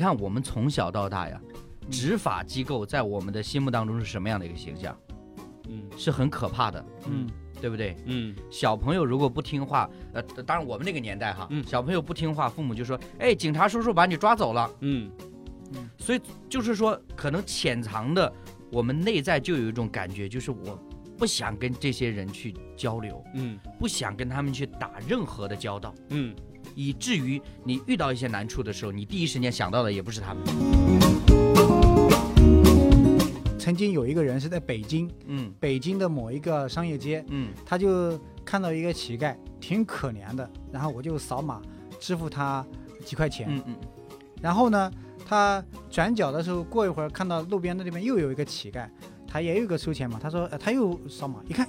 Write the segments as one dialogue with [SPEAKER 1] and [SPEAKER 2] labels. [SPEAKER 1] 看我们从小到大呀，执法机构在我们的心目当中是什么样的一个形象？
[SPEAKER 2] 嗯
[SPEAKER 1] 是很可怕的，
[SPEAKER 3] 嗯，
[SPEAKER 1] 对不对？
[SPEAKER 2] 嗯
[SPEAKER 1] 小朋友如果不听话，呃，当然我们那个年代哈，
[SPEAKER 2] 嗯
[SPEAKER 1] 小朋友不听话，父母就说：“哎，警察叔叔把你抓走了。
[SPEAKER 2] 嗯”
[SPEAKER 1] 所以就是说，可能潜藏的我们内在就有一种感觉，就是我不想跟这些人去交流，
[SPEAKER 2] 嗯
[SPEAKER 1] 不想跟他们去打任何的交道，
[SPEAKER 2] 嗯，
[SPEAKER 1] 以至于你遇到一些难处的时候，你第一时间想到的也不是他们。
[SPEAKER 3] 曾经有一个人是在北京，
[SPEAKER 1] 嗯
[SPEAKER 3] 北京的某一个商业街，
[SPEAKER 1] 嗯
[SPEAKER 3] 他就看到一个乞丐，挺可怜的，然后我就扫码支付他几块钱，
[SPEAKER 1] 嗯嗯
[SPEAKER 3] 然后呢，他转角的时候，过一会儿看到路边的那边又有一个乞丐，他也有个收钱码，他说、呃他又扫码，一看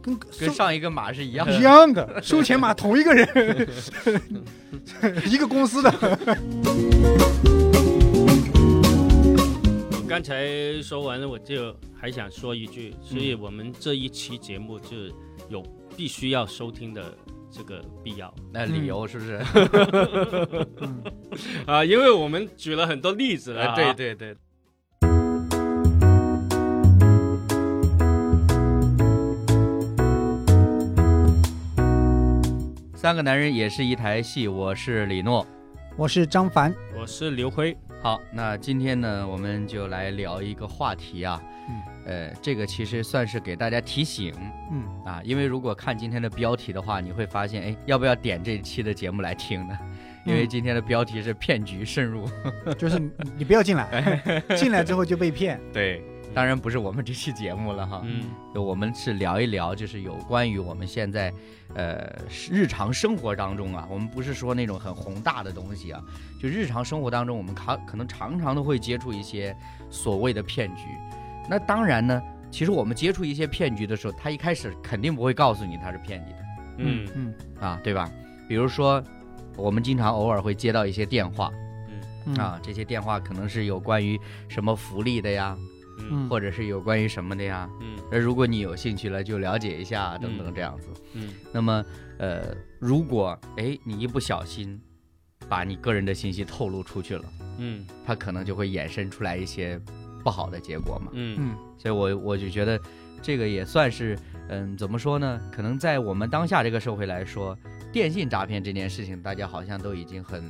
[SPEAKER 3] 跟
[SPEAKER 1] 跟
[SPEAKER 3] 收
[SPEAKER 1] 上一个码是一样的。
[SPEAKER 3] 一样的，收钱码同一个人，一个公司的。
[SPEAKER 2] 我刚才说完了，我就还想说一句，所以我们这一期节目就有必须要收听的这个必要
[SPEAKER 1] 那理由是不是？
[SPEAKER 3] 嗯，
[SPEAKER 2] 啊，因为我们举了很多例子了、
[SPEAKER 1] 呃 对，对对，三个男人也是一台戏，我是李诺。
[SPEAKER 3] 我是张凡，
[SPEAKER 2] 我是刘辉，
[SPEAKER 1] 好，那今天呢，我们就来聊一个话题啊，呃，这个其实算是给大家提醒
[SPEAKER 3] 嗯，
[SPEAKER 1] 啊，因为如果看今天的标题的话，你会发现，哎，要不要点这一期的节目来听呢？因为
[SPEAKER 3] 嗯
[SPEAKER 1] 今天的标题是骗局渗入，
[SPEAKER 3] 就是你你不要 进来，进来之后就被骗。
[SPEAKER 1] 对，当然不是我们这期节目了哈，
[SPEAKER 2] 嗯
[SPEAKER 1] 就我们是聊一聊，就是有关于我们现在，呃，日常生活当中啊，我们不是说那种很宏大的东西啊，就日常生活当中，我们可可能常常都会接触一些所谓的骗局。那当然呢，其实我们接触一些骗局的时候，他一开始肯定不会告诉你他是骗你的
[SPEAKER 2] 嗯
[SPEAKER 3] 嗯
[SPEAKER 1] 啊，对吧？比如说，我们经常偶尔会接到一些电话
[SPEAKER 3] 嗯，
[SPEAKER 1] 啊，这些电话可能是有关于什么福利的呀，
[SPEAKER 2] 嗯
[SPEAKER 3] 嗯，
[SPEAKER 1] 或者是有关于什么的呀，
[SPEAKER 2] 嗯
[SPEAKER 1] 那如果你有兴趣了，就了解一下等等
[SPEAKER 2] 嗯
[SPEAKER 1] 这样子。
[SPEAKER 2] 嗯
[SPEAKER 1] 那么，呃，如果哎你一不小心把你个人的信息透露出去了，
[SPEAKER 2] 嗯
[SPEAKER 1] 它可能就会衍生出来一些不好的结果嘛。
[SPEAKER 2] 嗯
[SPEAKER 3] 嗯
[SPEAKER 1] 所以我我就觉得这个也算是，嗯，怎么说呢？可能在我们当下这个社会来说，电信诈骗这件事情，大家好像都已经很。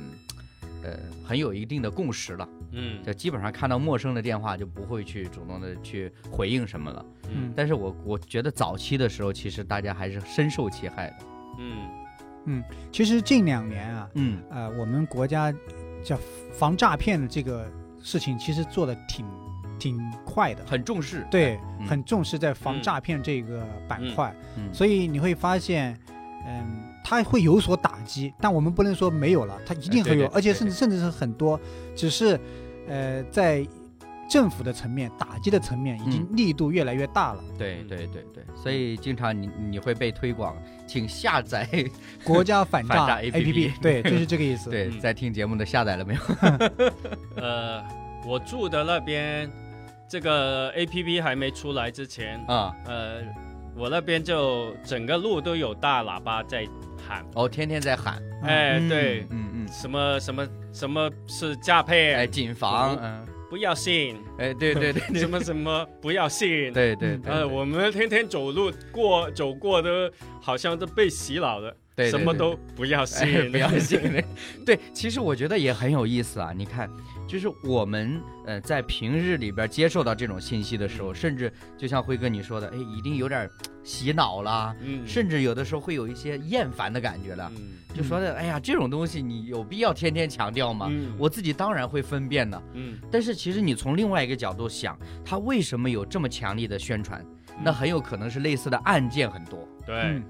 [SPEAKER 1] 呃，很有一定的共识了，
[SPEAKER 2] 嗯
[SPEAKER 1] 就基本上看到陌生的电话就不会去主动的去回应什么了。
[SPEAKER 2] 嗯
[SPEAKER 1] 但是我我觉得早期的时候，其实大家还是深受其害的。
[SPEAKER 2] 嗯
[SPEAKER 3] 其实近两年啊，
[SPEAKER 1] 嗯
[SPEAKER 3] 呃，我们国家叫防诈骗的这个事情，其实做的挺挺快的，
[SPEAKER 1] 很重视。
[SPEAKER 3] 对，
[SPEAKER 1] 嗯
[SPEAKER 3] 很重视在防
[SPEAKER 2] 嗯
[SPEAKER 3] 诈骗这个板
[SPEAKER 2] 嗯
[SPEAKER 3] 块，
[SPEAKER 1] 嗯
[SPEAKER 3] 所以你会发现，嗯，它会有所打击，但我们不能说没有了，它一定
[SPEAKER 1] 哎
[SPEAKER 3] 会
[SPEAKER 1] 对
[SPEAKER 3] 有，
[SPEAKER 1] 对
[SPEAKER 3] 而且
[SPEAKER 1] 对
[SPEAKER 3] 甚至甚至是很多，只是，呃，在政府的层面、打击的层面，已
[SPEAKER 1] 嗯
[SPEAKER 3] 经力度越来越大了。
[SPEAKER 1] 对对对对，所以经常你你会被推广，请下载。
[SPEAKER 3] 国家反
[SPEAKER 1] 反
[SPEAKER 3] 诈
[SPEAKER 1] 诈 APP
[SPEAKER 3] 对，就是这个意思。
[SPEAKER 1] 对，
[SPEAKER 2] 嗯
[SPEAKER 1] 在听节目的下载了没有？
[SPEAKER 2] 呃，我住的那边这个 A P P 还没出来之前，
[SPEAKER 1] 啊、
[SPEAKER 2] 呃，我那边就整个路都有大喇叭在喊，
[SPEAKER 1] 哦，天天在喊。
[SPEAKER 3] 嗯
[SPEAKER 2] 哎，对，
[SPEAKER 1] 嗯嗯。
[SPEAKER 2] 什么什么什么是诈骗，
[SPEAKER 1] 哎，谨防，
[SPEAKER 2] 嗯
[SPEAKER 1] 嗯，
[SPEAKER 2] 不要信，
[SPEAKER 1] 哎，对对对 对
[SPEAKER 2] 什么什么不要信，
[SPEAKER 1] 对对对，
[SPEAKER 2] 呃，我们天天走路过走过都好像都被洗脑了，
[SPEAKER 1] 对对
[SPEAKER 2] 什么
[SPEAKER 1] 对
[SPEAKER 2] 都不要
[SPEAKER 1] 哎
[SPEAKER 2] 信，
[SPEAKER 1] 不要信。对，其实我觉得也很有意思啊。你看，就是我们呃在平日里边接受到这种信息的时候，甚至就像辉哥你说的，哎，一定有点儿洗脑啦，
[SPEAKER 2] 嗯，
[SPEAKER 1] 甚至有的时候会有一些厌烦的感觉了，
[SPEAKER 2] 嗯，
[SPEAKER 1] 就说的，哎呀，这种东西你有必要天天强调吗？
[SPEAKER 2] 嗯，
[SPEAKER 1] 我自己当然会分辨的，
[SPEAKER 2] 嗯，
[SPEAKER 1] 但是其实你从另外一个角度想，它为什么有这么强力的宣传？那
[SPEAKER 2] 嗯
[SPEAKER 1] 很有可能是类似的案件很多。
[SPEAKER 2] 对
[SPEAKER 3] 嗯，，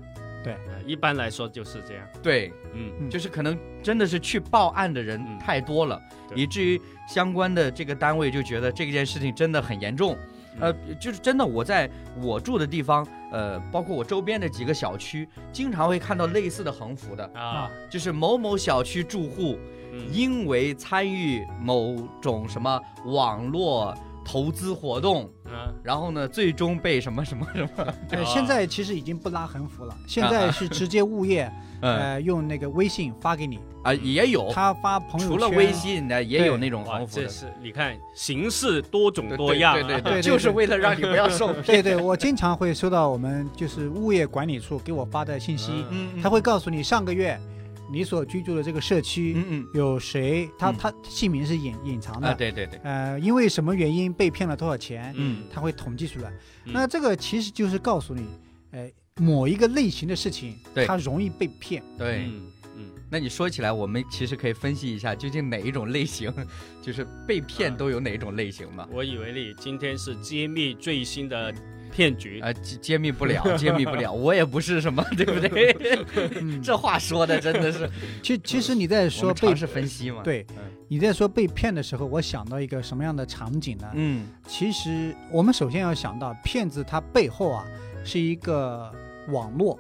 [SPEAKER 2] 呃一般来说就是这样，
[SPEAKER 1] 对，
[SPEAKER 2] 嗯
[SPEAKER 3] 嗯
[SPEAKER 1] 就是可能真的是去报案的人
[SPEAKER 2] 嗯
[SPEAKER 1] 太多了，
[SPEAKER 2] 对
[SPEAKER 1] 以至于相关的这个单位就觉得这件事情真的很严重。呃，就是真的，我在我住的地方，呃，包括我周边的几个小区，经常会看到类似的横幅的，
[SPEAKER 2] 啊，
[SPEAKER 1] 就是某某小区住户
[SPEAKER 2] 嗯
[SPEAKER 1] 因为参与某种什么网络投资活动，
[SPEAKER 2] 嗯啊，
[SPEAKER 1] 然后呢，最终被什么什么什么，
[SPEAKER 3] 呃，
[SPEAKER 2] 啊
[SPEAKER 3] 现在其实已经不拉横幅了，现在是直接物业
[SPEAKER 1] 啊 嗯
[SPEAKER 3] 呃用那个微信发给你，
[SPEAKER 1] 啊也有，
[SPEAKER 3] 他发朋友圈，
[SPEAKER 1] 除了微信的也有
[SPEAKER 3] 对
[SPEAKER 1] 那种
[SPEAKER 2] 哇，
[SPEAKER 1] 横幅
[SPEAKER 2] 这
[SPEAKER 1] 的，
[SPEAKER 2] 是你看形式多种
[SPEAKER 1] 对
[SPEAKER 2] 多
[SPEAKER 1] 对
[SPEAKER 2] 样
[SPEAKER 1] 对对
[SPEAKER 2] 啊，
[SPEAKER 3] 对对
[SPEAKER 1] 就是为了让你不要受骗。
[SPEAKER 3] 对对，我经常会收到我们就是物业管理处给我发的信息，
[SPEAKER 2] 嗯
[SPEAKER 1] 嗯
[SPEAKER 3] 他会告诉你上个月你所居住的这个社区
[SPEAKER 1] 嗯
[SPEAKER 3] 有谁，他
[SPEAKER 1] 嗯
[SPEAKER 3] 他姓名是隐隐藏
[SPEAKER 1] 嗯啊，
[SPEAKER 3] 的，
[SPEAKER 1] 对对对，
[SPEAKER 3] 呃，因为什么原因被骗了多少钱，
[SPEAKER 1] 嗯
[SPEAKER 3] 他会统计出来。
[SPEAKER 2] 嗯
[SPEAKER 3] 那这个其实就是告诉你，呃，某一个类型的事情
[SPEAKER 1] 对，
[SPEAKER 3] 它容易被骗。
[SPEAKER 1] 对。
[SPEAKER 2] 嗯嗯，
[SPEAKER 1] 那你说起来，我们其实可以分析一下，究竟哪一种类型，就是被骗都有哪种类型嘛？
[SPEAKER 2] 我以为你今天是揭秘最新的骗局，
[SPEAKER 1] 啊，揭揭秘不了，揭秘不了，我也不是什么，对不对？
[SPEAKER 3] 嗯，
[SPEAKER 1] 这话说的真的是，
[SPEAKER 3] 其其实你在
[SPEAKER 1] 我
[SPEAKER 3] 说
[SPEAKER 1] 们
[SPEAKER 3] 被
[SPEAKER 1] 尝试分析嘛。，
[SPEAKER 3] 对
[SPEAKER 1] 嗯，
[SPEAKER 3] 你在说被骗的时候，我想到一个什么样的场景呢？
[SPEAKER 1] 嗯，
[SPEAKER 3] 其实我们首先要想到，骗子他背后啊是一个网络，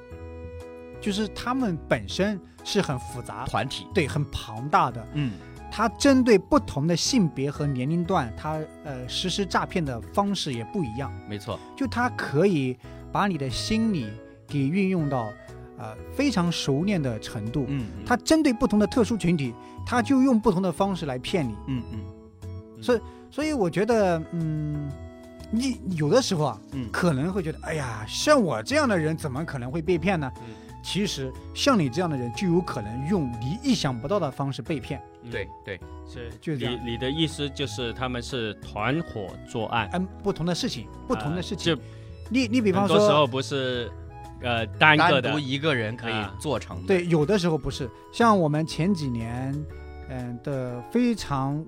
[SPEAKER 3] 就是他们本身是很复杂，
[SPEAKER 1] 团体，
[SPEAKER 3] 对，很庞大的。
[SPEAKER 1] 嗯
[SPEAKER 3] 它针对不同的性别和年龄段，它呃实施诈骗的方式也不一样。
[SPEAKER 1] 没错，
[SPEAKER 3] 就它可以把你的心理给运用到呃非常熟练的程度。
[SPEAKER 1] 嗯，
[SPEAKER 3] 它针对不同的特殊群体，它就用不同的方式来骗你。
[SPEAKER 1] 嗯嗯
[SPEAKER 3] 所以我觉得，嗯，你有的时候啊，
[SPEAKER 1] 嗯
[SPEAKER 3] 可能会觉得，哎呀，像我这样的人怎么可能会被骗呢？
[SPEAKER 2] 嗯
[SPEAKER 3] 其实像你这样的人就有可能用你意想不到的方式被骗。
[SPEAKER 2] 嗯
[SPEAKER 1] 嗯，对对，
[SPEAKER 2] 是
[SPEAKER 3] 就这
[SPEAKER 2] 你
[SPEAKER 3] 样
[SPEAKER 2] 你的意思就是他们是团伙作案，
[SPEAKER 3] 嗯，不同的事情，不同的事情。
[SPEAKER 2] 呃
[SPEAKER 3] 你你比
[SPEAKER 2] 就
[SPEAKER 3] 方
[SPEAKER 2] 很多时
[SPEAKER 3] 说，
[SPEAKER 2] 候不是呃单个
[SPEAKER 1] 单
[SPEAKER 2] 的
[SPEAKER 1] 独，一个人可
[SPEAKER 2] 啊
[SPEAKER 1] 以做成的，
[SPEAKER 3] 对，有的时候不是。像我们前几年，嗯、的非常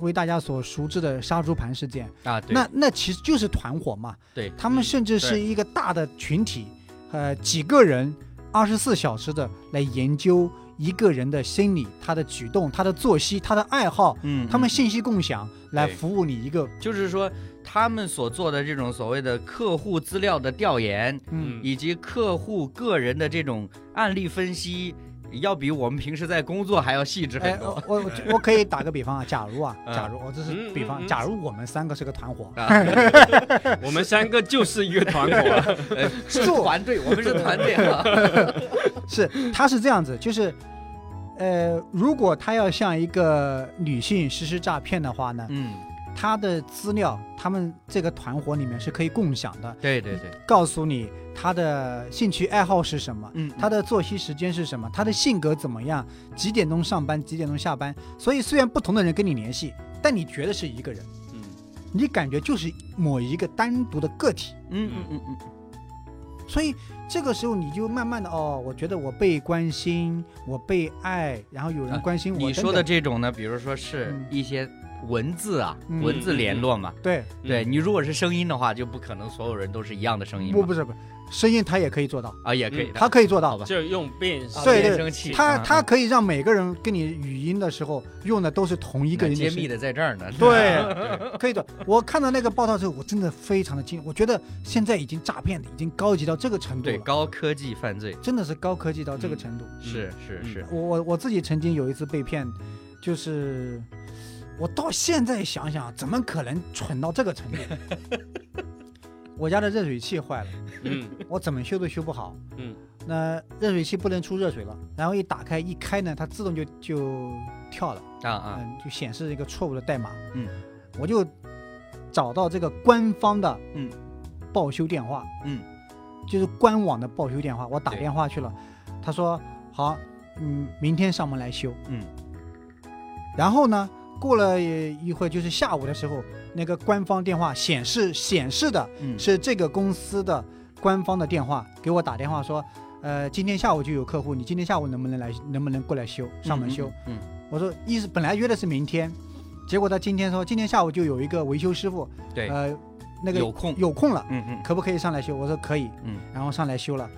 [SPEAKER 3] 为大家所熟知的杀猪盘事件，
[SPEAKER 1] 啊，对，
[SPEAKER 3] 那那其实就是团伙嘛。
[SPEAKER 1] 对
[SPEAKER 3] 他们
[SPEAKER 2] 嗯
[SPEAKER 3] 甚至是
[SPEAKER 1] 对
[SPEAKER 3] 一个大的群体，呃，几个人二十四小时的来研究一个人的心理、他的举动、他的作息、他的爱好，
[SPEAKER 1] 嗯，
[SPEAKER 3] 他们
[SPEAKER 1] 嗯
[SPEAKER 3] 信息共享来
[SPEAKER 1] 对
[SPEAKER 3] 服务你一个。
[SPEAKER 1] 就是说他们所做的这种所谓的客户资料的调研，
[SPEAKER 2] 嗯
[SPEAKER 1] 以及客户个人的这种案例分析，要比我们平时在工作还要细致
[SPEAKER 3] 哎
[SPEAKER 1] 很，多。
[SPEAKER 3] 我我我可以打个比方啊，假如啊，
[SPEAKER 1] 嗯
[SPEAKER 3] 假如我这是
[SPEAKER 2] 嗯
[SPEAKER 3] 比
[SPEAKER 2] 嗯
[SPEAKER 3] 方，
[SPEAKER 2] 嗯
[SPEAKER 3] 假如我们三个是个团伙，
[SPEAKER 1] 啊
[SPEAKER 2] 我们三个就是一个团 伙，
[SPEAKER 1] 呃是团队，我们是团队啊。
[SPEAKER 3] 是，他是这样子，就是，呃，如果他要向一个女性实施诈骗的话呢，
[SPEAKER 1] 嗯，
[SPEAKER 3] 他的资料，他们这个团伙里面是可以共享的，
[SPEAKER 1] 对对对，
[SPEAKER 3] 告诉你他的兴趣爱好是什么，
[SPEAKER 1] 嗯，
[SPEAKER 3] 他的作息时间是什么，他的性格怎么样，几点钟上班，几点钟下班。所以虽然不同的人跟你联系，但你觉得是一个人，
[SPEAKER 2] 嗯，
[SPEAKER 3] 你感觉就是某一个单独的个体。
[SPEAKER 1] 嗯嗯嗯嗯，
[SPEAKER 3] 所以这个时候你就慢慢的哦，我觉得我被关心，我被爱，然后有人
[SPEAKER 1] 啊
[SPEAKER 3] 关心我。
[SPEAKER 1] 你
[SPEAKER 3] 等
[SPEAKER 1] 说的
[SPEAKER 3] 等
[SPEAKER 1] 这种呢，比如说是
[SPEAKER 3] 嗯
[SPEAKER 1] 一些文字啊，
[SPEAKER 3] 嗯
[SPEAKER 1] 文字联络嘛。
[SPEAKER 3] 对，
[SPEAKER 1] 对你如果是声音的话，就不可能所有人都是一样的声音
[SPEAKER 3] 不
[SPEAKER 1] 嘛。
[SPEAKER 3] 不是不是，声音他也可以做到，
[SPEAKER 1] 啊，也可以的。
[SPEAKER 2] 嗯
[SPEAKER 3] 他可以做到吧？
[SPEAKER 2] 就用变声
[SPEAKER 1] 啊
[SPEAKER 3] 对对
[SPEAKER 1] 变声器，
[SPEAKER 3] 他
[SPEAKER 1] 嗯
[SPEAKER 3] 他
[SPEAKER 1] 嗯
[SPEAKER 3] 可以让每个人跟你语音的时候用的都是同一个
[SPEAKER 1] 那
[SPEAKER 3] 人
[SPEAKER 1] 揭
[SPEAKER 3] 声
[SPEAKER 1] 秘的在这儿呢。
[SPEAKER 3] 对，可以的。我看到那个报道之后，我真的非常的惊，我觉得现在已经诈骗的已经高级到这个程度
[SPEAKER 1] 对，
[SPEAKER 3] 了，
[SPEAKER 1] 高科技犯罪
[SPEAKER 3] 真的是高科技到这个程度。
[SPEAKER 1] 是是是，
[SPEAKER 3] 我我我自己曾经有一次被骗，就是我到现在想想，怎么可能蠢到这个程度？ 我家的热水器坏了，
[SPEAKER 2] 嗯
[SPEAKER 3] 我怎么修都修不好。
[SPEAKER 2] 嗯，
[SPEAKER 3] 那热水器不能出热水了，然后一打开一开呢，它自动就就跳了。
[SPEAKER 1] 啊啊，
[SPEAKER 3] 嗯，就显示一个错误的代码。
[SPEAKER 1] 嗯，
[SPEAKER 3] 我就找到这个官方的
[SPEAKER 1] 嗯
[SPEAKER 3] 报修电话，
[SPEAKER 1] 嗯，
[SPEAKER 3] 就是官网的报修电话，我打
[SPEAKER 1] 对
[SPEAKER 3] 电话去了，他说好，嗯，明天上门来修。
[SPEAKER 1] 嗯，
[SPEAKER 3] 然后呢，过了一会儿，就是下午的时候，那个官方电话显示显示的
[SPEAKER 1] 嗯
[SPEAKER 3] 是这个公司的官方的电话，给我打电话说。呃，今天下午就有客户，你今天下午能不能来？能不能过来修上门修？，
[SPEAKER 1] 嗯
[SPEAKER 3] 我说意思本来约的是明天，结果他今天说今天下午就有一个维修师傅，
[SPEAKER 1] 嗯，对，
[SPEAKER 3] 呃，那个
[SPEAKER 1] 有空，
[SPEAKER 3] 有空了，
[SPEAKER 1] 嗯嗯
[SPEAKER 3] 可不可以上来修？我说可以，
[SPEAKER 1] 嗯，
[SPEAKER 3] 然后上来修了，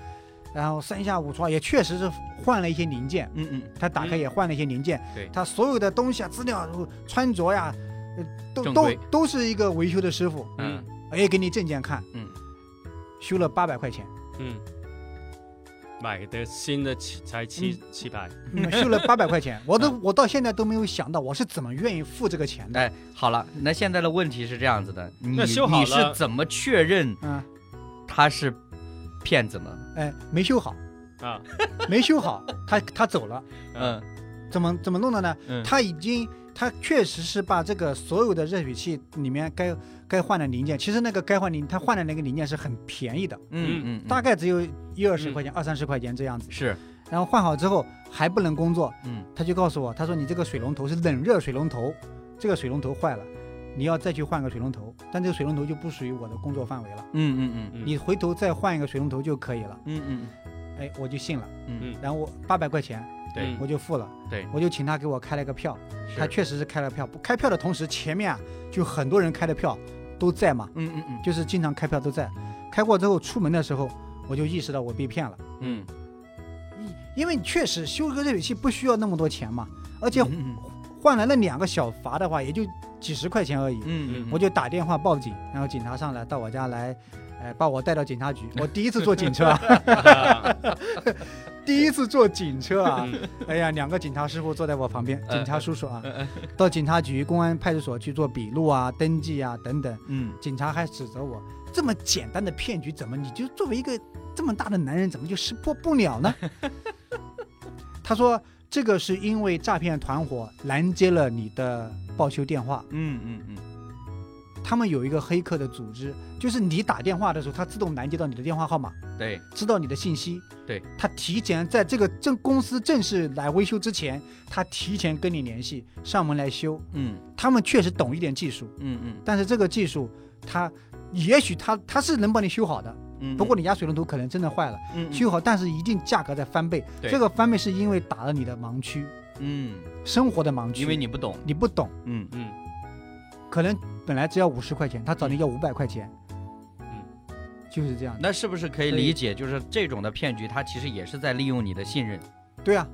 [SPEAKER 3] 然后三下五除二也确实是换了一些零件，
[SPEAKER 1] 嗯嗯，
[SPEAKER 3] 他打开
[SPEAKER 2] 嗯
[SPEAKER 3] 也换了一些零件，
[SPEAKER 1] 对
[SPEAKER 3] 他所有的东西啊、资料啊、穿着呀、呃都
[SPEAKER 1] 正
[SPEAKER 3] 都
[SPEAKER 1] 规
[SPEAKER 3] 都是一个维修的师傅，
[SPEAKER 1] 嗯
[SPEAKER 3] 哎，给你证件看，
[SPEAKER 1] 嗯，
[SPEAKER 3] 修了八百块钱，
[SPEAKER 2] 嗯买的新的棋才七七百，
[SPEAKER 3] 嗯修了八百 块钱，我都我到现在都没有想到我是怎么愿意付这个钱的。
[SPEAKER 1] 嗯哎，好了，那现在的问题是这样子的，你
[SPEAKER 2] 那修好
[SPEAKER 1] 你是
[SPEAKER 2] 了
[SPEAKER 1] 怎么确认
[SPEAKER 3] 嗯，
[SPEAKER 1] 他是骗子呢？
[SPEAKER 3] 哎，没修好，
[SPEAKER 2] 啊，
[SPEAKER 3] 没修好，他他走了，
[SPEAKER 1] 嗯
[SPEAKER 3] 怎么怎么弄的呢？
[SPEAKER 1] 嗯，
[SPEAKER 3] 他已经他确实是把这个所有的热水器里面该该换的零件，其实那个该换零他换的那个零件是很便宜的，
[SPEAKER 1] 嗯嗯，
[SPEAKER 3] 大
[SPEAKER 1] 概
[SPEAKER 3] 概只有一二十块钱、二三十块钱这样子。
[SPEAKER 1] 是，
[SPEAKER 3] 然后换好之后还不能工作，
[SPEAKER 1] 嗯
[SPEAKER 3] 他就告诉我，他说你这个水龙头是冷热水龙头，这个水龙头坏了，你要再去换个水龙头，但这个水龙头就不属于我的工作范围了，
[SPEAKER 1] 嗯嗯嗯
[SPEAKER 2] 嗯
[SPEAKER 3] 你回头再换一个水龙头就可以了。
[SPEAKER 1] 嗯嗯
[SPEAKER 3] 哎，我就信了，
[SPEAKER 1] 嗯
[SPEAKER 3] 然后我八百块钱
[SPEAKER 1] 对
[SPEAKER 2] 嗯
[SPEAKER 3] 我就付了，
[SPEAKER 1] 对
[SPEAKER 3] 我就请他给我开了个票，
[SPEAKER 1] 嗯，是
[SPEAKER 3] 他确实是开了票，不开票的同时，前面啊就很多人开的票都在嘛，
[SPEAKER 1] 嗯嗯嗯
[SPEAKER 3] 就是经常开票都在，开过之后出门的时候我就意识到我被骗了。
[SPEAKER 1] 嗯
[SPEAKER 3] 因因为确实修个热水器不需要那么多钱嘛，而且
[SPEAKER 1] 嗯
[SPEAKER 3] 换来了两个小阀的话，也就几十块钱而已。
[SPEAKER 1] 嗯，
[SPEAKER 3] 我就打电话报警，然后警察上来到我家来，呃，把我带到警察局。我第一次坐警车，啊，
[SPEAKER 2] 啊
[SPEAKER 3] 第一次坐警车啊！
[SPEAKER 2] 嗯
[SPEAKER 3] 哎呀，两个警察师傅坐在我旁边，
[SPEAKER 1] 嗯
[SPEAKER 3] 警察叔叔啊，到警察局、公安派出所去做笔录啊、登记啊等等。
[SPEAKER 1] 嗯
[SPEAKER 3] 警察还指责我，这么简单的骗局，怎么你就作为一个这么大的男人，怎么就识破不了呢？他说这个是因为诈骗团伙拦截了你的报修电话，
[SPEAKER 1] 嗯嗯嗯
[SPEAKER 3] 他们有一个黑客的组织，就是你打电话的时候，他自动拦截到你的电话号码，
[SPEAKER 1] 嗯，对，
[SPEAKER 3] 知道你的信息。
[SPEAKER 1] 对，
[SPEAKER 3] 他提前在这个正公司正式来维修之前，他提前跟你联系，上门来修。
[SPEAKER 1] 嗯
[SPEAKER 3] 他们确实懂一点技术，
[SPEAKER 1] 嗯
[SPEAKER 3] 但是这个技术，他也许他他是能帮你修好的，
[SPEAKER 1] 嗯嗯，
[SPEAKER 3] 不过你家水龙头可能真的坏了，修好，但是一定价格在翻倍。
[SPEAKER 1] 对
[SPEAKER 3] 这个翻倍是因为打了你的盲区，
[SPEAKER 1] 嗯，
[SPEAKER 3] 生活的盲区，
[SPEAKER 1] 因为你不懂，
[SPEAKER 3] 你不懂，
[SPEAKER 1] 嗯
[SPEAKER 2] 嗯
[SPEAKER 3] 可能本来只要五十块钱，他找你要五百块钱，
[SPEAKER 2] 嗯，
[SPEAKER 3] 就是这样的。
[SPEAKER 1] 那是不是可以理解，就是这种的骗局，它其实也是在利用你的信任，
[SPEAKER 3] 对啊，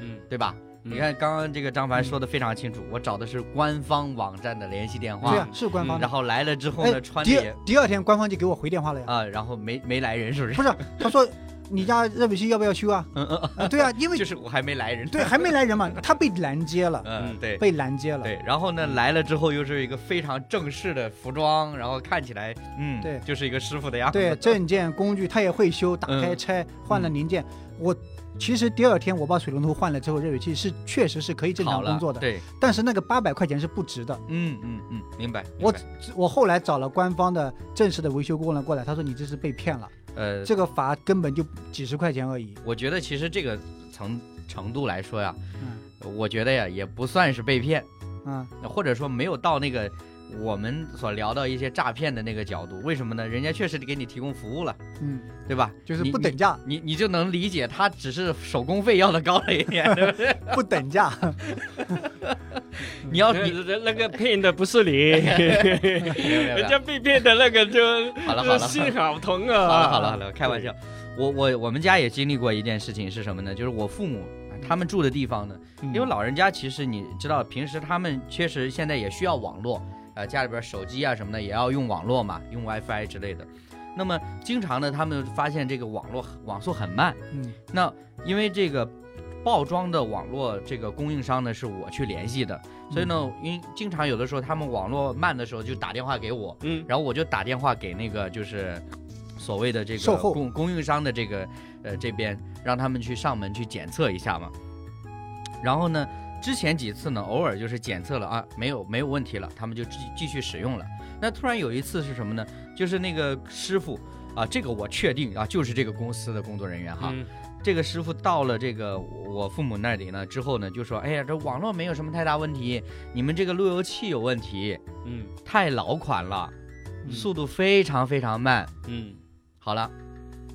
[SPEAKER 2] 嗯，
[SPEAKER 1] 对吧？
[SPEAKER 2] 嗯
[SPEAKER 1] 你看刚刚这个张
[SPEAKER 3] 嗯
[SPEAKER 1] 凡说的非常清楚，我找的是官方网站的联系电
[SPEAKER 3] 对
[SPEAKER 1] 话
[SPEAKER 3] 啊，，哎是官方
[SPEAKER 1] 嗯然
[SPEAKER 3] 的。
[SPEAKER 1] 后来了之后呢，穿的
[SPEAKER 3] 第
[SPEAKER 1] 也
[SPEAKER 3] 二第二天官方就给我回电话了呀，
[SPEAKER 1] 啊，然后没没来人，是不是？
[SPEAKER 3] 不是，他说你家热水器要不要修啊？
[SPEAKER 1] 嗯嗯，
[SPEAKER 3] 啊，对啊，因 为
[SPEAKER 1] 就是我还没来人。
[SPEAKER 3] 对还没来人嘛，他被拦截了，
[SPEAKER 1] 嗯，对
[SPEAKER 3] 被拦截了。嗯
[SPEAKER 1] 对，然后呢，来了之后又是一个非常正式的服装，然后看起来，嗯，
[SPEAKER 3] 对
[SPEAKER 1] 就是一个师傅的样子。
[SPEAKER 3] 对，证件、工具他也会修，打开
[SPEAKER 1] 嗯
[SPEAKER 3] 拆，换了零件。我其实第二天我把水龙头换了之后，热水器是确实是可以正
[SPEAKER 1] 好
[SPEAKER 3] 常
[SPEAKER 1] 了，
[SPEAKER 3] 工作的，
[SPEAKER 1] 对，
[SPEAKER 3] 但是那个八百块钱是不值的。
[SPEAKER 1] 嗯嗯嗯，明白。明
[SPEAKER 3] 我
[SPEAKER 1] 白
[SPEAKER 3] 我后来找了官方的正式的维修工人过来，他说你这是被骗了，
[SPEAKER 1] 呃，
[SPEAKER 3] 这个罚根本就几十块钱而已。
[SPEAKER 1] 我觉得其实这个层程度来说呀，
[SPEAKER 3] 嗯
[SPEAKER 1] 我觉得呀也不算是被骗，
[SPEAKER 3] 嗯
[SPEAKER 1] 或者说没有到那个我们所聊到一些诈骗的那个角度。为什么呢？人家确实给你提供服务了，
[SPEAKER 3] 嗯，
[SPEAKER 1] 对吧？
[SPEAKER 3] 就是
[SPEAKER 1] 你
[SPEAKER 3] 不等 价，
[SPEAKER 1] 你你就能理解，他只是手工费要的高了一点， 对不对？
[SPEAKER 3] 不等价。
[SPEAKER 1] 你要
[SPEAKER 2] 那
[SPEAKER 1] 你
[SPEAKER 2] 那那个骗的不是 你，
[SPEAKER 1] 没有没有没有
[SPEAKER 2] 人家被骗的那个就
[SPEAKER 1] 好了好了
[SPEAKER 2] 就心好疼啊！
[SPEAKER 1] 好了好了好了，开玩笑。我我我们家也经历过一件事情是什么呢？就是我父母他们住的地方呢，
[SPEAKER 2] 嗯，
[SPEAKER 1] 因为老人家其实你知道，平时他们确实现在也需要网络，呃，家里边手机啊什么的也要用网络嘛，用 WiFi 之类的。那么经常呢，他们发现这个网络网速很慢，
[SPEAKER 3] 嗯
[SPEAKER 1] 那因为这个报装的网络这个供应商呢是我去联系的，所以呢，因经常有的时候他们网络慢的时候就打电话给我，
[SPEAKER 2] 嗯，
[SPEAKER 1] 然后我就打电话给那个就是所谓的这
[SPEAKER 3] 售
[SPEAKER 1] 个
[SPEAKER 3] 后
[SPEAKER 1] 供供应商的这个呃这边，让他们去上门去检测一下嘛。然后呢，之前几次呢，偶尔就是检测了啊，没有没有问题了，他们就继继续使用了。那突然有一次是什么呢？就是那个师傅啊，这个我确定啊，就是这个公司的工作人员哈。
[SPEAKER 2] 嗯
[SPEAKER 1] 这个师傅到了这个我父母那里呢之后呢，就说：“哎呀，这网络没有什么太大问题，你们这个路由器有问题，
[SPEAKER 2] 嗯
[SPEAKER 1] 太老款了。”
[SPEAKER 2] 嗯
[SPEAKER 1] 速度非常非常慢。
[SPEAKER 2] 嗯
[SPEAKER 1] 好了，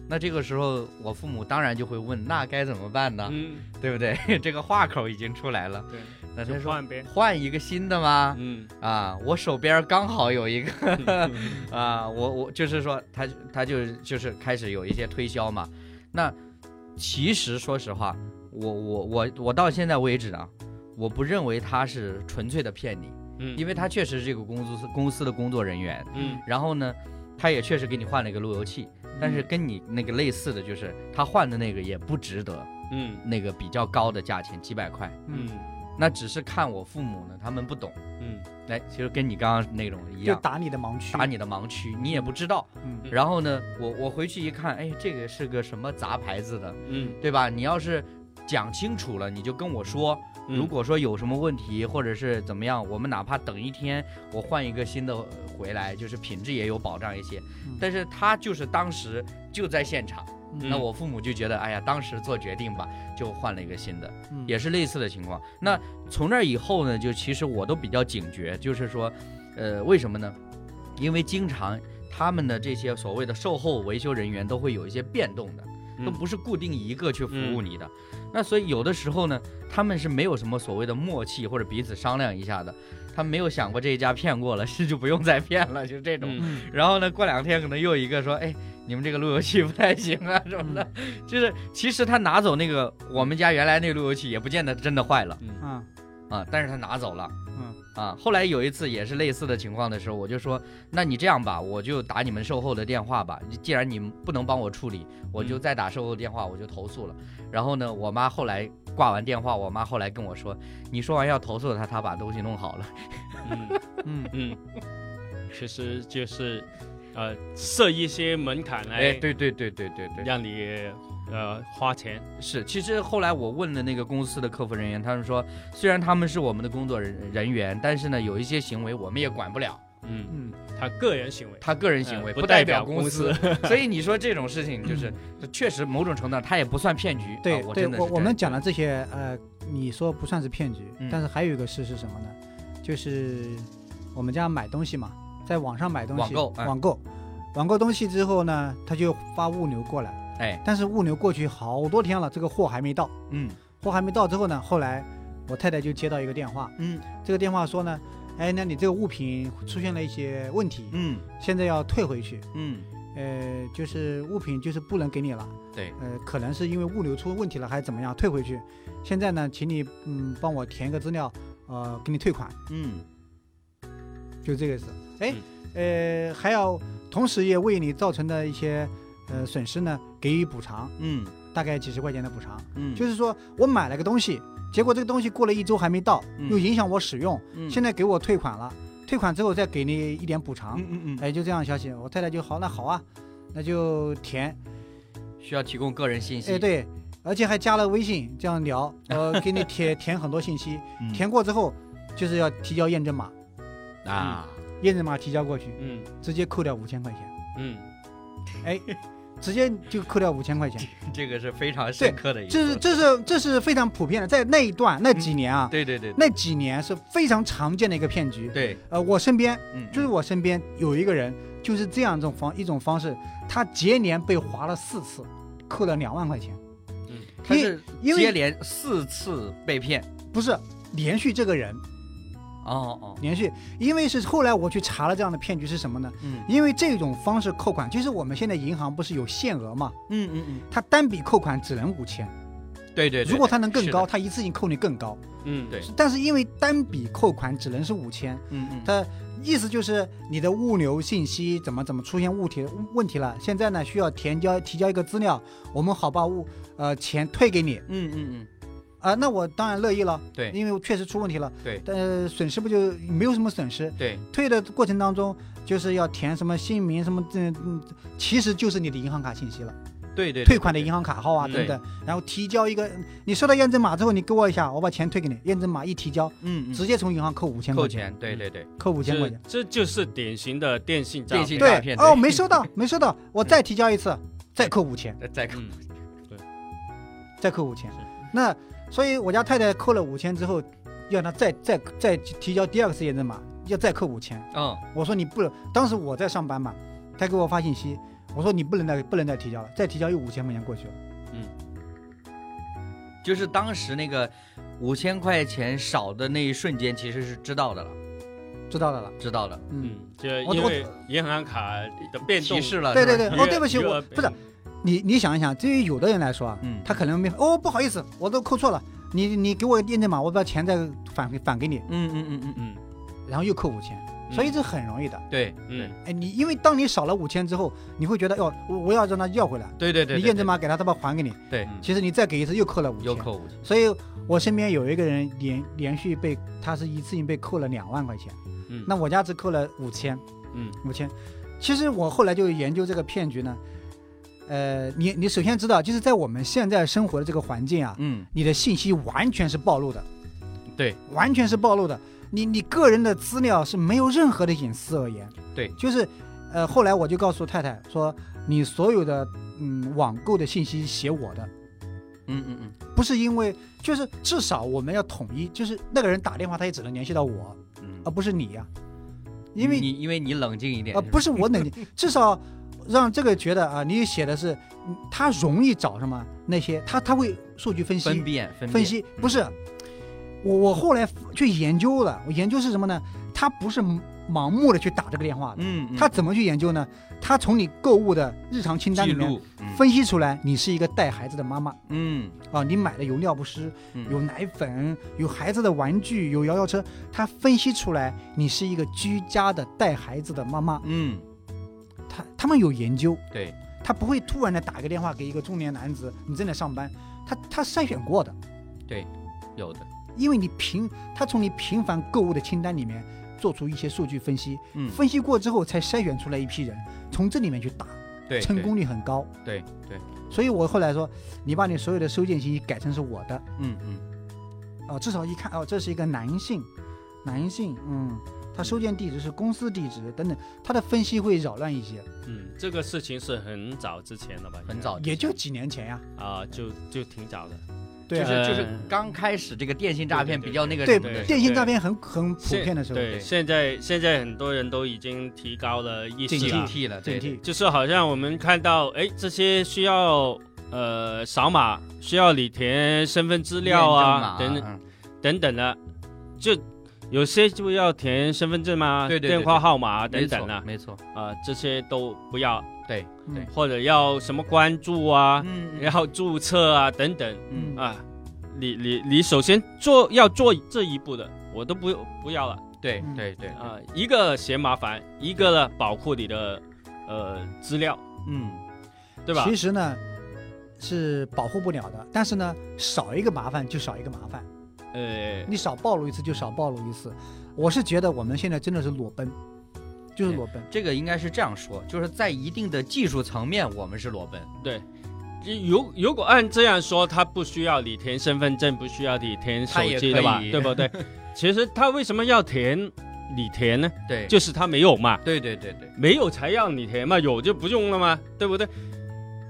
[SPEAKER 1] 那这个时候我父母当然就会问，那该怎么办呢？
[SPEAKER 2] 嗯，
[SPEAKER 1] 对不对？ 这个话口已经出来了，
[SPEAKER 2] 对，
[SPEAKER 1] 那他
[SPEAKER 2] 就
[SPEAKER 1] 说
[SPEAKER 2] 换边，
[SPEAKER 1] 换一个新的吗？
[SPEAKER 2] 嗯，
[SPEAKER 1] 啊，我手边刚好有一个
[SPEAKER 2] 嗯
[SPEAKER 1] 啊，我我就是说他他就就是开始有一些推销嘛。那其实说实话，我我我我到现在为止啊，我不认为他是纯粹的骗你，
[SPEAKER 2] 嗯，
[SPEAKER 1] 因为他确实是这个公司公司的工作人员，
[SPEAKER 2] 嗯
[SPEAKER 3] 嗯
[SPEAKER 1] 然后呢，他也确实给你换了一个路由器，但是跟你那个类似的就是，他换的那个也不值得
[SPEAKER 2] 嗯
[SPEAKER 1] 那个比较高的价钱，几百块。
[SPEAKER 2] 嗯
[SPEAKER 1] 那只是看我父母呢，他们不懂。
[SPEAKER 2] 嗯
[SPEAKER 1] 哎，其实跟你刚刚那种一
[SPEAKER 3] 就
[SPEAKER 1] 样，
[SPEAKER 3] 打你的盲区，
[SPEAKER 1] 打，你的盲区，你也不知道。
[SPEAKER 3] 嗯，
[SPEAKER 2] 嗯
[SPEAKER 1] 然后呢，我我回去一看，哎，这个是个什么杂牌子的，
[SPEAKER 2] 嗯，
[SPEAKER 1] 对吧？你要是讲清楚了，你就跟我说。
[SPEAKER 2] 嗯
[SPEAKER 1] 如果说有什么问题或者是怎么样，我们哪怕等一天，我换一个新的呃回来，就是品质也有保障一些
[SPEAKER 3] 嗯。
[SPEAKER 1] 但是他就是当时就在现场，
[SPEAKER 3] 嗯
[SPEAKER 1] 那我父母就觉得，哎呀，当时做决定吧，就换了一个新的。
[SPEAKER 3] 嗯
[SPEAKER 1] 也是类似的情况。那从那以后呢，就其实我都比较警觉，就是说，呃，为什么呢？因为经常他们的这些所谓的售后维修人员都会有一些变动的，
[SPEAKER 2] 嗯
[SPEAKER 1] 都不是固定一个去服务你的。那所以有的时候呢，他们是没有什么所谓的默契或者彼此商量一下的，他们没有想过这一家骗过了，是就不用再骗了，就是这种。
[SPEAKER 2] 嗯
[SPEAKER 3] 嗯
[SPEAKER 1] 然后呢，过两天可能又有一个说，哎，你们这个路由器不太行啊什
[SPEAKER 3] 嗯
[SPEAKER 1] 么的，就是其实他拿走那个我们家原来那个路由器也不见得真的坏了
[SPEAKER 2] 嗯
[SPEAKER 3] 啊
[SPEAKER 1] 啊，但是他拿走了
[SPEAKER 3] 嗯
[SPEAKER 1] 啊。后来有一次也是类似的情况的时候，我就说，那你这样吧，我就打你们售后的电话吧，既然你们不能帮我处理，我就再打售后电话，我就投诉了。然后呢，我妈后来挂完电话，我妈后来跟我说，你说完要投诉他，他把东西弄好了。
[SPEAKER 2] 嗯
[SPEAKER 3] 嗯，
[SPEAKER 2] 嗯，其实就是呃设一些门槛
[SPEAKER 1] 哎，
[SPEAKER 2] 来
[SPEAKER 1] 对对对对对对。
[SPEAKER 2] 让你呃花钱，
[SPEAKER 1] 是，其实后来我问了那个公司的客服人员，他们说，虽然他们是我们的工作人人员，但是呢，有一些行为我们也管不了，
[SPEAKER 2] 嗯，
[SPEAKER 3] 嗯
[SPEAKER 2] 他个人行为，
[SPEAKER 1] 他个人行为、
[SPEAKER 2] 呃不
[SPEAKER 1] 代
[SPEAKER 2] 代表
[SPEAKER 1] 公
[SPEAKER 2] 公司。
[SPEAKER 1] 所以你 说这种事情，就是这确实某种程度上，他也不算骗局。
[SPEAKER 3] 嗯对
[SPEAKER 1] 啊、我
[SPEAKER 3] 对，
[SPEAKER 1] 真的是
[SPEAKER 3] 我
[SPEAKER 1] 这
[SPEAKER 3] 我
[SPEAKER 1] 样
[SPEAKER 3] 们讲的这些，呃，你说不算是骗局
[SPEAKER 1] 嗯，
[SPEAKER 3] 但是还有一个事是什么呢？就是我们家买东西嘛，在网上买东西，
[SPEAKER 1] 网购哎
[SPEAKER 3] 网购，网购东西之后呢，他就发物流过来，
[SPEAKER 1] 哎，
[SPEAKER 3] 但是物流过去好多天了，这个货还没到，
[SPEAKER 1] 嗯
[SPEAKER 3] 货还没到之后呢，后来我太太就接到一个电话，
[SPEAKER 1] 嗯
[SPEAKER 3] 这个电话说呢，哎，那你这个物品出现了一些问题，
[SPEAKER 1] 嗯
[SPEAKER 3] 现在要退回去，
[SPEAKER 1] 嗯，
[SPEAKER 3] 呃，就是物品就是不能给你了，
[SPEAKER 1] 对，
[SPEAKER 3] 呃，可能是因为物流出问题了还是怎么样，退回去。现在呢，请你嗯帮我填一个资料，呃，给你退款，
[SPEAKER 1] 嗯
[SPEAKER 3] 就这个意思。哎，
[SPEAKER 1] 嗯
[SPEAKER 3] 呃，还要同时也为你造成的一些呃损失呢给予补偿，
[SPEAKER 1] 嗯
[SPEAKER 3] 大概几十块钱的补偿。
[SPEAKER 1] 嗯，
[SPEAKER 3] 就是说我买了个东西，结果这个东西过了一周还没到，
[SPEAKER 1] 嗯
[SPEAKER 3] 又影响我使用，
[SPEAKER 1] 嗯
[SPEAKER 3] 现在给我退款了，退款之后再给你一点补偿
[SPEAKER 1] 嗯。嗯嗯，
[SPEAKER 3] 哎，就这样消息，我太太就好，那好啊，那就填。
[SPEAKER 1] 嗯需要提供个人信息。
[SPEAKER 3] 哎，，对，而且还加了微信，这样聊，呃， 给你填填很多信息，
[SPEAKER 1] 嗯、
[SPEAKER 3] 填过之后就是要提交验证码，
[SPEAKER 1] 啊，
[SPEAKER 3] 验证码提交过去，
[SPEAKER 2] 嗯
[SPEAKER 3] 直接扣掉五千块钱，
[SPEAKER 2] 嗯
[SPEAKER 3] 直接就扣掉五千块钱，
[SPEAKER 1] 这个是非常深刻的一个。
[SPEAKER 3] 嗯这是这是这是非常普遍的，在那一段那几年啊，
[SPEAKER 1] 嗯对对对
[SPEAKER 3] 那几年是非常常见的一个骗局。
[SPEAKER 1] 对，
[SPEAKER 3] 呃，我身边
[SPEAKER 1] 嗯，
[SPEAKER 3] 就是我身边有一个人就是这样一种方一种方式，他接连被划了四次，扣了两万块钱，
[SPEAKER 1] 他是
[SPEAKER 3] 因为
[SPEAKER 1] 接连四次被骗。
[SPEAKER 3] 不是连续这个人
[SPEAKER 1] 哦哦，
[SPEAKER 3] 连续，因为是后来我去查了这样的骗局是什么呢？
[SPEAKER 1] 嗯
[SPEAKER 3] 因为这种方式扣款，就是我们现在银行不是有限额嘛，
[SPEAKER 1] 嗯嗯嗯。
[SPEAKER 3] 它单笔扣款只能五千，
[SPEAKER 1] 对对对，
[SPEAKER 3] 如果它能更
[SPEAKER 1] 是的
[SPEAKER 3] 高，，它一次性扣你更高。
[SPEAKER 2] 嗯，
[SPEAKER 1] 对
[SPEAKER 3] 但是因为单笔扣款只能是五千，
[SPEAKER 1] 嗯嗯，
[SPEAKER 3] 它意思就是你的物流信息怎么怎么出现物题问题了，现在呢需要填交提交一个资料，我们好把物呃钱退给你
[SPEAKER 1] 嗯嗯
[SPEAKER 3] 啊、那我当然乐意了，
[SPEAKER 1] 嗯，对
[SPEAKER 3] 因为确实出问题了，
[SPEAKER 1] 对
[SPEAKER 3] 但呃损失不就没有什么损失，
[SPEAKER 1] 对，
[SPEAKER 3] 退的过程当中，就是要填什么姓名什么这，嗯，其实就是你的银行卡信息了，
[SPEAKER 1] 对对
[SPEAKER 3] 退款的银行卡号啊
[SPEAKER 2] 嗯
[SPEAKER 3] 等等，然后提交一个，你收到验证码之后，你给我一下，我把钱退给你，验证码一提交，
[SPEAKER 1] 嗯
[SPEAKER 3] 直接从银行扣五千
[SPEAKER 1] 扣
[SPEAKER 3] 块钱，
[SPEAKER 1] 钱，对对对，
[SPEAKER 3] 扣五千块
[SPEAKER 2] 这
[SPEAKER 3] 钱。
[SPEAKER 2] 这就是典型的电信诈
[SPEAKER 1] 电信
[SPEAKER 2] 骗，
[SPEAKER 1] 诈
[SPEAKER 3] 对
[SPEAKER 1] 骗，，
[SPEAKER 3] 哦，没收到，没收到，我再提交一次，再扣五千，
[SPEAKER 1] 对，再扣，
[SPEAKER 2] 嗯
[SPEAKER 3] 再扣五千
[SPEAKER 2] 是。
[SPEAKER 3] 那所以我家太太扣了五千之后，要她再再再提交第二次验证码，要再扣五千。
[SPEAKER 1] 嗯
[SPEAKER 3] 我说你不能，当时我在上班嘛，他给我发信息，我说你不能再不能再提交了，再提交又五千块钱过去了。
[SPEAKER 1] 就是当时那个五千块钱少的那一瞬间，其实是知道的了，
[SPEAKER 3] 知道了了，
[SPEAKER 1] 知道了，
[SPEAKER 3] 嗯，
[SPEAKER 2] 嗯，这
[SPEAKER 3] 我
[SPEAKER 2] 因
[SPEAKER 3] 我
[SPEAKER 2] 为银行卡的变动
[SPEAKER 1] 提示了，
[SPEAKER 3] 对对
[SPEAKER 1] 是吧
[SPEAKER 3] 对，哦，对不起，我不是，你，你想一想，对于有的人来说啊，
[SPEAKER 1] 嗯
[SPEAKER 3] 他可能没哦，不好意思，我都扣错了，你你给我验证码，我把钱再返给返给你，
[SPEAKER 1] 嗯嗯嗯嗯
[SPEAKER 2] 嗯，
[SPEAKER 3] 然后又扣五千，
[SPEAKER 2] 嗯
[SPEAKER 3] 所以这很容易的。
[SPEAKER 1] 对
[SPEAKER 2] 嗯
[SPEAKER 3] 哎，你因为当你少了五千之后，你会觉得，哟，哦我我要让他要回来，
[SPEAKER 1] 对对对，
[SPEAKER 3] 你
[SPEAKER 1] 对
[SPEAKER 3] 验证？码给他，他把还给你。
[SPEAKER 1] 对，
[SPEAKER 2] 嗯
[SPEAKER 3] 其实你再给一次又扣了五千，
[SPEAKER 1] 又。扣五千，
[SPEAKER 3] 所以我身边有一个人连连续被他是一次性被扣了两万块钱，
[SPEAKER 2] 嗯
[SPEAKER 3] 那我家只扣了五千，
[SPEAKER 2] 嗯
[SPEAKER 3] 五千。其实我后来就研究这个骗局呢，呃，你你首先知道，就是在我们现在生活的这个环境啊，
[SPEAKER 1] 嗯，
[SPEAKER 3] 你的信息完全是暴露的，
[SPEAKER 1] 对，
[SPEAKER 3] 完全是暴露的。你你个人的资料是没有任何的隐私而言，
[SPEAKER 1] 对
[SPEAKER 3] 就是，呃，后来我就告诉太太说，你所有的嗯网购的信息写我的，
[SPEAKER 1] 嗯嗯嗯
[SPEAKER 3] 不是因为，就是至少我们要统一，就是那个人打电话他也只能联系到我，
[SPEAKER 1] 嗯，
[SPEAKER 3] 而不是你呀、啊因为
[SPEAKER 1] 你因为你冷静一点
[SPEAKER 3] 啊，不
[SPEAKER 1] 是
[SPEAKER 3] 是我冷静，至少让这个觉得啊，你写的是嗯他容易找什么那些，他他会数据分 析
[SPEAKER 1] 分辨分
[SPEAKER 3] 分
[SPEAKER 1] 辨
[SPEAKER 3] 析，
[SPEAKER 1] 嗯
[SPEAKER 3] 不是我我后来去研究了，我研究是什么呢？他不是盲目的去打这个电话的，
[SPEAKER 1] 嗯，嗯
[SPEAKER 3] 他怎么去研究呢？他从你购物的日常清单
[SPEAKER 1] 记
[SPEAKER 3] 里面
[SPEAKER 1] 录嗯
[SPEAKER 3] 分析出来，你是一个带孩子的妈妈
[SPEAKER 1] 嗯
[SPEAKER 3] 啊，你买的有尿不湿，
[SPEAKER 1] 嗯
[SPEAKER 3] 有奶粉，有孩子的玩具，有摇摇车，他分析出来你是一个居家的带孩子的妈妈，
[SPEAKER 1] 嗯
[SPEAKER 3] 他他们有研究，
[SPEAKER 1] 对
[SPEAKER 3] 他不会突然的打一个电话给一个中年男子，你正在上班，他他筛选过的，
[SPEAKER 1] 有的
[SPEAKER 3] 因为你频他从你频繁购物的清单里面做出一些数据分析，
[SPEAKER 1] 嗯
[SPEAKER 3] 分析过之后才筛选出来一批人，从这里面去打，
[SPEAKER 1] 对
[SPEAKER 3] 成
[SPEAKER 1] 对
[SPEAKER 3] 功率很高，
[SPEAKER 1] 对对
[SPEAKER 3] 所以我后来说，你把你所有的收件信息改成是我的，
[SPEAKER 1] 嗯嗯
[SPEAKER 3] 哦，至少一看哦，这是一个男性，男性，嗯，他收件地址是公司地址等等，他的分析会扰乱一些，
[SPEAKER 2] 嗯，这个事情是很早之前了吧？
[SPEAKER 1] 很早
[SPEAKER 3] 也就几年前呀、
[SPEAKER 2] 啊，就就挺早的。
[SPEAKER 3] 对
[SPEAKER 1] 就
[SPEAKER 3] 啊，
[SPEAKER 1] 是就是
[SPEAKER 2] 呃
[SPEAKER 1] 刚开始这个电信诈骗比较那个
[SPEAKER 3] 对
[SPEAKER 1] 什么的
[SPEAKER 2] 对
[SPEAKER 3] 电信诈骗很很普
[SPEAKER 2] 现
[SPEAKER 3] 遍的时候，
[SPEAKER 2] 对，现在现在很多人都已经提高了意
[SPEAKER 1] 警
[SPEAKER 2] 识了，
[SPEAKER 1] 惕了，对
[SPEAKER 3] 警惕，
[SPEAKER 2] 就是好像我们看到，哎，这些需要呃扫码，需要你填身份资
[SPEAKER 1] 资
[SPEAKER 2] 料啊，
[SPEAKER 1] 等
[SPEAKER 2] 等等等的，就有些就要填身份证嘛，
[SPEAKER 1] 对对对
[SPEAKER 2] 电话号码啊
[SPEAKER 1] 嗯没
[SPEAKER 2] 等
[SPEAKER 1] 错
[SPEAKER 2] 等啊，
[SPEAKER 1] 没错，
[SPEAKER 2] 啊、这些都不要，
[SPEAKER 1] 对
[SPEAKER 3] 嗯
[SPEAKER 1] 对，
[SPEAKER 2] 或者要什么关注啊，
[SPEAKER 1] 嗯
[SPEAKER 2] 然后注册啊等等
[SPEAKER 1] 嗯
[SPEAKER 2] 啊，你你你首先做要做这一步的，我都不不要了。
[SPEAKER 1] 对
[SPEAKER 3] 嗯
[SPEAKER 1] 对对
[SPEAKER 2] 啊、一个嫌麻烦，一个呢保护你的呃资料，
[SPEAKER 1] 嗯
[SPEAKER 2] 对吧？
[SPEAKER 3] 其实呢是保护不了的，但是呢少一个麻烦就少一个麻烦，
[SPEAKER 2] 呃，
[SPEAKER 3] 你少暴露一次就少暴露一次。我是觉得我们现在真的是裸奔，就是裸奔。
[SPEAKER 1] 这个应该是这样说，就是在一定的技术层面，我们是裸奔，
[SPEAKER 2] 如如果按这样说，他不需要你填身份证，不需要你填手
[SPEAKER 1] 他也可以
[SPEAKER 2] 机，对吧？对 不对？其实他为什么要填你填呢？
[SPEAKER 1] 对，
[SPEAKER 2] 就是他没有嘛，
[SPEAKER 1] 对对对对。
[SPEAKER 2] 没有才要你填嘛，有就不用了嘛，对不对？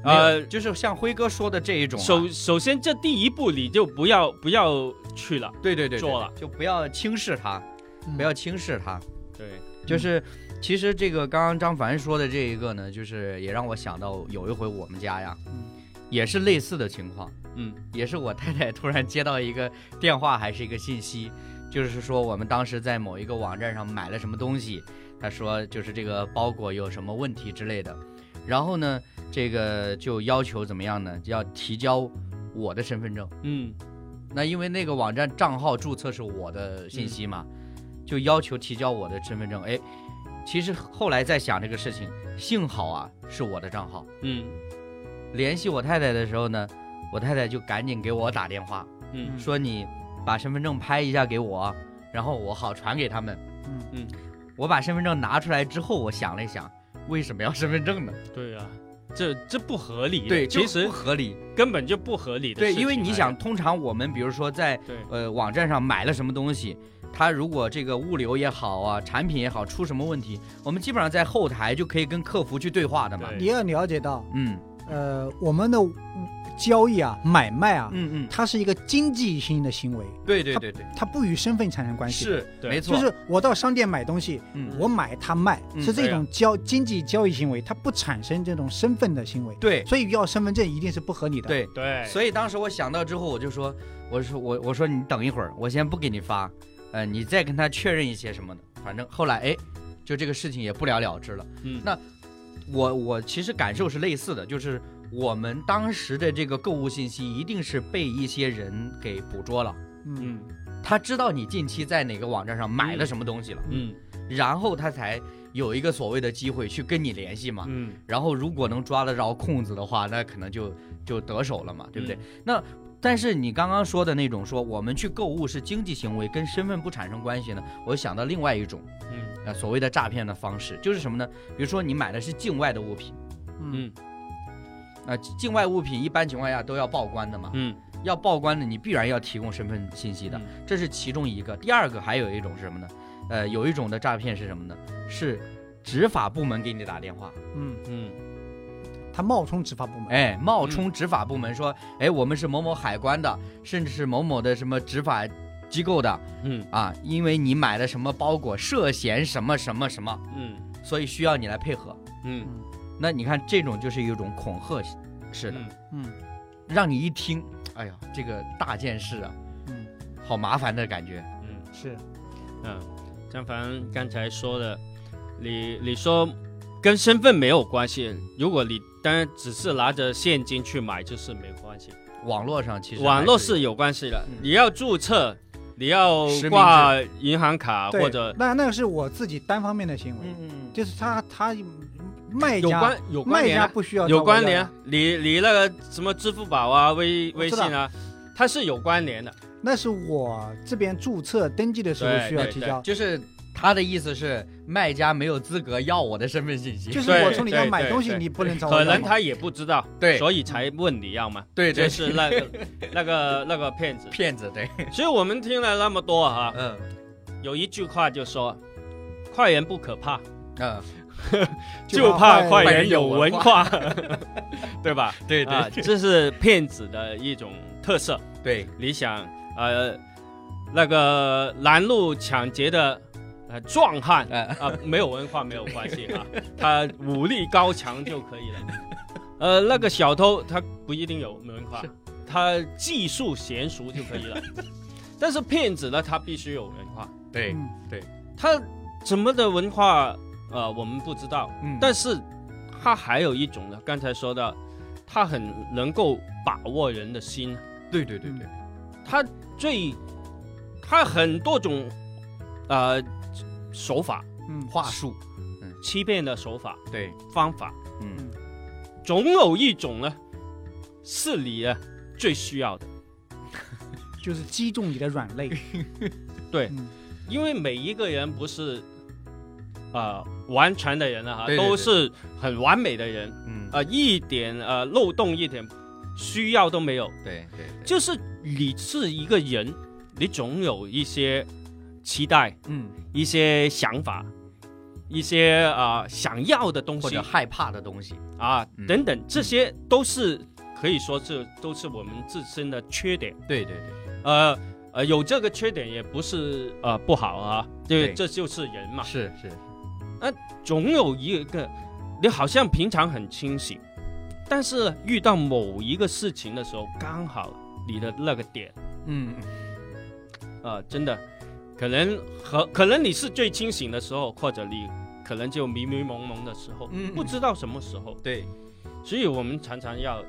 [SPEAKER 1] 没有
[SPEAKER 2] 呃，
[SPEAKER 1] 就是像辉哥说的这一种啊、
[SPEAKER 2] 首首先这第一步你就不要不要去了，
[SPEAKER 1] 对对对对
[SPEAKER 2] 做了
[SPEAKER 1] 就不要轻视它，
[SPEAKER 3] 嗯
[SPEAKER 1] 不要轻视它。
[SPEAKER 2] 对，
[SPEAKER 1] 就是，其实这个刚刚张凡说的这一个呢，就是也让我想到有一回我们家呀，
[SPEAKER 3] 嗯
[SPEAKER 1] 也是类似的情况，
[SPEAKER 2] 嗯，
[SPEAKER 1] 也是我太太突然接到一个电话还是一个信息，就是说我们当时在某一个网站上买了什么东西，她说就是这个包裹有什么问题之类的，然后呢，这个就要求怎么样呢？要提交我的身份证。
[SPEAKER 2] 嗯
[SPEAKER 1] 那因为那个网站账号注册是我的信息嘛，就要求提交我的身份证。哎，其实后来在想这个事情，幸好啊是我的账号。
[SPEAKER 2] 嗯
[SPEAKER 1] 联系我太太的时候呢，我太太就赶紧给我打电话，
[SPEAKER 2] 嗯
[SPEAKER 1] 说你把身份证拍一下给我，然后我好传给他们。
[SPEAKER 3] 嗯
[SPEAKER 2] 嗯，
[SPEAKER 1] 我把身份证拿出来之后，我想了一想，为什么要身份证呢？
[SPEAKER 2] 对啊，这这不合理的，
[SPEAKER 1] 对，
[SPEAKER 2] 其
[SPEAKER 1] 就
[SPEAKER 2] 实
[SPEAKER 1] 不合理。
[SPEAKER 2] 根本就不合理的
[SPEAKER 1] 对，
[SPEAKER 2] 事情来的。
[SPEAKER 1] 因为你想，通常我们比如说在
[SPEAKER 2] 对，
[SPEAKER 1] 呃网站上买了什么东西，它如果这个物流也好啊，产品也好出什么问题，我们基本上在后台就可以跟客服去对话的嘛。
[SPEAKER 2] 对
[SPEAKER 3] 你要了解到，
[SPEAKER 1] 嗯
[SPEAKER 3] 呃，我们的交易啊、买卖啊，
[SPEAKER 1] 嗯嗯，
[SPEAKER 3] 它是一个经济性的行为，
[SPEAKER 1] 对对对对，
[SPEAKER 3] 它不与身份产生关系。
[SPEAKER 1] 是
[SPEAKER 2] 对
[SPEAKER 1] 没
[SPEAKER 3] 就
[SPEAKER 1] 错，
[SPEAKER 3] 是我到商店买东西，
[SPEAKER 1] 嗯
[SPEAKER 3] 我买他卖，
[SPEAKER 1] 嗯
[SPEAKER 3] 是这
[SPEAKER 2] 对啊
[SPEAKER 3] 种交经济交易行为，它不产生这种身份的行为，
[SPEAKER 1] 对
[SPEAKER 3] 所以要身份证一定是不合理的。，
[SPEAKER 1] 对。
[SPEAKER 2] 对，
[SPEAKER 1] 所以当时我想到之后，我就说，我说我我说你等一会儿，我先不给你发，呃，你再跟他确认一些什么的。反正后来哎，就这个事情也不了了之了。
[SPEAKER 2] 嗯
[SPEAKER 1] 那我我其实感受是类似的，就是我们当时的这个购物信息一定是被一些人给捕捉了。
[SPEAKER 3] 嗯
[SPEAKER 2] 嗯
[SPEAKER 1] 他知道你近期在哪个网站上买了什么东西了，
[SPEAKER 2] 嗯
[SPEAKER 1] 然后他才有一个所谓的机会去跟你联系嘛。
[SPEAKER 2] 嗯，
[SPEAKER 1] 然后如果能抓得着空子的话，那可能就就得手了嘛，对不对？那但是你刚刚说的那种说我们去购物是经济行为，跟身份不产生关系呢，我想到另外一种
[SPEAKER 2] 嗯
[SPEAKER 1] 呃所谓的诈骗的方式，就是什么呢？比如说你买的是境外的物品，
[SPEAKER 2] 嗯
[SPEAKER 1] 那境外物品一般情况下都要报关的嘛，
[SPEAKER 2] 嗯
[SPEAKER 1] 要报关的你必然要提供身份信息的，
[SPEAKER 2] 嗯
[SPEAKER 1] 这是其中一个。第二个还有一种是什么呢？呃，有一种的诈骗是什么呢？是执法部门给你打电话，
[SPEAKER 3] 嗯，
[SPEAKER 2] 嗯
[SPEAKER 3] 他冒充执法部门，
[SPEAKER 1] 哎，冒充执法部门说，哎，我们是某某海关的，甚至是某某的什么执法机构的
[SPEAKER 2] 嗯
[SPEAKER 1] 啊，因为你买了什么包裹，涉嫌什么什么什么，
[SPEAKER 2] 嗯
[SPEAKER 1] 所以需要你来配合。
[SPEAKER 2] 嗯
[SPEAKER 1] 那你看这种就是一种恐吓式的，
[SPEAKER 3] 嗯
[SPEAKER 1] 让你一听，哎呀，这个大件事啊，
[SPEAKER 3] 嗯，
[SPEAKER 1] 好麻烦的感觉。
[SPEAKER 2] 嗯
[SPEAKER 3] 是，
[SPEAKER 2] 嗯，张凡刚才说的，你你说跟身份没有关系，如果你当然只是拿着现金去买，就是没关系。
[SPEAKER 1] 网络上其实
[SPEAKER 2] 网络
[SPEAKER 1] 还
[SPEAKER 2] 是有关系的，
[SPEAKER 1] 嗯
[SPEAKER 2] 你要注册，你要
[SPEAKER 1] 实名制
[SPEAKER 2] 挂银行卡
[SPEAKER 3] 对
[SPEAKER 2] 啊或者
[SPEAKER 3] 那那个是我自己单方面的行为，
[SPEAKER 1] 嗯
[SPEAKER 3] 就是他他卖
[SPEAKER 2] 有
[SPEAKER 3] 家
[SPEAKER 2] 关有关
[SPEAKER 3] 卖
[SPEAKER 2] 联
[SPEAKER 3] 家
[SPEAKER 2] 啊、
[SPEAKER 3] 不需要
[SPEAKER 2] 有
[SPEAKER 3] 找我
[SPEAKER 2] 关
[SPEAKER 3] 要
[SPEAKER 2] 联
[SPEAKER 3] 的
[SPEAKER 2] 啊。，你你那个什么支付宝啊、微
[SPEAKER 3] 我
[SPEAKER 2] 微
[SPEAKER 3] 知
[SPEAKER 2] 信
[SPEAKER 3] 道
[SPEAKER 2] 啊，它是有关联的。
[SPEAKER 3] 那是我这边注册登记的时候
[SPEAKER 2] 对
[SPEAKER 3] 需要
[SPEAKER 2] 对
[SPEAKER 3] 提
[SPEAKER 2] 对
[SPEAKER 3] 交，
[SPEAKER 1] 就是他的意思是卖家没有资格要我的身份信息，
[SPEAKER 3] 就是
[SPEAKER 2] 对
[SPEAKER 3] 我从你那
[SPEAKER 2] 对
[SPEAKER 3] 买
[SPEAKER 2] 对
[SPEAKER 3] 东西，
[SPEAKER 2] 对
[SPEAKER 3] 你不能找我
[SPEAKER 2] 可
[SPEAKER 3] 要嘛。
[SPEAKER 2] 能他也不知道，
[SPEAKER 1] 对
[SPEAKER 2] 所以才问你要嘛，
[SPEAKER 1] 对
[SPEAKER 2] 就
[SPEAKER 1] 对
[SPEAKER 2] 是那个那个那个骗子。
[SPEAKER 1] 骗子对，
[SPEAKER 2] 所以我们听了那么多哈、
[SPEAKER 1] 嗯
[SPEAKER 2] 有一句话就说，快人不可怕，
[SPEAKER 1] 嗯，
[SPEAKER 2] 就怕
[SPEAKER 3] 坏
[SPEAKER 2] 快
[SPEAKER 1] 人
[SPEAKER 2] 人有文化， 对吧？
[SPEAKER 1] 对
[SPEAKER 2] 啊，这是骗子的一种特色。
[SPEAKER 1] 对，
[SPEAKER 2] 你想，呃，那个拦路抢劫的呃壮汉
[SPEAKER 1] 嗯
[SPEAKER 2] 啊、没有文化没有关系啊，他武力高强就可以了。呃，那个小偷他不一定有文化，他技术娴熟就可以了。 但是骗子呢，他必须有文化。
[SPEAKER 1] 对，
[SPEAKER 3] 嗯
[SPEAKER 2] 他怎么的文化，呃，我们不知道。
[SPEAKER 1] 嗯
[SPEAKER 2] 但是，他还有一种呢，刚才说的，他很能够把握人的心。
[SPEAKER 1] 对对对对，
[SPEAKER 2] 他最，他很多种，呃，手法，
[SPEAKER 3] 嗯，
[SPEAKER 1] 话术，
[SPEAKER 2] 欺骗的手法
[SPEAKER 1] 对，
[SPEAKER 2] 方法，
[SPEAKER 1] 嗯
[SPEAKER 2] 总有一种呢，是你呢最需要的。
[SPEAKER 3] 就是击中你的软肋。
[SPEAKER 2] 对
[SPEAKER 3] 嗯
[SPEAKER 2] 因为每一个人不是，呃，完全的人了哈，
[SPEAKER 1] 对对
[SPEAKER 2] 都
[SPEAKER 1] 对
[SPEAKER 2] 是很完美的人，
[SPEAKER 1] 嗯，
[SPEAKER 2] 呃，一点呃漏洞一点需要都没有。
[SPEAKER 1] 对对，对
[SPEAKER 2] 就是你是一个人，你总有一些期待、
[SPEAKER 1] 嗯，
[SPEAKER 2] 一些想法、一些啊、呃想要的东
[SPEAKER 1] 或
[SPEAKER 2] 西
[SPEAKER 1] 者害怕的东西，
[SPEAKER 2] 啊
[SPEAKER 1] 嗯
[SPEAKER 2] 等等，这些都是可以说这都是我们自身的缺点。
[SPEAKER 1] 对对对，
[SPEAKER 2] 呃呃，有这个缺点也不是呃不好啊，对，
[SPEAKER 1] 对
[SPEAKER 2] 这就是人嘛，
[SPEAKER 1] 是是，
[SPEAKER 2] 总有一个你好像平常很清醒，但是遇到某一个事情的时候，刚好你的那个点。
[SPEAKER 1] 嗯，
[SPEAKER 2] 啊，真的，可能和可能你是最清醒的时候，或者你可能就迷迷蒙蒙的时候，
[SPEAKER 1] 嗯
[SPEAKER 2] 不知道什么时候，
[SPEAKER 1] 对，
[SPEAKER 2] 所以我们常常要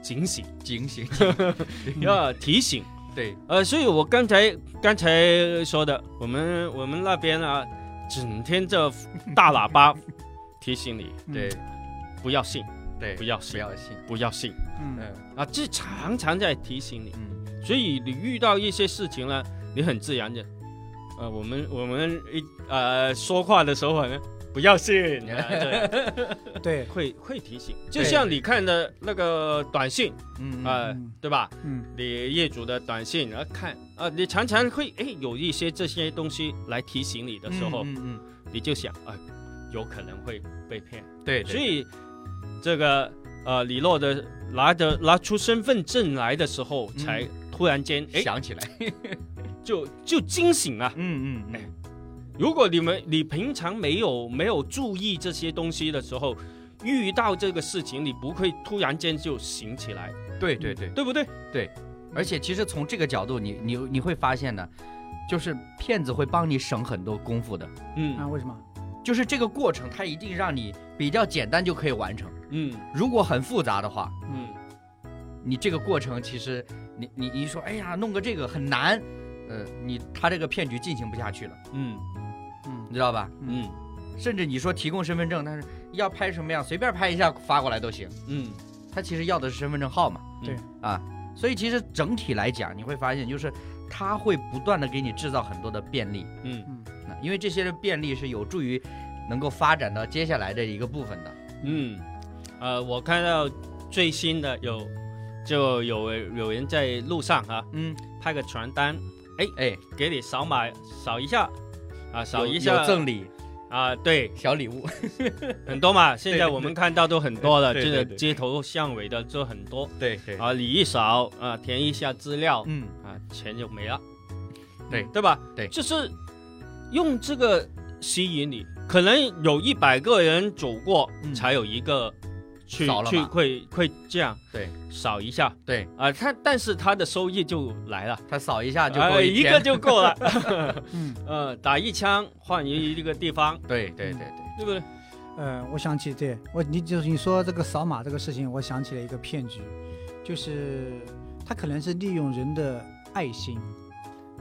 [SPEAKER 2] 警醒，
[SPEAKER 1] 警 醒，嗯
[SPEAKER 2] 要提醒。
[SPEAKER 1] 对，
[SPEAKER 2] 呃，所以我刚才刚才说的，我们我们那边啊，整天这大 喇叭提醒你
[SPEAKER 3] 嗯
[SPEAKER 1] 对
[SPEAKER 2] 不要信，
[SPEAKER 1] 对，
[SPEAKER 2] 不要
[SPEAKER 1] 不
[SPEAKER 2] 信，
[SPEAKER 1] 要信，
[SPEAKER 2] 不要信
[SPEAKER 3] 嗯
[SPEAKER 1] 嗯
[SPEAKER 2] 啊！这常常在提醒你。
[SPEAKER 1] 嗯，
[SPEAKER 2] 所以你遇到一些事情呢，你很自然的，呃，我们我们一呃说话的时候呢，不 要信，啊对，
[SPEAKER 3] 嗯对，
[SPEAKER 2] 会会提醒，
[SPEAKER 1] 对
[SPEAKER 2] 就像你看的那个短信
[SPEAKER 1] 嗯
[SPEAKER 2] 啊、呃
[SPEAKER 3] 嗯
[SPEAKER 2] 对吧？
[SPEAKER 3] 嗯
[SPEAKER 2] 你业主的短信，然后看啊、你常常会哎有一些这些东西来提醒你的时候，
[SPEAKER 1] 嗯嗯，
[SPEAKER 2] 你就想啊、有可能会被骗，
[SPEAKER 1] 嗯对，对
[SPEAKER 2] 所以这个呃李洛的拿着拿出身份证来的时候，才突然间哎。
[SPEAKER 1] 嗯想起来，
[SPEAKER 2] 就就惊醒了。
[SPEAKER 1] 嗯嗯 嗯，
[SPEAKER 2] 如果你们你平常没有没有注意这些东西的时候，遇到这个事情，你不会突然间就醒起来，
[SPEAKER 1] 对对对。
[SPEAKER 2] 对不对？
[SPEAKER 1] 而且其实从这个角度你，你你会发现呢，就是骗子会帮你省很多功夫的，
[SPEAKER 3] 啊，
[SPEAKER 2] 嗯
[SPEAKER 3] 为什么？
[SPEAKER 1] 就是这个过程他一定让你比较简单就可以完成。
[SPEAKER 2] 嗯
[SPEAKER 1] 如果很复杂的话，
[SPEAKER 2] 嗯
[SPEAKER 1] 你这个过程其实你你你一说哎呀弄个这个很难，呃，你他这个骗局进行不下去了。
[SPEAKER 2] 嗯，
[SPEAKER 3] 嗯，
[SPEAKER 1] 你知道吧？
[SPEAKER 2] 嗯
[SPEAKER 1] 甚至你说提供身份证，但是要拍什么样，随便拍一下发过来都行。
[SPEAKER 2] 嗯
[SPEAKER 1] 他其实要的是身份证号码。
[SPEAKER 3] 对
[SPEAKER 1] 啊，所以其实整体来讲，你会发现就是他会不断的给你制造很多的便利，
[SPEAKER 2] 嗯
[SPEAKER 1] 那因为这些的便利是有助于能够发展到接下来的一个部分的。
[SPEAKER 2] 嗯，呃，我看到最新的有，就有有人在路上啊
[SPEAKER 1] 嗯，
[SPEAKER 2] 拍个传单，
[SPEAKER 1] 哎，
[SPEAKER 2] 给你扫码扫一下，啊，扫
[SPEAKER 1] 有
[SPEAKER 2] 一
[SPEAKER 1] 有
[SPEAKER 2] 下
[SPEAKER 1] 赠礼
[SPEAKER 2] 啊，对，
[SPEAKER 1] 小礼物，
[SPEAKER 2] 很 多嘛，现在我们看到都很多了，
[SPEAKER 1] 对
[SPEAKER 2] 这
[SPEAKER 1] 对
[SPEAKER 2] 个
[SPEAKER 1] 对
[SPEAKER 2] 街头巷尾的就很多
[SPEAKER 1] 对对
[SPEAKER 2] 啊，你一扫啊，填一下资 料
[SPEAKER 1] 嗯，
[SPEAKER 2] 啊，钱就没了，
[SPEAKER 1] 对
[SPEAKER 2] 对吧？
[SPEAKER 1] 对
[SPEAKER 2] 就是用这个吸引你，可能有一百个人走过，
[SPEAKER 1] 嗯
[SPEAKER 2] 才有一个去
[SPEAKER 1] 扫了
[SPEAKER 2] 去
[SPEAKER 1] 码
[SPEAKER 2] 会会这样
[SPEAKER 1] 对
[SPEAKER 2] 扫一下
[SPEAKER 1] 对，
[SPEAKER 2] 啊，他但是他的收益就来了。
[SPEAKER 1] 他扫一下就
[SPEAKER 2] 哎
[SPEAKER 1] 够
[SPEAKER 2] 一
[SPEAKER 1] 天
[SPEAKER 2] 个就 够了，
[SPEAKER 3] 嗯，
[SPEAKER 2] 呃，打一枪换一一个地方，
[SPEAKER 1] 对对对对，
[SPEAKER 2] 对不对？
[SPEAKER 3] 呃，我想起对我你就是你说这个扫码这个事情，我想起了一个骗局，就是他可能是利用人的爱心，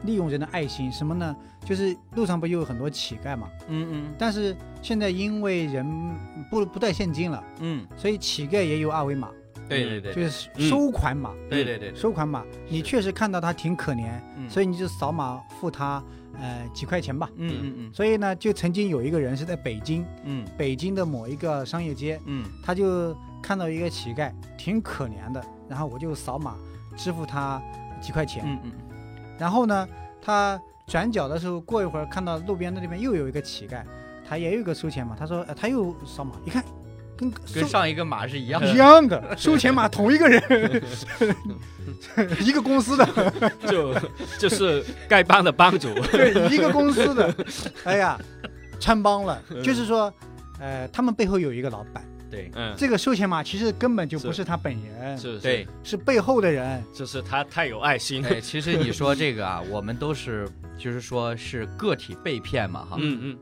[SPEAKER 3] 利用人的爱心什么呢？就是路上不有很多乞丐嘛，
[SPEAKER 1] 嗯
[SPEAKER 3] 但是现在因为人不不带现金了，
[SPEAKER 1] 嗯嗯，
[SPEAKER 3] 所以乞丐也有二维码，
[SPEAKER 1] 对对对
[SPEAKER 3] 就
[SPEAKER 1] 对
[SPEAKER 3] 是
[SPEAKER 2] 嗯
[SPEAKER 3] 收款码。
[SPEAKER 1] 对对对，
[SPEAKER 3] 收款码，你确实看到他挺可怜，
[SPEAKER 1] 嗯
[SPEAKER 3] 所以你就扫码付他呃几块钱吧。
[SPEAKER 1] 嗯嗯
[SPEAKER 3] 所以呢，就曾经有一个人是在北京，
[SPEAKER 1] 嗯
[SPEAKER 3] 北京的某一个商业街，
[SPEAKER 1] 嗯
[SPEAKER 3] 他就看到一个乞丐挺可怜的，然后我就扫码支付他几块钱。
[SPEAKER 1] 嗯嗯
[SPEAKER 3] 然后呢，他转角的时候，过一会儿看到路边的那边又有一个乞丐，他也有一个收钱码，他说、呃、他又扫码，一看跟
[SPEAKER 1] 跟
[SPEAKER 3] 收
[SPEAKER 1] 上一个码是一啊样
[SPEAKER 3] 一
[SPEAKER 1] 的，
[SPEAKER 3] 样的，收钱码同一个人，一个公司的。
[SPEAKER 2] 就就是丐帮的帮主，
[SPEAKER 3] 对，一个公司的，哎呀，穿帮了。就是说，呃，他们背后有一个老板，
[SPEAKER 1] 对
[SPEAKER 2] 嗯，
[SPEAKER 3] 这个收钱码其实根本就不
[SPEAKER 2] 是
[SPEAKER 3] 是他本人，是
[SPEAKER 2] 是，
[SPEAKER 1] 对
[SPEAKER 2] 是，
[SPEAKER 3] 背后的人。
[SPEAKER 2] 就是他太有爱心了，
[SPEAKER 1] 哎，其实你说这个啊，我们都是就是说是个体被骗嘛哈，
[SPEAKER 2] 嗯嗯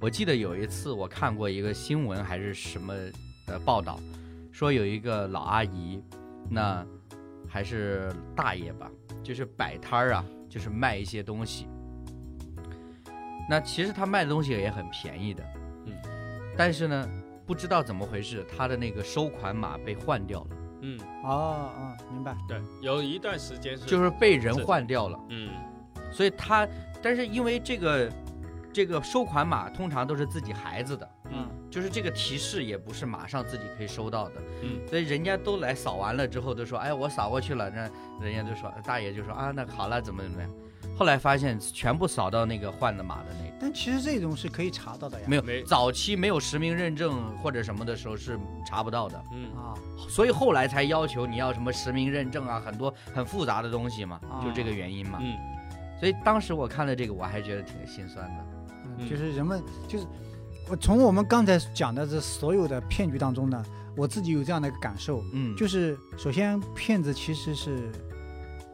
[SPEAKER 1] 我记得有一次我看过一个新闻还是什么呃报道，说有一个老阿姨，那还是大爷吧，就是摆摊儿啊，就是卖一些东西。那其实他卖的东西也很便宜的，
[SPEAKER 2] 嗯，
[SPEAKER 1] 但是呢，不知道怎么回事，他的那个收款码被换掉了，
[SPEAKER 2] 嗯，
[SPEAKER 3] 哦哦，明白。
[SPEAKER 2] 对，有一段时间是，
[SPEAKER 1] 就是被人
[SPEAKER 2] 是的
[SPEAKER 1] 换掉了，
[SPEAKER 2] 嗯
[SPEAKER 1] 所以他，但是因为这个这个收款码通常都是自己孩子的，
[SPEAKER 2] 嗯
[SPEAKER 1] 就是这个提示也不是马上自己可以收到的，
[SPEAKER 2] 嗯，
[SPEAKER 1] 所以人家都来扫完了之后都说，哎，我扫过去了，那人家就说，大爷就说啊，那好了，怎么怎么样，后来发现全部扫到那个换的码的那个，
[SPEAKER 3] 但其实这种是可以查到的呀。
[SPEAKER 1] 没有
[SPEAKER 2] 没
[SPEAKER 1] 早期没有实名认证或者什么的时候是查不到的，
[SPEAKER 2] 嗯
[SPEAKER 3] 啊，
[SPEAKER 1] 所以后来才要求你要什么实名认证啊，很多很复杂的东西嘛，
[SPEAKER 3] 啊
[SPEAKER 1] 就这个原因嘛，
[SPEAKER 2] 嗯
[SPEAKER 1] 所以当时我看了这个我还觉得挺心酸的，
[SPEAKER 3] 嗯
[SPEAKER 2] 嗯
[SPEAKER 3] 就是人们就是我从我们刚才讲的这所有的骗局当中呢，我自己有这样的一个感受，
[SPEAKER 1] 嗯，
[SPEAKER 3] 就是首先骗子其实是，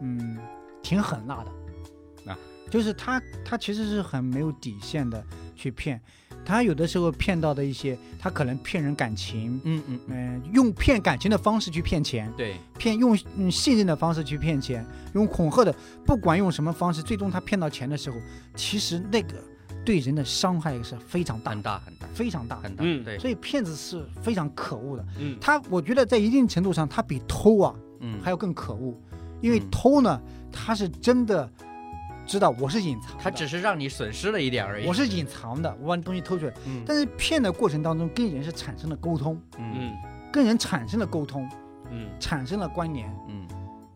[SPEAKER 3] 嗯，挺狠辣的，
[SPEAKER 1] 啊，
[SPEAKER 3] 就是他他其实是很没有底线的去骗，他有的时候骗到的一些，他可能骗人感情。
[SPEAKER 1] 嗯嗯嗯，
[SPEAKER 3] 嗯、用骗感情的方式去骗钱，
[SPEAKER 1] 对，
[SPEAKER 3] 骗用嗯信任的方式去骗钱，用恐吓的，不管用什么方式，最终他骗到钱的时候，其实那个对人的伤害是非常大
[SPEAKER 1] 很
[SPEAKER 3] 的，
[SPEAKER 1] 大很大
[SPEAKER 3] 非常大的。
[SPEAKER 1] 很大，
[SPEAKER 2] 嗯
[SPEAKER 1] 对，
[SPEAKER 3] 所以骗子是非常可恶的，
[SPEAKER 2] 嗯，
[SPEAKER 3] 他我觉得在一定程度上，他比偷啊
[SPEAKER 1] 嗯，
[SPEAKER 3] 还要更可恶，因为
[SPEAKER 1] 嗯
[SPEAKER 3] 偷呢，他是真的知道我是隐藏的，
[SPEAKER 1] 他只是让你损失了一点而已，
[SPEAKER 3] 我是隐藏的，我把你东西偷出来。
[SPEAKER 1] 嗯
[SPEAKER 3] 但是骗的过程当中，跟人是产生了沟通，
[SPEAKER 1] 嗯
[SPEAKER 2] 嗯
[SPEAKER 3] 跟人产生了沟通，
[SPEAKER 2] 嗯
[SPEAKER 3] 产生了关联，
[SPEAKER 1] 嗯，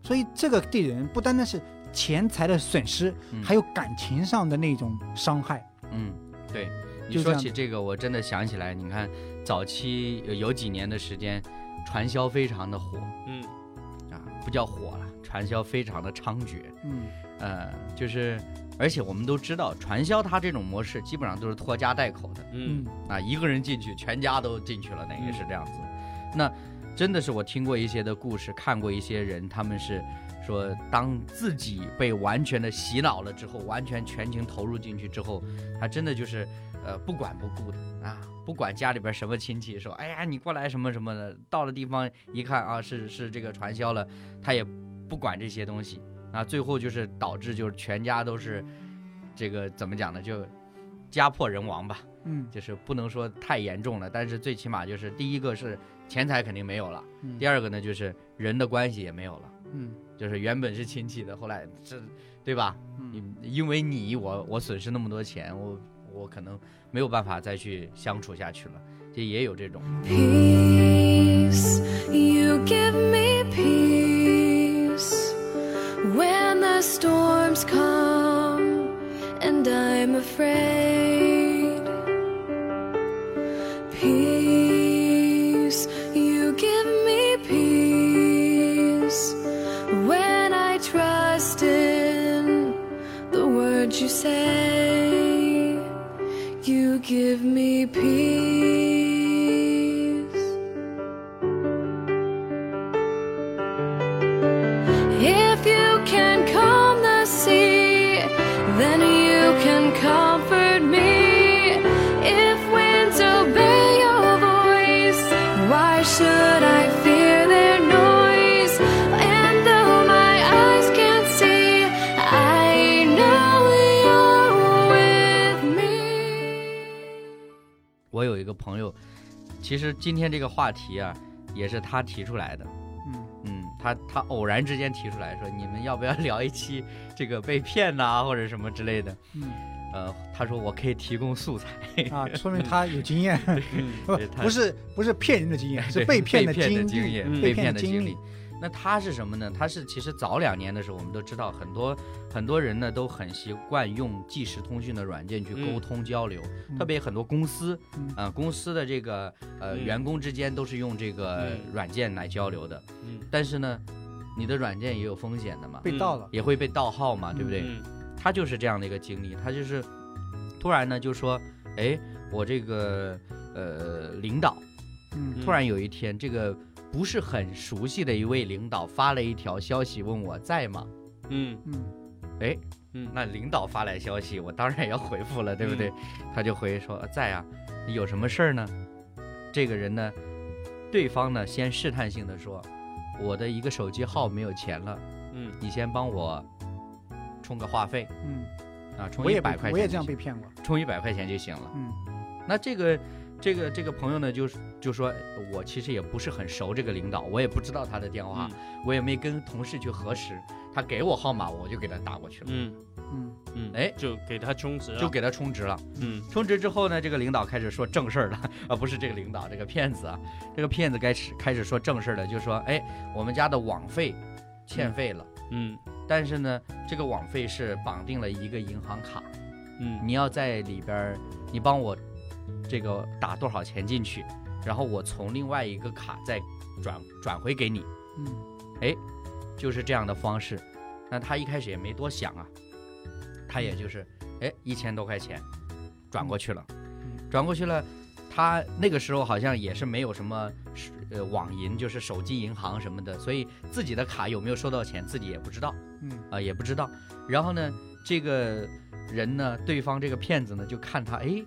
[SPEAKER 3] 所以这个对人不单单是钱财的损失，
[SPEAKER 1] 嗯
[SPEAKER 3] 还有感情上的那种伤害。
[SPEAKER 1] 嗯，对，你
[SPEAKER 3] 就
[SPEAKER 1] 说
[SPEAKER 3] 这样
[SPEAKER 1] 起
[SPEAKER 3] 子
[SPEAKER 1] 这个，我真的想起来，你看早期有有几年的时间，传销非常的火
[SPEAKER 2] 嗯
[SPEAKER 1] 啊，不叫火了，传销非常的猖獗，
[SPEAKER 3] 嗯，
[SPEAKER 1] 呃，就是。而且我们都知道，传销它这种模式基本上都是拖家带口的
[SPEAKER 2] 嗯
[SPEAKER 1] 啊，一个人进去，全家都进去了，那个
[SPEAKER 2] 嗯
[SPEAKER 1] 是这样子。那真的是我听过一些的故事，看过一些人，他们是说，当自己被完全的洗脑了之后，完全全情投入进去之后，他真的就是呃不管不顾的啊，不管家里边什么亲戚说，哎呀你过来什么什么的，到了地方一看啊是是这个传销了，他也不管这些东西啊，最后就是导致就是全家都是这个怎么讲呢，就家破人亡吧，
[SPEAKER 3] 嗯
[SPEAKER 1] 就是不能说太严重了，但是最起码就是第一个是钱财肯定没有了，
[SPEAKER 3] 嗯
[SPEAKER 1] 第二个呢就是人的关系也没有了，
[SPEAKER 3] 嗯
[SPEAKER 1] 就是原本是亲戚的，后来这对吧？
[SPEAKER 3] 嗯
[SPEAKER 1] 你因为你我我损失那么多钱，我我可能没有办法再去相处下去了，就也有这种。
[SPEAKER 4] Peace, you give me peace when the storms come and I'm afraid. Peace, you give me peace when I trust in the words you say. You give me peace. If you can calm the sea, then you can comfort me. If winds obey your voice, why should I fear their noise? And though my eyes can't see, I know you're with me.
[SPEAKER 1] 我有一个朋友，其实今天这个话题啊，也是他提出来的。
[SPEAKER 3] 嗯
[SPEAKER 1] 嗯，他他偶然之间提出来说，你们要不要聊一期这个被骗呐、或者什么之类的？
[SPEAKER 3] 嗯
[SPEAKER 1] 呃，他说我可以提供素材，
[SPEAKER 3] 啊，说明他有经验，嗯不
[SPEAKER 1] 对他
[SPEAKER 3] 不是不是骗人的经验， 是
[SPEAKER 1] 对
[SPEAKER 3] 被骗
[SPEAKER 1] 被
[SPEAKER 3] 的
[SPEAKER 1] 骗的
[SPEAKER 3] 经
[SPEAKER 1] 经
[SPEAKER 3] 历
[SPEAKER 1] 验，
[SPEAKER 2] 嗯
[SPEAKER 1] 被
[SPEAKER 3] 被骗
[SPEAKER 1] 的
[SPEAKER 3] 的
[SPEAKER 1] 经
[SPEAKER 3] 经
[SPEAKER 1] 历
[SPEAKER 3] 历。
[SPEAKER 1] 那他是什么呢？他是其实早两年的时候，我们都知道很多很多人呢都很习惯用即时通讯的软件去沟
[SPEAKER 2] 嗯
[SPEAKER 1] 通交流，
[SPEAKER 3] 嗯
[SPEAKER 1] 特别很多公司，
[SPEAKER 3] 嗯
[SPEAKER 1] 啊、公司的这个呃、
[SPEAKER 2] 嗯
[SPEAKER 1] 员工之间都是用这个
[SPEAKER 2] 嗯
[SPEAKER 1] 软件来交流的，
[SPEAKER 2] 嗯
[SPEAKER 1] 但是呢，你的软件也有风险的嘛，
[SPEAKER 3] 被盗了，
[SPEAKER 1] 也会被盗号嘛，对不对？
[SPEAKER 2] 嗯
[SPEAKER 1] 他就是这样的一个经历，他就是突然呢就说，哎，我这个呃领导
[SPEAKER 3] 嗯
[SPEAKER 1] 突然有一天，这个不是很熟悉的一位领导发了一条消息问我在吗？
[SPEAKER 2] 嗯
[SPEAKER 3] 嗯
[SPEAKER 1] 哎，
[SPEAKER 2] 嗯
[SPEAKER 1] 那领导发来消息，我当然要回复了，对不对？他就回说呃在啊，你有什么事儿呢？这个人呢，对方呢先试探性的说，我的一个手机号没有钱了，
[SPEAKER 2] 嗯
[SPEAKER 1] 你先帮我充个话费
[SPEAKER 3] 嗯，
[SPEAKER 1] 啊，充
[SPEAKER 3] 我
[SPEAKER 1] 一
[SPEAKER 3] 也
[SPEAKER 1] 百
[SPEAKER 3] 被
[SPEAKER 1] 块钱
[SPEAKER 3] 我也这样
[SPEAKER 1] 就
[SPEAKER 3] 被骗过，
[SPEAKER 1] 行充一百块钱就行了。
[SPEAKER 3] 嗯
[SPEAKER 1] 那这个这个这个朋友呢，就是就说我其实也不是很熟这个领导，我也不知道他的电话，我也没跟同事去核实，他给我号码我就给他打过去了，
[SPEAKER 2] 嗯
[SPEAKER 3] 嗯
[SPEAKER 2] 嗯，
[SPEAKER 1] 哎
[SPEAKER 2] 就给他充值了，
[SPEAKER 1] 就给他充值了。
[SPEAKER 2] 嗯
[SPEAKER 1] 充值之后呢，这个领导开始说正事儿了， 啊，不是这个领导，这个骗子啊，这个骗子开始开始说正事儿了，就说哎，我们家的网费欠费了。
[SPEAKER 2] 嗯
[SPEAKER 1] 但是呢，这个网费是绑定了一个银行卡，
[SPEAKER 2] 嗯
[SPEAKER 1] 你要在里边儿，你帮我这个打多少钱进去，然后我从另外一个卡再转转回给你，
[SPEAKER 3] 嗯
[SPEAKER 1] 就是这样的方式。那他一开始也没多想啊，他也就是哎一千多块钱转过去了，
[SPEAKER 3] 嗯
[SPEAKER 1] 转过去了。他那个时候好像也是没有什么是呃网银，就是手机银行什么的，所以自己的卡有没有收到钱自己也不知道。
[SPEAKER 3] 嗯
[SPEAKER 1] 啊、也不知道。然后呢，这个人呢，对方这个骗子呢，就看他，哎，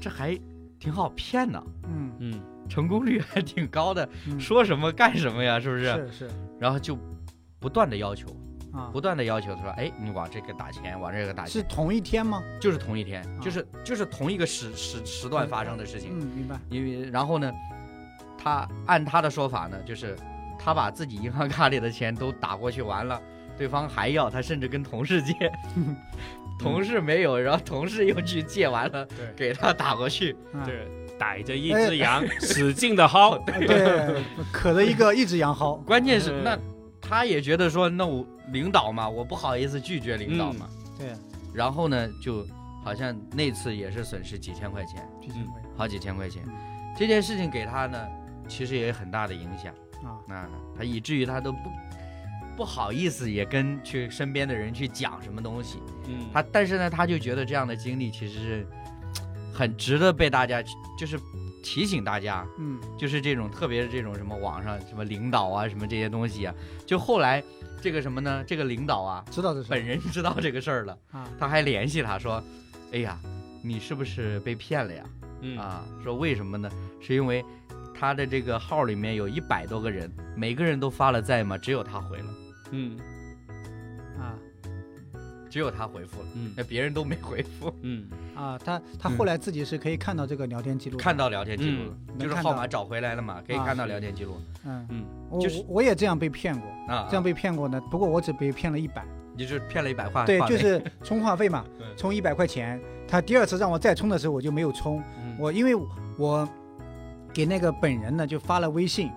[SPEAKER 1] 这还挺好骗呢，
[SPEAKER 3] 嗯
[SPEAKER 2] 嗯
[SPEAKER 1] 成功率还挺高的，
[SPEAKER 3] 嗯，
[SPEAKER 1] 说什么干什么呀，是不是？啊
[SPEAKER 3] 是是
[SPEAKER 1] 然后就不断的要求，
[SPEAKER 3] 啊
[SPEAKER 1] 不，断的要求，他说，哎，你往这个打钱，往这个打
[SPEAKER 3] 是
[SPEAKER 1] 钱，
[SPEAKER 3] 同一天吗？
[SPEAKER 1] 就是同一天，就是就是同一个时时时段发生的事情。
[SPEAKER 3] 嗯，明白，
[SPEAKER 1] 因为然后呢，他按他的说法呢，就是他把自己银行卡里的钱都打过去完了，对方还要，他甚至跟同事借，同事没有，然后同事又去借完了，
[SPEAKER 2] 对
[SPEAKER 1] 给他打过去，
[SPEAKER 3] 啊
[SPEAKER 2] 对，逮着一只羊，使劲的薅，
[SPEAKER 3] 啊对， 渴了一个一直羊薅，
[SPEAKER 1] 关键是
[SPEAKER 2] 嗯
[SPEAKER 1] 那他也觉得说，那我领导嘛，我不好意思拒绝领导嘛，
[SPEAKER 3] 对，
[SPEAKER 1] 然后呢，就好像那次也是损失几千块钱，
[SPEAKER 3] 提醒我
[SPEAKER 1] 好几千块钱
[SPEAKER 3] 嗯，
[SPEAKER 1] 这件事情给他呢，其实也有很大的影响。
[SPEAKER 3] 啊，
[SPEAKER 1] 那他以至于他都不不好意思，也跟去身边的人去讲什么东西。
[SPEAKER 2] 嗯，
[SPEAKER 1] 他但是呢，他就觉得这样的经历其实是很值得被大家去就是提醒大家，
[SPEAKER 3] 嗯
[SPEAKER 1] 就是这种特别是这种什么网上什么领导啊什么这些东西啊，就后来这个什么呢？这个领导啊，
[SPEAKER 3] 知道这事
[SPEAKER 1] 本人知道这个事儿了，
[SPEAKER 3] 啊，
[SPEAKER 1] 他还联系他说：“哎呀，你是不是被骗了呀？”
[SPEAKER 2] 嗯
[SPEAKER 1] 啊，说为什么呢？是因为他的这个号里面有一百多个人，每个人都发了在吗？只有他回了。
[SPEAKER 2] 嗯
[SPEAKER 3] 啊，
[SPEAKER 1] 只有他回复了，
[SPEAKER 2] 嗯
[SPEAKER 1] 那别人都没回复。
[SPEAKER 2] 嗯
[SPEAKER 3] 啊，他他后来自己是可以看到这个聊天记录
[SPEAKER 1] 嗯
[SPEAKER 3] 的，
[SPEAKER 1] 看到聊天记录了，
[SPEAKER 3] 嗯
[SPEAKER 1] 就是
[SPEAKER 3] 能看
[SPEAKER 1] 号
[SPEAKER 3] 到
[SPEAKER 1] 码找回来了嘛，可以
[SPEAKER 3] 啊
[SPEAKER 1] 看到
[SPEAKER 2] 是
[SPEAKER 1] 聊天记录
[SPEAKER 3] 嗯，
[SPEAKER 2] 嗯，
[SPEAKER 3] 我
[SPEAKER 1] 就是
[SPEAKER 3] 我我也这样被骗过，
[SPEAKER 1] 啊。
[SPEAKER 3] 这样被骗过呢，不过我只被骗了一百，
[SPEAKER 1] 你就是骗了一百块，
[SPEAKER 3] 对，
[SPEAKER 1] 话
[SPEAKER 3] 就
[SPEAKER 1] 费
[SPEAKER 3] 是充话费嘛
[SPEAKER 1] 嗯，
[SPEAKER 3] 充一百块钱，他第二次让我再充的时候我就没有充，
[SPEAKER 2] 嗯
[SPEAKER 3] 我因为我给那个本人呢就发了微信，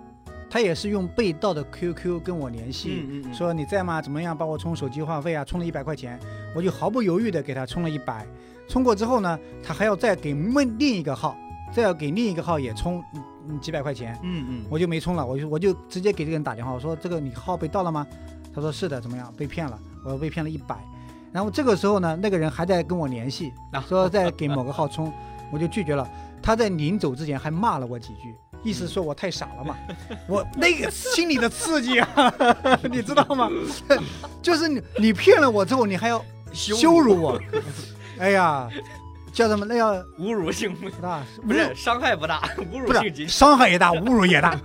[SPEAKER 3] 他也是用被盗的 QQ 跟我联系，
[SPEAKER 1] 嗯嗯嗯，
[SPEAKER 3] 说你在吗？怎么样？帮我充手机话费啊，充了一百块钱，我就毫不犹豫的给他充了一百。充过之后呢，他还要再给另另一个号，再要给另一个号也充嗯嗯几百块钱，
[SPEAKER 1] 嗯嗯，
[SPEAKER 3] 我就没充了，我就我就直接给这个人打电话，我说这个你号被盗了吗？他说是的，怎么样？被骗了，我被骗了一百。然后这个时候呢，那个人还在跟我联系，
[SPEAKER 1] 啊
[SPEAKER 3] 说在给某个号充，我就拒绝了。他在临走之前还骂了我几句，意思说我太傻了嘛。我那个心里的刺激啊， 你知道吗？就是你你骗了我之后，你还要羞辱我，哎呀，叫什么？那要啊
[SPEAKER 1] 侮辱性不
[SPEAKER 3] 那
[SPEAKER 1] 不是伤害不大，侮辱
[SPEAKER 3] 不
[SPEAKER 1] 性
[SPEAKER 3] 是
[SPEAKER 1] 极强。
[SPEAKER 3] 伤害也大，侮辱 也大，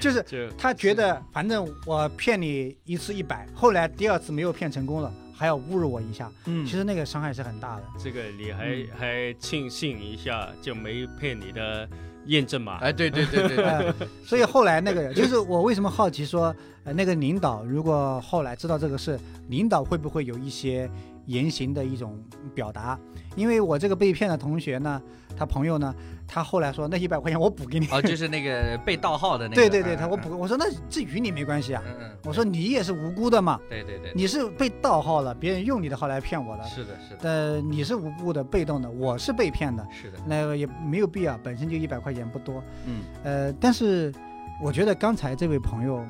[SPEAKER 3] 就是
[SPEAKER 2] 就
[SPEAKER 3] 他觉得反正我骗你一次一百，后来第二次没有骗成功了，还要侮辱我一下，
[SPEAKER 1] 嗯
[SPEAKER 3] 其实那个伤害是 很大的。
[SPEAKER 2] 这个你还、
[SPEAKER 3] 嗯
[SPEAKER 2] 还庆幸一下，就没骗你的验证码。
[SPEAKER 1] 哎，对对对 对对，
[SPEAKER 3] 呃，所以后来那个人，就是我为什么好奇说，呃，那个领导如果后来知道这个事，领导会不会有一些言行的一种表达？因为我这个被骗的同学呢，他朋友呢，他后来说那一百块钱我补给你，
[SPEAKER 1] 哦，就是那个被盗号的那个，
[SPEAKER 3] 对对对，
[SPEAKER 1] 嗯
[SPEAKER 3] 他我补，，我说那这与你没关系啊
[SPEAKER 1] 嗯，嗯嗯，
[SPEAKER 3] 我说你也是无辜的嘛，
[SPEAKER 1] 对对对，
[SPEAKER 3] 你是被盗号了，别人用你的号来骗我的，
[SPEAKER 1] 是的 是的
[SPEAKER 3] 呃，你是无辜的、被动的，我是被骗的，
[SPEAKER 1] 是的，
[SPEAKER 3] 那个也没有必要，本身就一百块钱不多。
[SPEAKER 1] 嗯，
[SPEAKER 3] 呃，但是我觉得刚才这位朋友，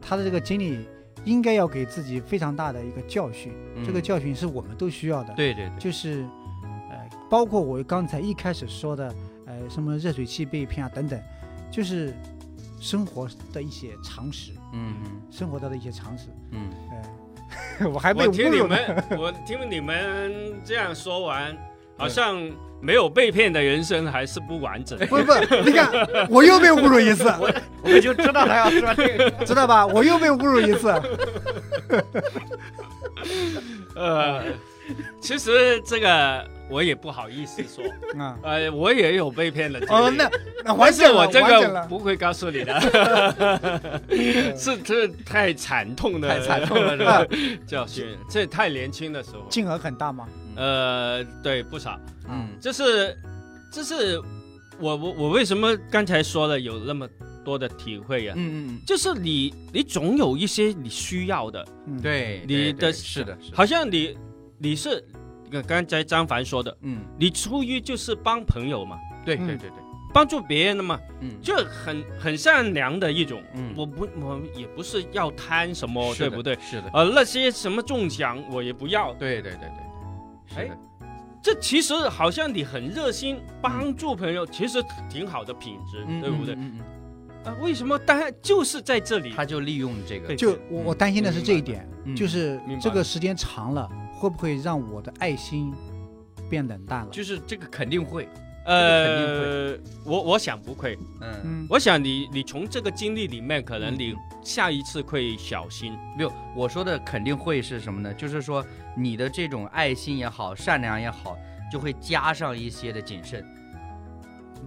[SPEAKER 3] 他的这个经历应该要给自己非常大的一个教训，
[SPEAKER 1] 嗯
[SPEAKER 3] 这个教训是我们都需要的。，
[SPEAKER 1] 对对对，
[SPEAKER 3] 就是呃，包括我刚才一开始说的，呃，什么热水器被骗啊等等，就是生活的一些常识，
[SPEAKER 1] 嗯
[SPEAKER 3] 生活到的一些常识。
[SPEAKER 1] 嗯嗯，
[SPEAKER 3] 呃， 我还被
[SPEAKER 2] 我听
[SPEAKER 3] 侮
[SPEAKER 2] 你
[SPEAKER 3] 辱了。
[SPEAKER 2] 们，我听你们这样说完，好像没有被骗的人生还是不完整。
[SPEAKER 3] 不是不是，你看我又被侮辱一次。
[SPEAKER 1] 我就知道他要说这个，
[SPEAKER 3] 知道吧？我又被侮辱一次。
[SPEAKER 2] 呃，其实这个我也不好意思 说，
[SPEAKER 3] 啊、
[SPEAKER 2] 呃，我也有被骗的经历。
[SPEAKER 3] 哦，那那完
[SPEAKER 2] 但是
[SPEAKER 3] 整了，
[SPEAKER 2] 我这
[SPEAKER 3] 完整
[SPEAKER 2] 个
[SPEAKER 3] 了。嗯呃
[SPEAKER 2] 不会告诉你的， 是这太惨痛的
[SPEAKER 1] 太惨痛了，是吧？
[SPEAKER 2] 教训，这太年轻的时候，
[SPEAKER 3] 金额很大吗？啊
[SPEAKER 2] 呃，对，不少，
[SPEAKER 1] 嗯
[SPEAKER 2] 这是，这是我我我为什么刚才说了有那么多的体会呀、
[SPEAKER 1] 嗯嗯
[SPEAKER 2] 就是你你总有一些你需要的，
[SPEAKER 3] 嗯，
[SPEAKER 1] 嗯，，对，
[SPEAKER 2] 你
[SPEAKER 1] 对对
[SPEAKER 2] 的
[SPEAKER 1] 是的是的，
[SPEAKER 2] 好像你你是刚刚才张凡说的，
[SPEAKER 1] 嗯，
[SPEAKER 2] 你出于就是帮朋友嘛，
[SPEAKER 1] 对
[SPEAKER 3] 嗯
[SPEAKER 1] 对对对，
[SPEAKER 2] 帮助别人的嘛，
[SPEAKER 1] 嗯，
[SPEAKER 2] 这很很善良的一种。
[SPEAKER 1] 嗯
[SPEAKER 2] 我不我也不是要贪什么，
[SPEAKER 1] 是
[SPEAKER 2] 对
[SPEAKER 1] 的
[SPEAKER 2] 不对？？
[SPEAKER 1] 是的，
[SPEAKER 2] 呃，那些什么中奖我也不要，
[SPEAKER 1] 哦对对对对对，是
[SPEAKER 2] 哎
[SPEAKER 1] 的，
[SPEAKER 2] 这其实好像你很热心帮助朋友，其实挺好的品质，
[SPEAKER 1] 嗯
[SPEAKER 2] 对不对？？
[SPEAKER 1] 嗯嗯嗯
[SPEAKER 2] 啊，为什么大家就是在这里
[SPEAKER 1] 嗯？他就利用这个，
[SPEAKER 2] 对
[SPEAKER 3] 就我我担心的是这一点，
[SPEAKER 1] 嗯
[SPEAKER 3] 就是
[SPEAKER 2] 明白
[SPEAKER 3] 这个时间长了，会不会让我的爱心变冷淡了？
[SPEAKER 1] 就是这个肯定会，
[SPEAKER 2] 呃，我我想不会，
[SPEAKER 1] 嗯，
[SPEAKER 3] 嗯，
[SPEAKER 2] 我想你你从这个经历里面，可能
[SPEAKER 1] 嗯
[SPEAKER 2] 你下一次会小心。
[SPEAKER 1] 没有，我说的肯定会是什么呢？就是说你的这种爱心也好，善良也好，就会加上一些的谨慎，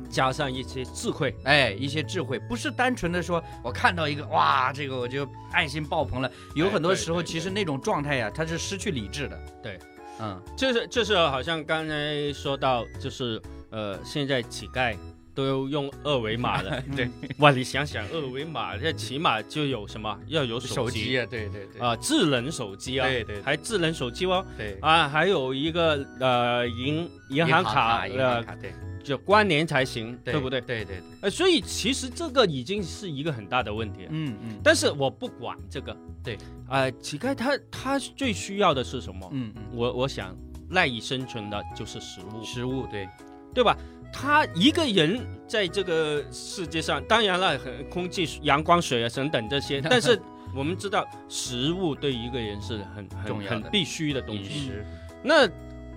[SPEAKER 2] 加上一些智慧，
[SPEAKER 1] 哎，一些智慧，不是单纯的说我看到一个哇，这个我就爱心爆棚了。有
[SPEAKER 2] 哎
[SPEAKER 1] 很多
[SPEAKER 2] 对
[SPEAKER 1] 时候，
[SPEAKER 2] 对
[SPEAKER 1] 其实
[SPEAKER 2] 对
[SPEAKER 1] 那种状态呀、它是失去理智的。
[SPEAKER 2] 对，
[SPEAKER 1] 嗯，
[SPEAKER 2] 就是就是好像刚才说到，就是呃，现在乞丐都用二维码 了。
[SPEAKER 3] 对，
[SPEAKER 2] 哇，你想想，二维码这起码就有什么？要有
[SPEAKER 1] 手
[SPEAKER 2] 机
[SPEAKER 1] 机啊，对对对，
[SPEAKER 2] 啊、智能手机啊，
[SPEAKER 1] 对对对
[SPEAKER 2] 还智能手机哦。
[SPEAKER 1] 对，
[SPEAKER 2] 啊，还有一个呃银银
[SPEAKER 1] 行
[SPEAKER 2] 行卡
[SPEAKER 1] 银行
[SPEAKER 2] 呃
[SPEAKER 1] 卡，对
[SPEAKER 2] 就关联才行，对不对？
[SPEAKER 1] 对对对，
[SPEAKER 2] 呃，所以其实这个已经是一个很大的问题了。
[SPEAKER 1] 嗯嗯
[SPEAKER 2] 但是我不管这个，
[SPEAKER 1] 对，
[SPEAKER 2] 呃，乞丐他他最需要的是什么？
[SPEAKER 1] 嗯嗯，
[SPEAKER 2] 我我想赖以生存的就是食物，
[SPEAKER 1] 食物对，
[SPEAKER 2] 对吧？他一个人在这个世界上，当然了，很空气、阳光、水啊等等 这些，但是我们知道，食物对一个人是很很
[SPEAKER 1] 重要的
[SPEAKER 2] 很必须的东
[SPEAKER 1] 饮
[SPEAKER 2] 西。
[SPEAKER 1] 食，
[SPEAKER 2] 那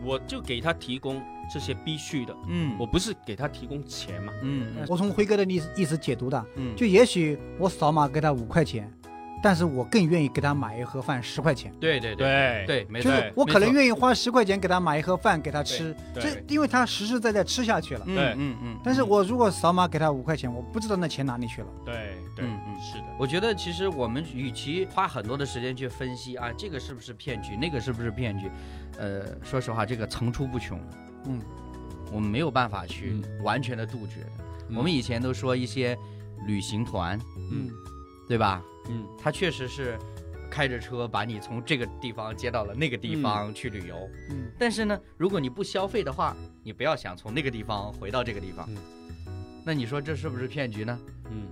[SPEAKER 2] 我就给他提供这些必须的，
[SPEAKER 1] 嗯
[SPEAKER 2] 我不是给他提供钱嘛？
[SPEAKER 1] 嗯嗯
[SPEAKER 3] 我从辉哥的意思意思解读的，
[SPEAKER 1] 嗯，
[SPEAKER 3] 就也许我扫码给他五块钱，但是我更愿意给他买一盒饭十块钱，
[SPEAKER 1] 对对对
[SPEAKER 2] 对，
[SPEAKER 1] 嗯对，没
[SPEAKER 3] 就
[SPEAKER 1] 错
[SPEAKER 3] 是，我可能愿意花十块钱给他买一盒饭给他吃，
[SPEAKER 2] 对
[SPEAKER 3] 这
[SPEAKER 2] 对
[SPEAKER 3] 因为他实实在在吃下去了。
[SPEAKER 1] 嗯
[SPEAKER 2] 对
[SPEAKER 1] 嗯嗯。
[SPEAKER 3] 但是我如果扫码给他五块钱，我不知道那钱哪里去了。
[SPEAKER 2] 对对
[SPEAKER 1] 嗯嗯
[SPEAKER 2] 是的，
[SPEAKER 1] 我觉得其实我们与其花很多的时间去分析啊，这个是不是骗局，那个是不是骗局，呃，说实话，这个层出不穷，
[SPEAKER 3] 嗯，
[SPEAKER 1] 我们没有办法去完全的杜绝的。
[SPEAKER 3] 嗯
[SPEAKER 1] 我们以前都说一些旅行团，
[SPEAKER 2] 嗯
[SPEAKER 1] 对吧？
[SPEAKER 2] 嗯
[SPEAKER 1] 他确实是开着车把你从这个地方接到了那个地方去旅游，
[SPEAKER 3] 嗯，
[SPEAKER 1] 但是呢，如果你不消费的话，你不要想从那个地方回到这个地方。
[SPEAKER 2] 嗯
[SPEAKER 1] 那你说这是不是骗局呢？
[SPEAKER 2] 嗯，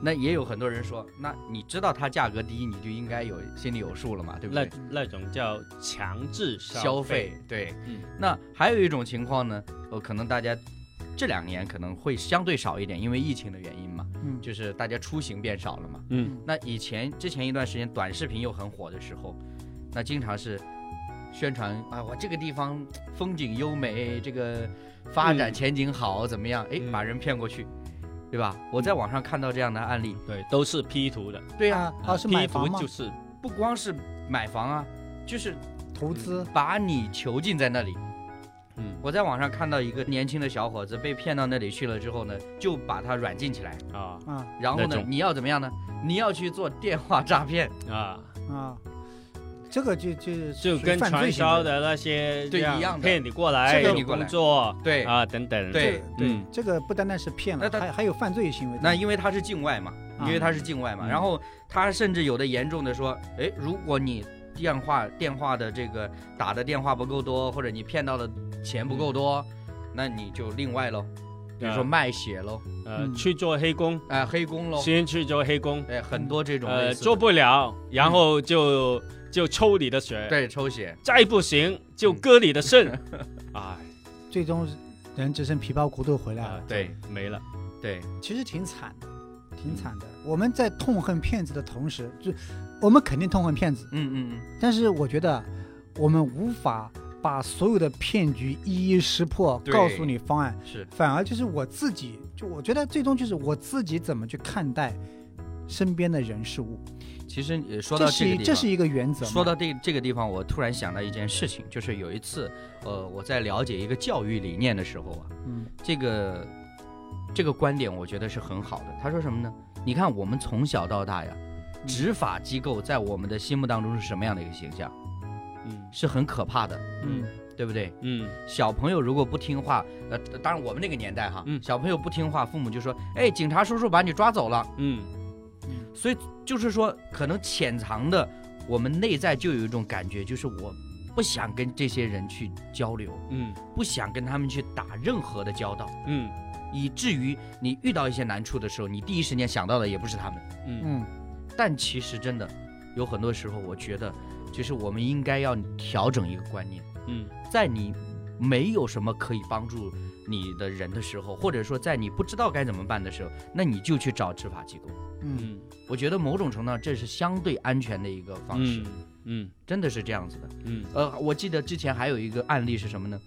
[SPEAKER 1] 那也有很多人说，那你知道它价格低，你就应该有心里有数了嘛，对不
[SPEAKER 2] 那
[SPEAKER 1] 对？
[SPEAKER 2] 那种叫强制
[SPEAKER 1] 消
[SPEAKER 2] 费
[SPEAKER 1] 费，对。
[SPEAKER 2] 嗯
[SPEAKER 1] 那还有一种情况呢，呃，可能大家这两年可能会相对少一点，因为疫情的原因嘛，
[SPEAKER 3] 嗯
[SPEAKER 1] 就是大家出行变少了嘛。
[SPEAKER 2] 嗯
[SPEAKER 1] 那以前之前一段时间短视频又很火的时候，那经常是宣传啊，我这个地方风景优美，这个发展
[SPEAKER 2] 嗯
[SPEAKER 1] 前景好，怎么样？哎，
[SPEAKER 2] 嗯
[SPEAKER 1] 把人骗过去，对吧？我在网上看到这样的案例，
[SPEAKER 2] 对，都是 P 图的，
[SPEAKER 1] 对呀、
[SPEAKER 3] 啊啊是
[SPEAKER 2] P
[SPEAKER 3] 买
[SPEAKER 2] 图
[SPEAKER 3] 房吗
[SPEAKER 2] 就？是
[SPEAKER 1] 不光是买房啊，就是嗯
[SPEAKER 3] 投资
[SPEAKER 1] 把你囚禁在那里。
[SPEAKER 2] 嗯
[SPEAKER 1] 我在网上看到一个年轻的小伙子被骗到那里去了之后呢，就把他软禁起来，
[SPEAKER 2] 啊
[SPEAKER 3] 啊
[SPEAKER 1] 然后
[SPEAKER 2] 那
[SPEAKER 1] 呢
[SPEAKER 2] 种，
[SPEAKER 1] 你要怎么样呢？你要去做电话诈骗，
[SPEAKER 2] 啊，
[SPEAKER 3] 啊，这个就就
[SPEAKER 2] 就跟
[SPEAKER 3] 犯罪行
[SPEAKER 2] 传销
[SPEAKER 3] 为
[SPEAKER 2] 的那些
[SPEAKER 1] 对
[SPEAKER 2] 这样
[SPEAKER 1] 一样的
[SPEAKER 2] 骗你过来
[SPEAKER 1] 这个
[SPEAKER 2] 有工作
[SPEAKER 1] 对
[SPEAKER 2] 啊等等，
[SPEAKER 1] 对
[SPEAKER 3] 对
[SPEAKER 2] 嗯，
[SPEAKER 3] 这个不单单是骗
[SPEAKER 1] 那
[SPEAKER 3] 了，
[SPEAKER 1] 他
[SPEAKER 3] 还还有犯罪行为。
[SPEAKER 1] 那因为他是境外嘛，
[SPEAKER 3] 啊
[SPEAKER 1] 因为他是境外嘛，
[SPEAKER 2] 嗯
[SPEAKER 1] 然后他甚至有的严重的说，哎，如果你电话电话的这个打的电话不够多，或者你骗到的钱不够多，那你就另外喽，比如说
[SPEAKER 2] 嗯啊
[SPEAKER 1] 卖血喽，
[SPEAKER 2] 呃
[SPEAKER 3] 嗯
[SPEAKER 2] 去做黑工，
[SPEAKER 1] 哎、黑工喽，
[SPEAKER 2] 先去做黑工，
[SPEAKER 1] 哎，很多这种类
[SPEAKER 2] 呃
[SPEAKER 1] 似的
[SPEAKER 2] 做不了，然后就就抽你的血，
[SPEAKER 1] 对抽血，
[SPEAKER 2] 再不行就割你的肾，哎
[SPEAKER 3] 最终人只剩皮包骨头回来
[SPEAKER 2] 啊
[SPEAKER 3] 了，
[SPEAKER 1] 对
[SPEAKER 2] 没了，
[SPEAKER 1] 对，
[SPEAKER 3] 其实挺惨的，挺
[SPEAKER 1] 嗯
[SPEAKER 3] 惨的。我们在痛恨骗子的同时，就我们肯定痛恨骗子，
[SPEAKER 1] 嗯嗯
[SPEAKER 3] 但是我觉得我们无法把所有的骗局一一识破，
[SPEAKER 1] 对
[SPEAKER 3] 告诉你方案，
[SPEAKER 1] 嗯，是
[SPEAKER 3] 反而就是我自己，就我觉得最终就是我自己怎么去看待身边的人事物，
[SPEAKER 1] 其实呃说
[SPEAKER 3] 这
[SPEAKER 1] 到
[SPEAKER 3] 是
[SPEAKER 1] 这个地
[SPEAKER 3] 一
[SPEAKER 1] 方，
[SPEAKER 3] 这是一个原则嘛。
[SPEAKER 1] 说到这这个地方，我突然想到一件事情，就是有一次，呃，我在了解一个教育理念的时候啊，
[SPEAKER 3] 嗯
[SPEAKER 1] 这个这个观点我觉得是很好的。他说什么呢？你看我们从小到大呀，执法机构在我们的心目当中是什么样的一个形象？
[SPEAKER 2] 嗯
[SPEAKER 1] 是很可怕的，
[SPEAKER 3] 嗯
[SPEAKER 1] 对不对？
[SPEAKER 2] 嗯
[SPEAKER 1] 小朋友如果不听话，呃，当然我们那个年代哈，
[SPEAKER 2] 嗯
[SPEAKER 1] 小朋友不听话，父母就说：“哎，警察叔叔把你抓走了。”
[SPEAKER 2] 嗯
[SPEAKER 1] 所以就是说，可能潜藏的我们内在就有一种感觉，就是我不想跟这些人去交流，
[SPEAKER 2] 嗯
[SPEAKER 1] 不想跟他们去打任何的交道，
[SPEAKER 2] 嗯
[SPEAKER 1] 以至于你遇到一些难处的时候，你第一时间想到的也不是他们。
[SPEAKER 2] 嗯
[SPEAKER 3] 嗯
[SPEAKER 1] 但其实真的有很多时候，我觉得就是我们应该要调整一个观念，
[SPEAKER 2] 嗯
[SPEAKER 1] 在你没有什么可以帮助你的人的时候，或者说在你不知道该怎么办的时候，那你就去找执法机构。
[SPEAKER 3] 嗯，
[SPEAKER 2] 嗯
[SPEAKER 1] 我觉得某种程度上这是相对安全的一个方式，
[SPEAKER 2] 嗯
[SPEAKER 1] 真的是这样子的。
[SPEAKER 2] 嗯
[SPEAKER 1] 呃，我记得之前还有一个案例是什么呢？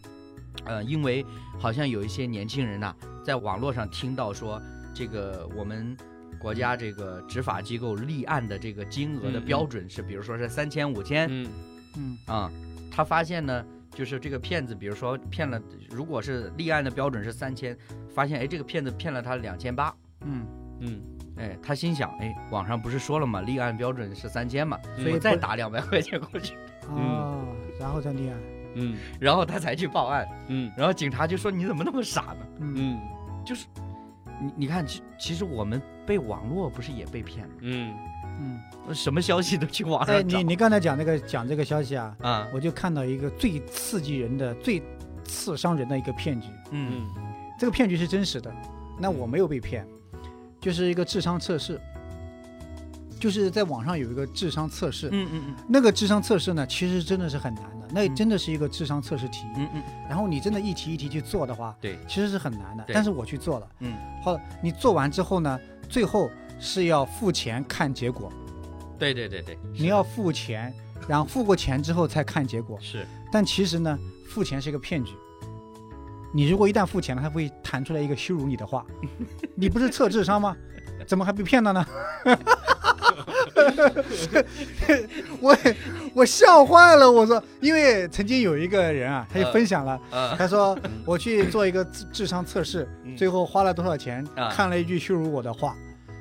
[SPEAKER 1] 呃，因为好像有一些年轻人呐、在网络上听到说，这个我们国家这个执法机构立案的这个金额的
[SPEAKER 2] 嗯嗯
[SPEAKER 1] 标准是，比如说是三千、五千
[SPEAKER 2] 嗯
[SPEAKER 3] 嗯
[SPEAKER 1] 啊。他发现呢，就是这个骗子，比如说骗了，如果是立案的标准是三千，发现哎，这个骗子骗了他两千八，
[SPEAKER 3] 嗯，
[SPEAKER 2] 嗯，
[SPEAKER 1] 哎，他心想，哎，网上不是说了吗？立案标准是三千嘛，
[SPEAKER 2] 嗯
[SPEAKER 1] 所以再打两百块钱过去，
[SPEAKER 3] 哦，然后再立案，
[SPEAKER 2] 嗯
[SPEAKER 1] 然后他才去报案，
[SPEAKER 2] 嗯
[SPEAKER 1] 然后警察就说你怎么那么傻呢？
[SPEAKER 3] 嗯
[SPEAKER 2] 嗯
[SPEAKER 1] 你你看，其其实我们被网络不是也被骗吗？
[SPEAKER 2] 嗯
[SPEAKER 3] 嗯，
[SPEAKER 1] 什么消息都去网
[SPEAKER 3] 哎，
[SPEAKER 1] 上找
[SPEAKER 3] 你你刚才讲那个讲这个消息啊，
[SPEAKER 1] 啊，
[SPEAKER 3] 我就看到一个最刺激人的、最刺伤人的一个骗局。
[SPEAKER 1] 嗯
[SPEAKER 2] 嗯
[SPEAKER 3] 这个骗局是真实的，那我没有被骗，就是一个智商测试，就是在网上有一个智商测试，
[SPEAKER 1] 嗯嗯
[SPEAKER 3] 那个智商测试呢，其实真的是很难的，那
[SPEAKER 1] 嗯
[SPEAKER 3] 真的是一个智商测试题，
[SPEAKER 1] 嗯嗯
[SPEAKER 3] 然后你真的一题一题去做的话，
[SPEAKER 1] 对
[SPEAKER 3] 其实是很难的，
[SPEAKER 1] 对
[SPEAKER 3] 但是我去做了，
[SPEAKER 1] 嗯，
[SPEAKER 3] 好，你做完之后呢，最后是要付钱看结果，
[SPEAKER 1] 对对对对，
[SPEAKER 3] 你要付钱，然后付过钱之后才看结果，
[SPEAKER 1] 是
[SPEAKER 3] 但其实呢，付钱是一个骗局。你如果一旦付钱了，他会弹出来一个羞辱你的话，你不是测智商吗？怎么还被骗了呢？ 我我笑坏了。我说，因为曾经有一个人啊，他就
[SPEAKER 1] 呃
[SPEAKER 3] 分享了，
[SPEAKER 1] 呃，
[SPEAKER 3] 他说我去做一个智智商测试，
[SPEAKER 2] 嗯
[SPEAKER 3] 最后花了多少钱
[SPEAKER 1] 啊，
[SPEAKER 3] 看了一句羞辱我的话，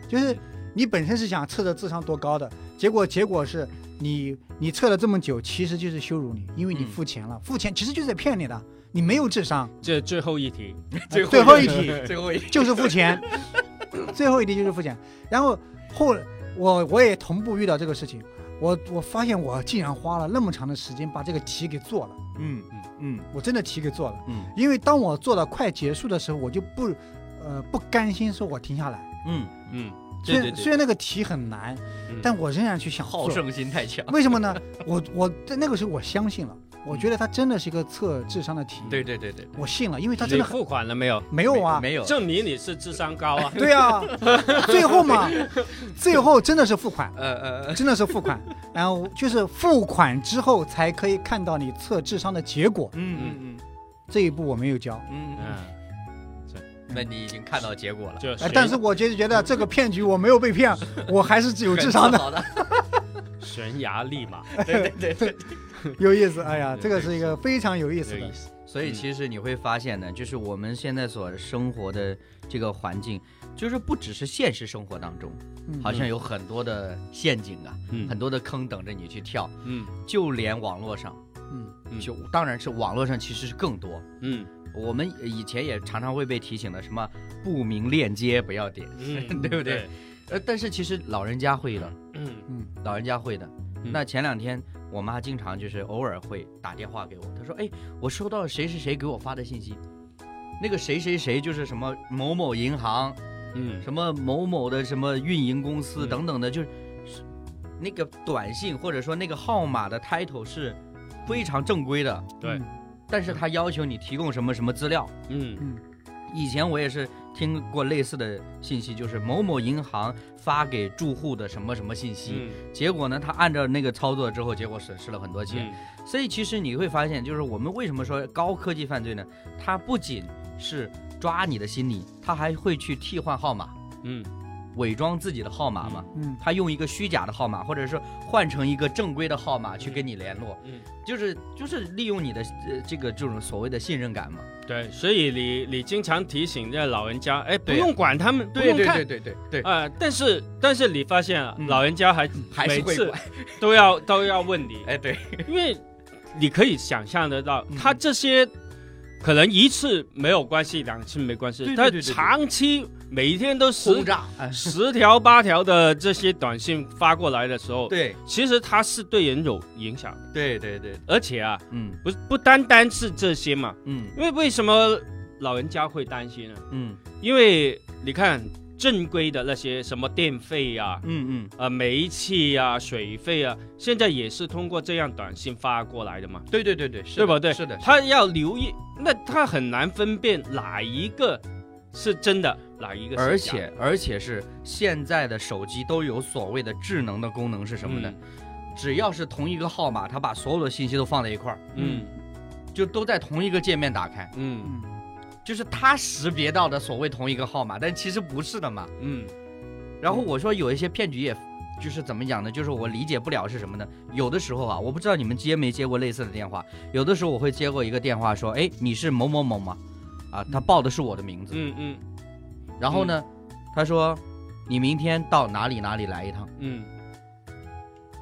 [SPEAKER 3] 就是你本身是想测的智商多高的，结果结果是你你测了这么久，其实就是羞辱你，因为你
[SPEAKER 1] 嗯
[SPEAKER 3] 付钱了，付钱其实就是在骗你的，你没有智商。
[SPEAKER 2] 这最后一题，
[SPEAKER 1] 最
[SPEAKER 3] 最
[SPEAKER 1] 后
[SPEAKER 3] 后一题，
[SPEAKER 1] 最后一
[SPEAKER 3] 就是付钱， 最后一题就是付钱。然后后来我我也同步遇到这个事情，我我发现我竟然花了那么长的时间把这个题给做了，
[SPEAKER 1] 嗯嗯
[SPEAKER 3] 我真的题给做了。
[SPEAKER 1] 嗯
[SPEAKER 3] 因为当我做到快结束的时候，我就不呃不甘心说我停下来，
[SPEAKER 1] 嗯，
[SPEAKER 2] 嗯，
[SPEAKER 3] 虽
[SPEAKER 2] 对
[SPEAKER 3] 然
[SPEAKER 2] 对
[SPEAKER 3] 虽
[SPEAKER 2] 对，
[SPEAKER 3] 然那个题很难，
[SPEAKER 2] 嗯
[SPEAKER 3] 但我仍然去想
[SPEAKER 1] 好
[SPEAKER 3] 做。
[SPEAKER 1] 胜心太强。
[SPEAKER 3] 为什么呢？我我在那个时候我相信了，我觉得它真的是一个测智商的题，
[SPEAKER 1] 对对对对，
[SPEAKER 3] 我信了，因为它真
[SPEAKER 2] 你
[SPEAKER 3] 的很
[SPEAKER 2] 付款了没有？
[SPEAKER 3] 没有啊，！
[SPEAKER 1] 没有，
[SPEAKER 2] 证明你是智商高啊
[SPEAKER 3] 对啊，最后嘛，最后真的是付款。
[SPEAKER 1] 呃呃
[SPEAKER 3] 真的是付款， 然后就是付款之后才可以看到你测智商的结果。
[SPEAKER 1] 嗯嗯
[SPEAKER 3] 这一步我没有交，
[SPEAKER 1] 嗯嗯，
[SPEAKER 2] 嗯，
[SPEAKER 1] 那你已经看到结果了，
[SPEAKER 2] 就
[SPEAKER 3] 哎
[SPEAKER 2] 悬，
[SPEAKER 3] 但是我觉得觉得这个骗局我没有被骗，我还是有智商的，
[SPEAKER 1] 好的，
[SPEAKER 2] 悬崖 立马，
[SPEAKER 1] 对对对。
[SPEAKER 3] 有意思。哎呀，这个是一个非常有意思
[SPEAKER 2] 有
[SPEAKER 3] 的
[SPEAKER 2] 意，思。
[SPEAKER 1] 所以
[SPEAKER 2] 嗯
[SPEAKER 1] 其实你会发现呢，就是我们现在所生活的这个环境，就是不只是现实生活当中，
[SPEAKER 3] 嗯
[SPEAKER 1] 好像有很多的陷阱啊，
[SPEAKER 2] 嗯
[SPEAKER 1] 很多的坑等着你去跳，
[SPEAKER 2] 嗯
[SPEAKER 1] 就连网络上，
[SPEAKER 3] 嗯
[SPEAKER 2] 嗯
[SPEAKER 1] 就当然是网络上其实是更多。
[SPEAKER 2] 嗯
[SPEAKER 1] 我们以前也常常会被提醒的，什么不明链接不要点，
[SPEAKER 2] 嗯，
[SPEAKER 1] 对不对？呃，但是其实老人家会的，
[SPEAKER 2] 嗯
[SPEAKER 3] 嗯
[SPEAKER 1] 老人家会的。
[SPEAKER 2] 嗯
[SPEAKER 1] 那前两天我妈经常就是偶尔会打电话给我，她说：“哎，我收到谁谁谁给我发的信息，那个谁谁谁就是什么某某银行、
[SPEAKER 2] 嗯
[SPEAKER 1] 什么某某的什么运营公司
[SPEAKER 2] 嗯
[SPEAKER 1] 等等的，就是是那个短信或者说那个号码的 title 是非常正规的，
[SPEAKER 2] 对，
[SPEAKER 1] 但是他要求你提供什么什么资料。
[SPEAKER 2] 嗯
[SPEAKER 3] 嗯
[SPEAKER 1] 以前我也是听过类似的信息，就是某某银行发给住户的什么什么信息。
[SPEAKER 2] 嗯
[SPEAKER 1] 结果呢，他按照那个操作之后，结果损失了很多钱。
[SPEAKER 2] 嗯
[SPEAKER 1] 所以其实你会发现，就是我们为什么说高科技犯罪呢？它不仅是抓你的心理，它还会去替换号码，
[SPEAKER 2] 嗯
[SPEAKER 1] 伪装自己的号码嘛。
[SPEAKER 3] 嗯
[SPEAKER 1] 他用一个虚假的号码，或者说换成一个正规的号码去跟你联络，
[SPEAKER 2] 嗯，
[SPEAKER 1] 就是就是利用你的呃这个这种所谓的信任感嘛。
[SPEAKER 2] 对，所以你你经常提醒这老人家，哎，不
[SPEAKER 1] 对呀
[SPEAKER 2] 用管他们，不用看。
[SPEAKER 1] 对对对，
[SPEAKER 2] 啊、但是但是你发现啊，
[SPEAKER 1] 嗯
[SPEAKER 2] 老人家还
[SPEAKER 1] 还是
[SPEAKER 2] 每
[SPEAKER 1] 会
[SPEAKER 2] 次
[SPEAKER 1] 管。
[SPEAKER 2] 都要 都要问你，
[SPEAKER 1] 哎，对，
[SPEAKER 2] 因为你可以想象得到
[SPEAKER 1] 嗯，
[SPEAKER 2] 他这些可能一次没有关系，两次没关系
[SPEAKER 1] 对，对
[SPEAKER 2] 他
[SPEAKER 1] 对对对
[SPEAKER 2] 长期每天都
[SPEAKER 1] 轰
[SPEAKER 2] 十
[SPEAKER 1] 炸，哎，
[SPEAKER 2] 十条八条的这些短信发过来的时候，
[SPEAKER 1] 对
[SPEAKER 2] 其实他是对人有影响的，
[SPEAKER 1] 对对对，
[SPEAKER 2] 而且啊，
[SPEAKER 1] 嗯
[SPEAKER 2] 不不单单是这些嘛，
[SPEAKER 1] 嗯
[SPEAKER 2] 因为为什么老人家会担心呢？
[SPEAKER 1] 嗯
[SPEAKER 2] 因为你看正规的那些什么电费呀、啊。
[SPEAKER 1] 嗯嗯，
[SPEAKER 2] 呃，煤气呀、水费啊，现在也是通过这样短信发过来的嘛。
[SPEAKER 1] 对对对对，是的
[SPEAKER 2] 对吧？对，
[SPEAKER 1] 是的，
[SPEAKER 2] 他要留意，那他很难分辨哪一个是真的，哪一个是
[SPEAKER 1] 而
[SPEAKER 2] 假的
[SPEAKER 1] 且而且是现在的手机都有所谓的智能的功能是什么呢？？
[SPEAKER 2] 嗯
[SPEAKER 1] 只要是同一个号码，它把所有的信息都放在一块儿，
[SPEAKER 2] 嗯
[SPEAKER 1] 就都在同一个界面打开，
[SPEAKER 2] 嗯
[SPEAKER 3] 嗯
[SPEAKER 1] 就是它识别到的所谓同一个号码，但其实不是的嘛。
[SPEAKER 2] 嗯
[SPEAKER 1] 然后我说有一些骗局也。就是怎么讲呢？就是我理解不了是什么呢？有的时候啊，我不知道你们接没接过类似的电话。有的时候我会接过一个电话，说：“哎，你是某某某吗？”啊，他报的是我的名字。
[SPEAKER 2] 嗯嗯
[SPEAKER 1] 然后呢，他说：“你明天到哪里哪里来一趟。”
[SPEAKER 2] 嗯，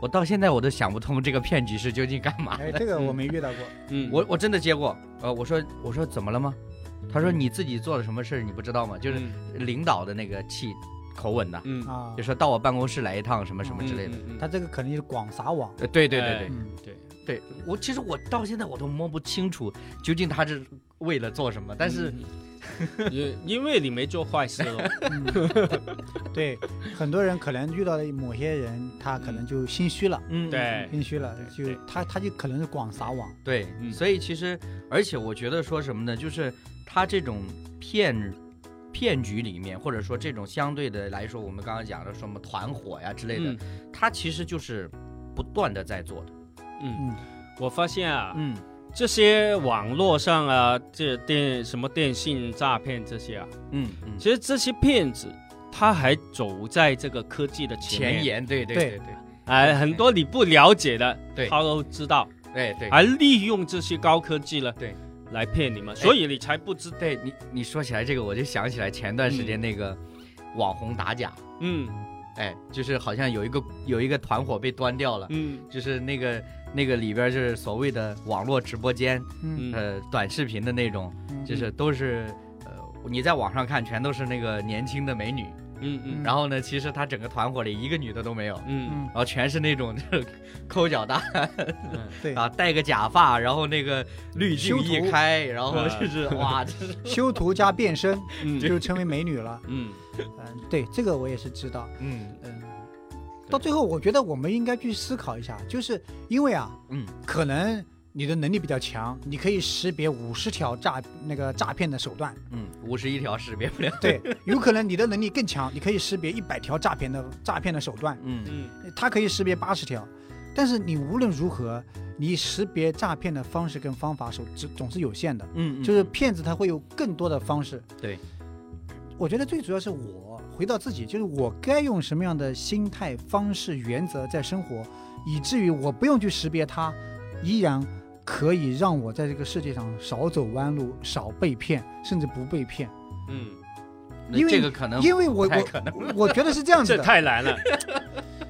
[SPEAKER 1] 我到现在我都想不通这个骗局是究竟干嘛
[SPEAKER 3] 哎，
[SPEAKER 1] 的。
[SPEAKER 3] 这个我没遇到过。
[SPEAKER 2] 嗯
[SPEAKER 1] 我我真的接过，呃，我说我说怎么了吗？他说你自己做了什么事儿你不知道吗？就是
[SPEAKER 2] 嗯
[SPEAKER 1] 领导的那个气口吻呐，
[SPEAKER 2] 嗯
[SPEAKER 3] 啊
[SPEAKER 1] 就，说到我办公室来一趟什么什么之类的。，
[SPEAKER 2] 嗯
[SPEAKER 3] 他这个可能就是广撒网。
[SPEAKER 1] 呃，对对对
[SPEAKER 2] 哎
[SPEAKER 1] 对
[SPEAKER 3] 嗯，
[SPEAKER 2] 对，
[SPEAKER 1] 对，我其实我到现在我都摸不清楚究竟他是为了做什么，但是
[SPEAKER 2] 嗯因因为你没做坏 事咯，
[SPEAKER 3] 嗯 对，很多人可能遇到的某些人，他可能就心虚了，
[SPEAKER 1] 嗯，
[SPEAKER 2] 对，
[SPEAKER 3] 心虚了，
[SPEAKER 2] 哎对
[SPEAKER 3] 就他他就可能是广撒网。
[SPEAKER 1] 对，
[SPEAKER 2] 嗯
[SPEAKER 1] 所以其实，而且我觉得说什么呢，就是他这种骗骗局里面，或者说这种相对的来说，我们刚刚讲的什么团伙呀之类的，
[SPEAKER 2] 嗯
[SPEAKER 1] 他其实就是不断的在做的。
[SPEAKER 2] 嗯
[SPEAKER 3] 嗯，
[SPEAKER 2] 我发现啊，
[SPEAKER 1] 嗯
[SPEAKER 2] 这些网络上啊，这电什么电信诈骗这些啊，
[SPEAKER 1] 嗯嗯，
[SPEAKER 2] 其实这些骗子他还走在这个科技的前
[SPEAKER 1] 前
[SPEAKER 2] 面。
[SPEAKER 1] 沿，对对
[SPEAKER 3] 对
[SPEAKER 1] 对，
[SPEAKER 2] 哎，很多你不了解的，
[SPEAKER 1] 对
[SPEAKER 2] 他都知道，
[SPEAKER 1] 对哎对
[SPEAKER 2] 还利用这些高科技呢，
[SPEAKER 1] 对，哎
[SPEAKER 2] 来骗你们，所以你才不知，
[SPEAKER 1] 对你你说起来这个，我就想起来前段时间那个网红打假，
[SPEAKER 2] 嗯
[SPEAKER 1] 哎，就是好像有一个有一个团伙被端掉了，
[SPEAKER 2] 嗯
[SPEAKER 1] 就是那个那个里边就是所谓的网络直播间，
[SPEAKER 3] 嗯，
[SPEAKER 2] 嗯，
[SPEAKER 1] 呃，短视频的那种，
[SPEAKER 3] 嗯
[SPEAKER 1] 就是都是呃你在网上看全都是那个年轻的美女，
[SPEAKER 2] 嗯嗯
[SPEAKER 1] 然后呢，其实他整个团伙里一个女的都没有。
[SPEAKER 2] 嗯
[SPEAKER 1] 然后全是那种 就是抠脚大
[SPEAKER 2] 嗯，
[SPEAKER 3] 对
[SPEAKER 1] 啊，戴个假发，然后那个滤镜
[SPEAKER 3] 修
[SPEAKER 1] 一
[SPEAKER 3] 图
[SPEAKER 1] 开，然后
[SPEAKER 2] 啊
[SPEAKER 1] 就是哇，就是
[SPEAKER 3] 修图加变身
[SPEAKER 2] 嗯
[SPEAKER 3] 就成为美女了。
[SPEAKER 2] 嗯
[SPEAKER 3] 嗯，对，这个我也是知道。
[SPEAKER 1] 嗯
[SPEAKER 3] 嗯，到最后我觉得我们应该去思考一下，就是因为啊，
[SPEAKER 1] 嗯，
[SPEAKER 3] 可能你的能力比较强，你可以识别五十条诈那个诈骗的手段，
[SPEAKER 1] 嗯，五十一条识别不了，
[SPEAKER 3] 对，有可能你的能力更强，你可以识别一百条诈骗的诈骗的手段，
[SPEAKER 1] 嗯
[SPEAKER 2] 嗯
[SPEAKER 3] 它可以识别八十条，但是你无论如何，你识别诈骗的方式跟方法手总总是有限的，
[SPEAKER 1] 嗯，
[SPEAKER 3] 就是骗子他会有更多的方式。
[SPEAKER 1] 对，
[SPEAKER 3] 我觉得最主要是我回到自己，就是我该用什么样的心态、方式、原则在生活，以至于我不用去识别它，依然可以让我在这个世界上少走弯路、少被骗，甚至不被骗。
[SPEAKER 2] 嗯，
[SPEAKER 1] 那
[SPEAKER 3] 因为
[SPEAKER 1] 这个可能
[SPEAKER 3] 因为我
[SPEAKER 1] 不太可能
[SPEAKER 3] 我我觉得是这样子
[SPEAKER 2] 这
[SPEAKER 3] 的，
[SPEAKER 2] 太 难了，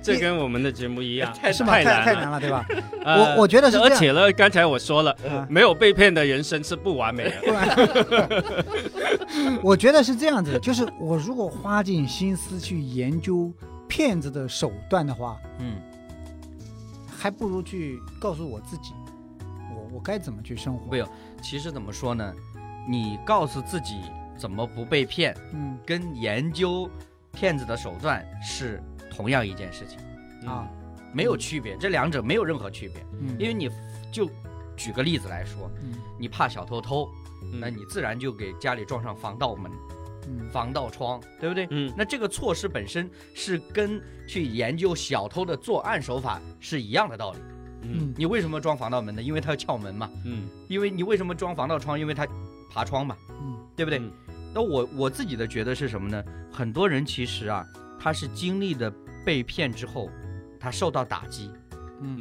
[SPEAKER 2] 这跟我们的节目一样，
[SPEAKER 3] 是吗？太太难
[SPEAKER 2] 难了，
[SPEAKER 3] 了，对吧？
[SPEAKER 2] 呃
[SPEAKER 3] 我我觉得是这
[SPEAKER 2] 而
[SPEAKER 3] 样
[SPEAKER 2] 且呢，刚才我说了，
[SPEAKER 3] 啊
[SPEAKER 2] 没有被骗的人生是不完美的，
[SPEAKER 3] 不然 我觉得是这样子，就是我如果花尽心思去研究骗子的手段的话，
[SPEAKER 1] 嗯
[SPEAKER 3] 还不如去告诉我自己，我我该怎么去生活
[SPEAKER 1] 不。用。其实怎么说呢？你告诉自己怎么不被骗，
[SPEAKER 3] 嗯
[SPEAKER 1] 跟研究骗子的手段是同样一件事情，
[SPEAKER 2] 嗯
[SPEAKER 3] 啊，
[SPEAKER 1] 没有区别，这两者没有任何区别。
[SPEAKER 3] 嗯，
[SPEAKER 1] 因为你就举个例子来说，
[SPEAKER 3] 嗯
[SPEAKER 1] 你怕小偷偷，
[SPEAKER 2] 嗯
[SPEAKER 1] 那你自然就给家里装上防盗门、
[SPEAKER 3] 嗯
[SPEAKER 1] 防盗窗，对不对？
[SPEAKER 2] 嗯
[SPEAKER 1] 那这个措施本身是跟去研究小偷的作案手法是一样的道理。
[SPEAKER 2] 嗯
[SPEAKER 3] 嗯
[SPEAKER 1] 你为什么装防盗门呢？因为它要撬门嘛。
[SPEAKER 2] 嗯
[SPEAKER 1] 因为你为什么装防盗窗？因为它爬窗嘛，
[SPEAKER 3] 嗯
[SPEAKER 1] 对不对？
[SPEAKER 2] 嗯
[SPEAKER 1] 那我我自己的觉得是什么呢？很多人其实啊，他是经历了被骗之后，他受到打击，
[SPEAKER 3] 嗯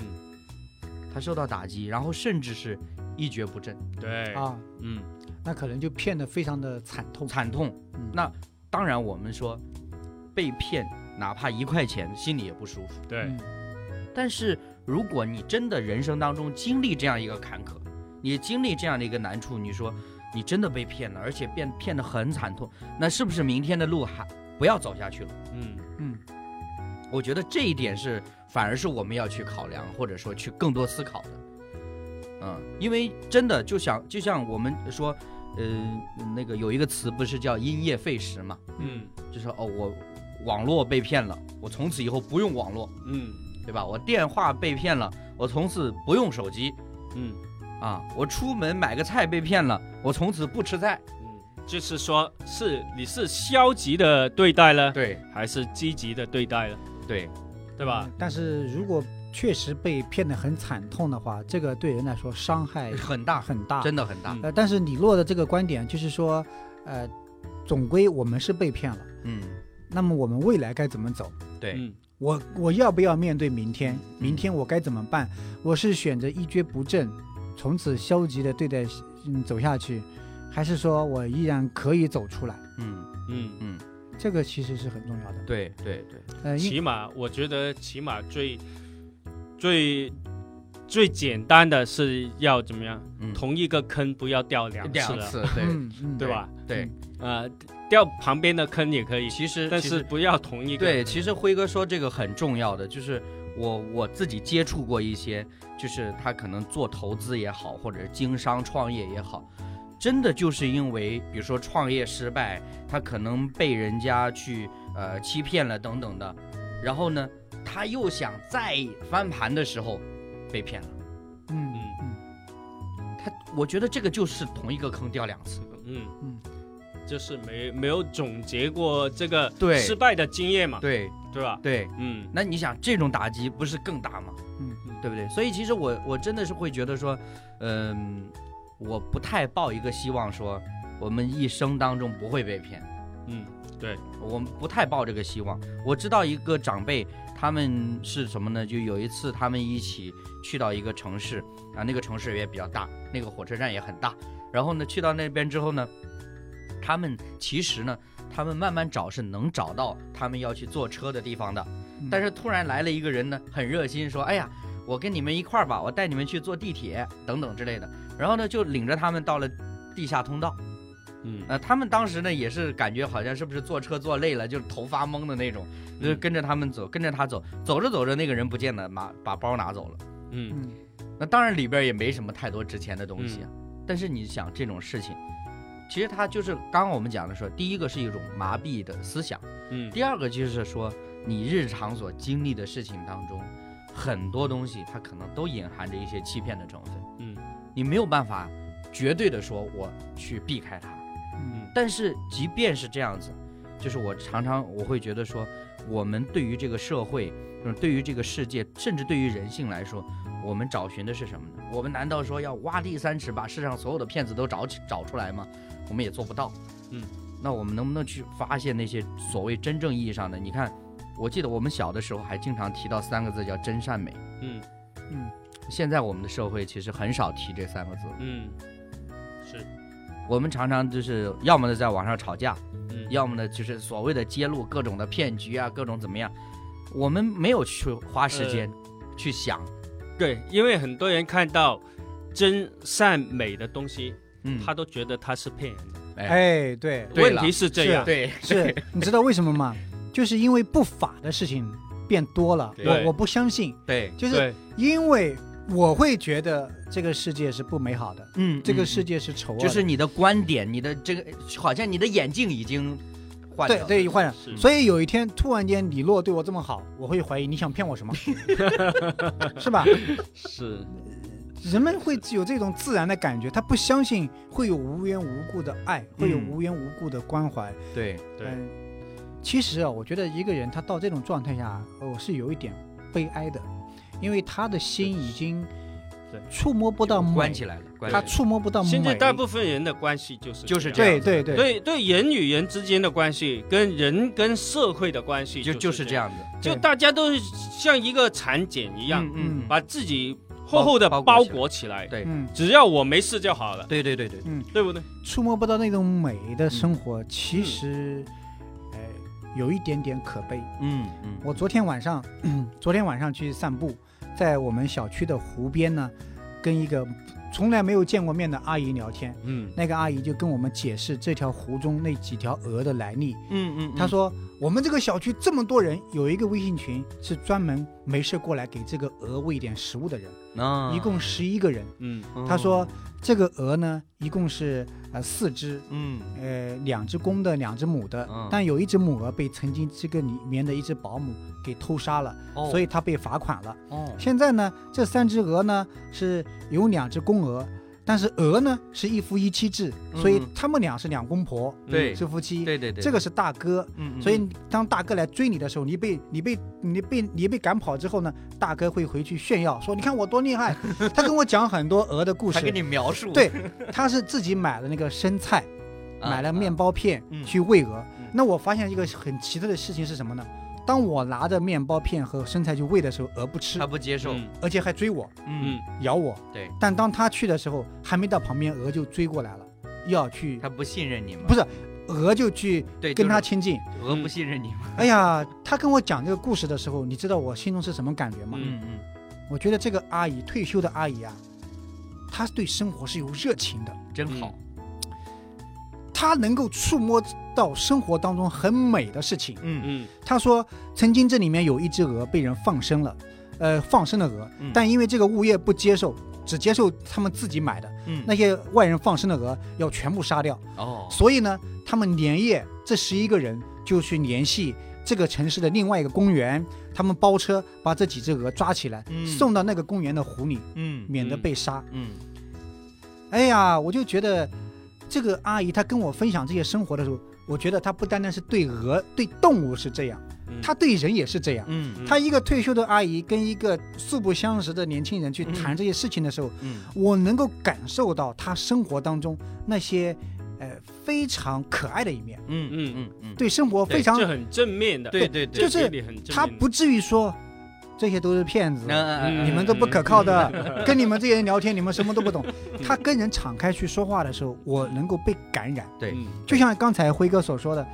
[SPEAKER 1] 他受到打击，然后甚至是一蹶不振，
[SPEAKER 2] 对，
[SPEAKER 3] 啊，
[SPEAKER 2] 嗯
[SPEAKER 3] 那可能就骗得非常的惨痛。
[SPEAKER 1] 惨痛。
[SPEAKER 3] 嗯
[SPEAKER 1] 那当然，我们说被骗，哪怕一块钱，心里也不舒服。
[SPEAKER 2] 对，
[SPEAKER 3] 嗯
[SPEAKER 1] 但是如果你真的人生当中经历这样一个坎坷，你经历这样的一个难处，你说你真的被骗了，而且变骗得很惨痛，那是不是明天的路还不要走下去了？
[SPEAKER 2] 嗯
[SPEAKER 3] 嗯
[SPEAKER 1] 我觉得这一点是反而是我们要去考量，或者说去更多思考的。嗯，因为真的就想就像我们说，呃，那个有一个词不是叫因噎废食嘛，
[SPEAKER 2] 嗯
[SPEAKER 1] 就是哦我网络被骗了，我从此以后不用网络，
[SPEAKER 2] 嗯
[SPEAKER 1] 对吧？我电话被骗了，我从此不用手机。
[SPEAKER 2] 嗯
[SPEAKER 1] 啊，我出门买个菜被骗了，我从此不吃菜。
[SPEAKER 2] 嗯，就是说是你是消极的对待呢，
[SPEAKER 1] 对
[SPEAKER 2] 还是积极的对待呢？
[SPEAKER 1] 对，
[SPEAKER 2] 对吧？
[SPEAKER 3] 嗯但是如果确实被骗得很惨痛的话，这个对人来说伤害
[SPEAKER 1] 哎很大，
[SPEAKER 3] 很大，
[SPEAKER 1] 真的很大。
[SPEAKER 3] 呃，但是李洛的这个观点就是说，呃，总归我们是被骗了，
[SPEAKER 1] 嗯，
[SPEAKER 3] 那么我们未来该怎么走？
[SPEAKER 1] 对，
[SPEAKER 2] 嗯
[SPEAKER 3] 我我要不要面对明天？明天我该怎么办？我是选择一蹶不振，从此消极的对待，嗯，走下去，还是说我依然可以走出来？
[SPEAKER 1] 嗯，
[SPEAKER 2] 嗯，
[SPEAKER 3] 这个其实是很重要的。
[SPEAKER 1] 对对对，
[SPEAKER 3] 呃，因
[SPEAKER 2] 起码我觉得起码最最最简单的是要怎么样？
[SPEAKER 1] 嗯，
[SPEAKER 2] 同一个坑不要掉两次
[SPEAKER 1] 两
[SPEAKER 2] 了，
[SPEAKER 1] 次， 对
[SPEAKER 3] 嗯嗯，
[SPEAKER 2] 对吧？
[SPEAKER 1] 对。
[SPEAKER 2] 呃，掉旁边的坑也可以，
[SPEAKER 1] 其实，
[SPEAKER 2] 但
[SPEAKER 1] 其
[SPEAKER 2] 是
[SPEAKER 1] 实嗯
[SPEAKER 2] 不要同一个。
[SPEAKER 1] 对，其实辉哥说这个很重要的，就是我我自己接触过一些，就是他可能做投资也好，或者是经商创业也好。真的就是因为，比如说创业失败，他可能被人家去呃欺骗了等等的，然后呢，他又想再翻盘的时候被骗了。
[SPEAKER 3] 嗯
[SPEAKER 2] 嗯
[SPEAKER 3] 嗯
[SPEAKER 1] 他，我觉得这个就是同一个坑掉两次。
[SPEAKER 2] 嗯
[SPEAKER 3] 嗯
[SPEAKER 2] 就是没没有总结过这个
[SPEAKER 1] 对
[SPEAKER 2] 失败的经验嘛，
[SPEAKER 1] 对
[SPEAKER 2] 对吧？
[SPEAKER 1] 对，
[SPEAKER 2] 嗯
[SPEAKER 1] 那你想这种打击不是更大吗？
[SPEAKER 3] 嗯
[SPEAKER 2] 嗯
[SPEAKER 1] 对不对？所以其实我我真的是会觉得说，嗯、我不太抱一个希望说我们一生当中不会被骗，
[SPEAKER 2] 嗯，对
[SPEAKER 1] 我们不太抱这个希望。我知道一个长辈，他们是什么呢？就有一次他们一起去到一个城市啊，那个城市也比较大，那个火车站也很大。然后呢，去到那边之后呢，他们其实呢，他们慢慢找是能找到他们要去坐车的地方的。
[SPEAKER 3] 嗯
[SPEAKER 1] 但是突然来了一个人呢，很热心说：“哎呀，我跟你们一块儿吧，我带你们去坐地铁等等之类的。”然后呢，就领着他们到了地下通道。
[SPEAKER 2] 嗯，
[SPEAKER 1] 呃，他们当时呢也是感觉好像是不是坐车坐累了，就是头发懵的那种，
[SPEAKER 2] 嗯
[SPEAKER 1] 就是跟着他们走，跟着他走，走着走着那个人不见了，拿把包拿走了。
[SPEAKER 2] 嗯，
[SPEAKER 3] 嗯，
[SPEAKER 1] 那当然里边也没什么太多值钱的东西啊，但是你想这种事情，其实它就是刚刚我们讲的说，第一个是一种麻痹的思想，
[SPEAKER 2] 嗯，
[SPEAKER 1] 第二个就是说你日常所经历的事情当中，很多东西它可能都隐含着一些欺骗的成分，
[SPEAKER 2] 嗯，
[SPEAKER 1] 你没有办法绝对的说我去避开它。
[SPEAKER 3] 嗯
[SPEAKER 1] 但是即便是这样子，就是我常常我会觉得说，我们对于这个社会，嗯，对于这个世界，甚至对于人性来说，我们找寻的是什么呢？我们难道说要挖地三尺，把世上所有的骗子都找起找出来吗？我们也做不到。
[SPEAKER 2] 嗯，
[SPEAKER 1] 那我们能不能去发现那些所谓真正意义上的？你看，我记得我们小的时候还经常提到三个字叫真善美。
[SPEAKER 2] 嗯，
[SPEAKER 3] 嗯，
[SPEAKER 1] 现在我们的社会其实很少提这三个字，
[SPEAKER 2] 嗯，是，
[SPEAKER 1] 我们常常就是要么就在网上吵架，
[SPEAKER 2] 嗯，
[SPEAKER 1] 要么呢就是所谓的揭露各种的骗局啊，各种怎么样，我们没有去花时间
[SPEAKER 2] 呃
[SPEAKER 1] 去想，
[SPEAKER 2] 对，因为很多人看到真善美的东西，
[SPEAKER 1] 嗯，
[SPEAKER 2] 他都觉得他是骗人的。
[SPEAKER 3] 哎，对，
[SPEAKER 1] 对
[SPEAKER 2] 问
[SPEAKER 1] 了
[SPEAKER 2] 题是这
[SPEAKER 3] 是啊
[SPEAKER 2] 样，
[SPEAKER 1] 对，
[SPEAKER 3] 是，你知道为什么吗？就是因为不法的事情变多了，
[SPEAKER 1] 对
[SPEAKER 3] 我我不相信，
[SPEAKER 1] 对，
[SPEAKER 3] 就是因为我会觉得这个世界是不美好的，
[SPEAKER 1] 嗯，
[SPEAKER 3] 这个世
[SPEAKER 1] 是
[SPEAKER 3] 界是丑恶的，
[SPEAKER 1] 就是你的观点，你的这个好像你的眼镜已经换
[SPEAKER 3] 对
[SPEAKER 1] 掉了，
[SPEAKER 3] 对坏人。
[SPEAKER 2] 是
[SPEAKER 3] 所以有一天突然间李洛对我这么好，我会怀疑你想 骗我什么，是吧？
[SPEAKER 2] 是，
[SPEAKER 3] 人们会有这种自然的感觉，他不相信会有无缘无故的爱，会有无缘无故的关怀。
[SPEAKER 1] 嗯对，
[SPEAKER 2] 对，
[SPEAKER 3] 嗯，其实啊，我觉得一个人他到这种状态下，哦，是有一点悲哀的，因为他的心已经
[SPEAKER 2] 对
[SPEAKER 3] 触摸不到美
[SPEAKER 1] 关，起来了，关起
[SPEAKER 3] 他
[SPEAKER 1] 来了，
[SPEAKER 3] 触摸不到美。
[SPEAKER 2] 现在大部分人的关系就是
[SPEAKER 1] 就是
[SPEAKER 2] 这
[SPEAKER 1] 这
[SPEAKER 2] 样。
[SPEAKER 1] 样
[SPEAKER 3] 对
[SPEAKER 1] 子
[SPEAKER 3] 对对
[SPEAKER 2] 对对，人与人之间的关系，跟人跟社会的关系
[SPEAKER 1] 就
[SPEAKER 2] 就
[SPEAKER 1] 就是
[SPEAKER 2] 这
[SPEAKER 1] 这
[SPEAKER 2] 样，
[SPEAKER 1] 样子，
[SPEAKER 2] 就
[SPEAKER 3] 对
[SPEAKER 2] 大家都是像一个蚕茧一样，
[SPEAKER 1] 嗯嗯，
[SPEAKER 2] 把自己厚厚的
[SPEAKER 1] 包
[SPEAKER 2] 包
[SPEAKER 1] 包
[SPEAKER 2] 裹
[SPEAKER 1] 裹
[SPEAKER 2] 起来，
[SPEAKER 1] 对
[SPEAKER 3] 嗯，
[SPEAKER 2] 只要我没事就好了，
[SPEAKER 1] 对对对对，对
[SPEAKER 2] 对不对？
[SPEAKER 3] 触摸不到那种美
[SPEAKER 1] 嗯
[SPEAKER 3] 的生活，其实，呃，有一点点可悲。
[SPEAKER 1] 嗯嗯，
[SPEAKER 3] 我昨天晚上， 昨天晚上去散步，在我们小区的湖边呢，跟一个从来没有见过面的阿姨聊天。
[SPEAKER 2] 嗯
[SPEAKER 3] 那个阿姨就跟我们解释这条湖中那几条鹅的来历。
[SPEAKER 1] 嗯嗯，
[SPEAKER 3] 她
[SPEAKER 1] 嗯
[SPEAKER 3] 说，我们这个小区这么多人，有一个微信群是专门没事过来给这个鹅喂点食物的人，
[SPEAKER 1] 啊哦
[SPEAKER 3] 一共十一个人。
[SPEAKER 2] 嗯
[SPEAKER 3] 她说，这个鹅呢，一共是呃四只，
[SPEAKER 1] 嗯
[SPEAKER 3] 呃，两只公的，两只母的，
[SPEAKER 1] 嗯
[SPEAKER 3] 但有一只母鹅被曾经这个里面的一只保姆给偷杀了，
[SPEAKER 1] 哦
[SPEAKER 3] 所以它被罚款了。
[SPEAKER 1] 哦
[SPEAKER 3] 现在呢，这三只鹅呢是有两只公鹅，但是鹅呢是一夫一妻制，所以
[SPEAKER 1] 嗯
[SPEAKER 3] 他们俩是两公婆，
[SPEAKER 1] 对
[SPEAKER 3] 是夫妻。
[SPEAKER 1] 对对对，
[SPEAKER 3] 这个是大哥，
[SPEAKER 1] 嗯，嗯
[SPEAKER 3] 所以当大哥来追你的时候，你被你被你被你被赶跑之后呢，大哥会回去炫耀说：“你看我多 厉害！”他跟我讲很多鹅的故
[SPEAKER 1] 还
[SPEAKER 3] 事
[SPEAKER 1] 给，你描述，
[SPEAKER 3] 对他是自己买了那个生菜。
[SPEAKER 1] 啊
[SPEAKER 3] 买了
[SPEAKER 1] 啊
[SPEAKER 3] 面包片
[SPEAKER 1] 嗯
[SPEAKER 3] 去喂鹅
[SPEAKER 1] 嗯。
[SPEAKER 3] 那我发现一个很奇特的事情是什么呢？当我拿着面包片和生菜去喂的时候，鹅不吃
[SPEAKER 1] 他，不接受，
[SPEAKER 2] 嗯
[SPEAKER 3] 而且还追我，
[SPEAKER 1] 嗯
[SPEAKER 2] 嗯，
[SPEAKER 3] 咬我。
[SPEAKER 1] 对。
[SPEAKER 3] 但当他去的时候，还没到旁边，鹅就追过来了，要去，
[SPEAKER 1] 他不信任你吗？
[SPEAKER 3] 不是鹅就去
[SPEAKER 1] 对，
[SPEAKER 3] 嗯
[SPEAKER 1] 就
[SPEAKER 3] 跟
[SPEAKER 1] 是
[SPEAKER 3] 他亲 近。
[SPEAKER 1] 鹅不信任你吗？
[SPEAKER 3] 哎呀，他跟我讲这个故事的时候，你知道我心中是什么感觉吗？
[SPEAKER 2] 嗯
[SPEAKER 1] 嗯
[SPEAKER 3] 我觉得这个阿姨，退休的阿姨啊，她对生活是有热情的。
[SPEAKER 1] 嗯，真好，
[SPEAKER 3] 她能够触摸到生活当中很美的事情，
[SPEAKER 1] 嗯
[SPEAKER 2] 嗯
[SPEAKER 3] 他说，曾经这里面有一只鹅被人放生了，呃，放生的鹅
[SPEAKER 1] 嗯，
[SPEAKER 3] 但因为这个物业不接受，只接受他们自己买的，
[SPEAKER 1] 嗯
[SPEAKER 3] 那些外人放生的鹅要全部杀掉，
[SPEAKER 1] 哦，
[SPEAKER 3] 所以呢，他们连夜这十一个人就去联系这个城市的另外一个公园，他们包车把这几只鹅抓起来，
[SPEAKER 1] 嗯
[SPEAKER 3] 送到那个公园的湖里，
[SPEAKER 1] 嗯
[SPEAKER 3] 免得被杀。
[SPEAKER 1] 嗯
[SPEAKER 3] 哎呀，我就觉得这个阿姨她跟我分享这些生活的时候，我觉得她不单单是对鹅、对动物是这样，
[SPEAKER 2] 嗯
[SPEAKER 3] 她对人也是这样。
[SPEAKER 1] 嗯
[SPEAKER 3] 她一个退休的阿姨跟一个素不相识的年轻人去
[SPEAKER 1] 嗯
[SPEAKER 3] 谈这些事情的时候，
[SPEAKER 1] 嗯
[SPEAKER 3] 我能够感受到她生活当中那些，呃，非常可爱的一面，
[SPEAKER 1] 嗯
[SPEAKER 2] 嗯
[SPEAKER 1] 嗯嗯，
[SPEAKER 3] 对生活
[SPEAKER 2] 对
[SPEAKER 3] 非常
[SPEAKER 2] 这，很正面的，
[SPEAKER 1] 对对对，
[SPEAKER 3] 就是
[SPEAKER 2] 这里很正
[SPEAKER 3] 他
[SPEAKER 2] 面的
[SPEAKER 3] 不至于说这些都是骗子，
[SPEAKER 1] 嗯
[SPEAKER 3] 你们都不可靠的，跟你们这些人聊天，你们什么都不 懂。他跟人敞开去说话的时候，我能够被感染。
[SPEAKER 1] 对
[SPEAKER 2] 嗯
[SPEAKER 3] 就像刚才辉哥所说的，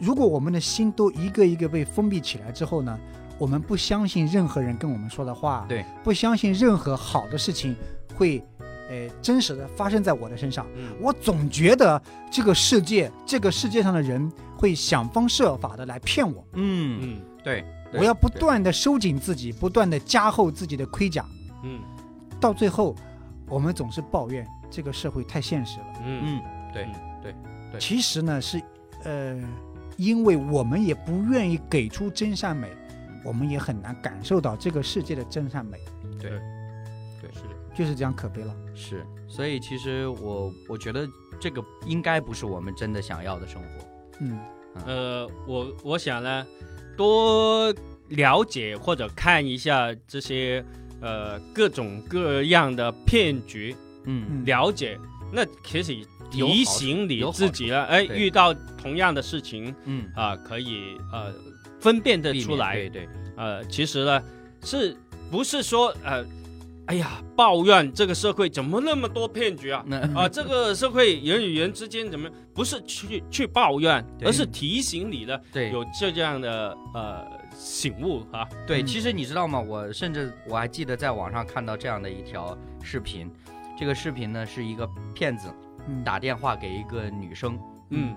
[SPEAKER 3] 如果我们的心都一个一个被封闭起来之后呢，我们不相信任何人跟我们说的话，
[SPEAKER 1] 对，
[SPEAKER 3] 不相信任何好的事情会，呃，真实的发生在我的身上。
[SPEAKER 2] 嗯
[SPEAKER 3] 我总觉得这个世界，这个世界上的人会想方设法的来骗我，
[SPEAKER 1] 嗯，
[SPEAKER 2] 嗯
[SPEAKER 1] 对，对
[SPEAKER 3] 我要不
[SPEAKER 1] 对
[SPEAKER 3] 断的收紧自己，不断的加厚自己的盔甲，
[SPEAKER 2] 嗯
[SPEAKER 3] 到最后，我们总是抱怨这个社会太现实了。
[SPEAKER 2] 嗯
[SPEAKER 1] 嗯，对，对
[SPEAKER 3] 其实呢是，呃，因为我们也不愿意给出真善美，我们也很难感受到这个世界的真善美，
[SPEAKER 2] 嗯，是
[SPEAKER 3] 就是这样可悲了。
[SPEAKER 1] 是，所以其实我我觉得这个应该不是我们真的想要的生活。
[SPEAKER 3] 嗯，
[SPEAKER 2] 呃，我我想呢，多了解或者看一下这些呃各种各样的骗局，
[SPEAKER 1] 嗯
[SPEAKER 3] 嗯
[SPEAKER 2] 了解，那可以
[SPEAKER 1] 有好处
[SPEAKER 2] 提醒你
[SPEAKER 1] 有好
[SPEAKER 2] 自己了。哎，
[SPEAKER 1] 对
[SPEAKER 2] 遇到同样的事情
[SPEAKER 1] 嗯，
[SPEAKER 2] 啊、可以呃分辨得
[SPEAKER 1] 避
[SPEAKER 2] 出
[SPEAKER 1] 免
[SPEAKER 2] 来。
[SPEAKER 1] 对对，
[SPEAKER 2] 呃，其实呢，是不是说呃，哎呀，抱怨这个社会怎么那么多骗局啊？
[SPEAKER 1] 那
[SPEAKER 2] 啊、这个社会人与人之间怎么不是去去抱怨，
[SPEAKER 1] 对
[SPEAKER 2] 而是提醒你呢，
[SPEAKER 1] 对
[SPEAKER 2] 有这样的呃醒悟啊。
[SPEAKER 1] 对，
[SPEAKER 3] 嗯
[SPEAKER 1] 其实你知道吗？我甚至我还记得在网上看到这样的一条视频，这个视频呢是一个骗子
[SPEAKER 3] 嗯，
[SPEAKER 1] 打电话给一个女生，
[SPEAKER 2] 嗯，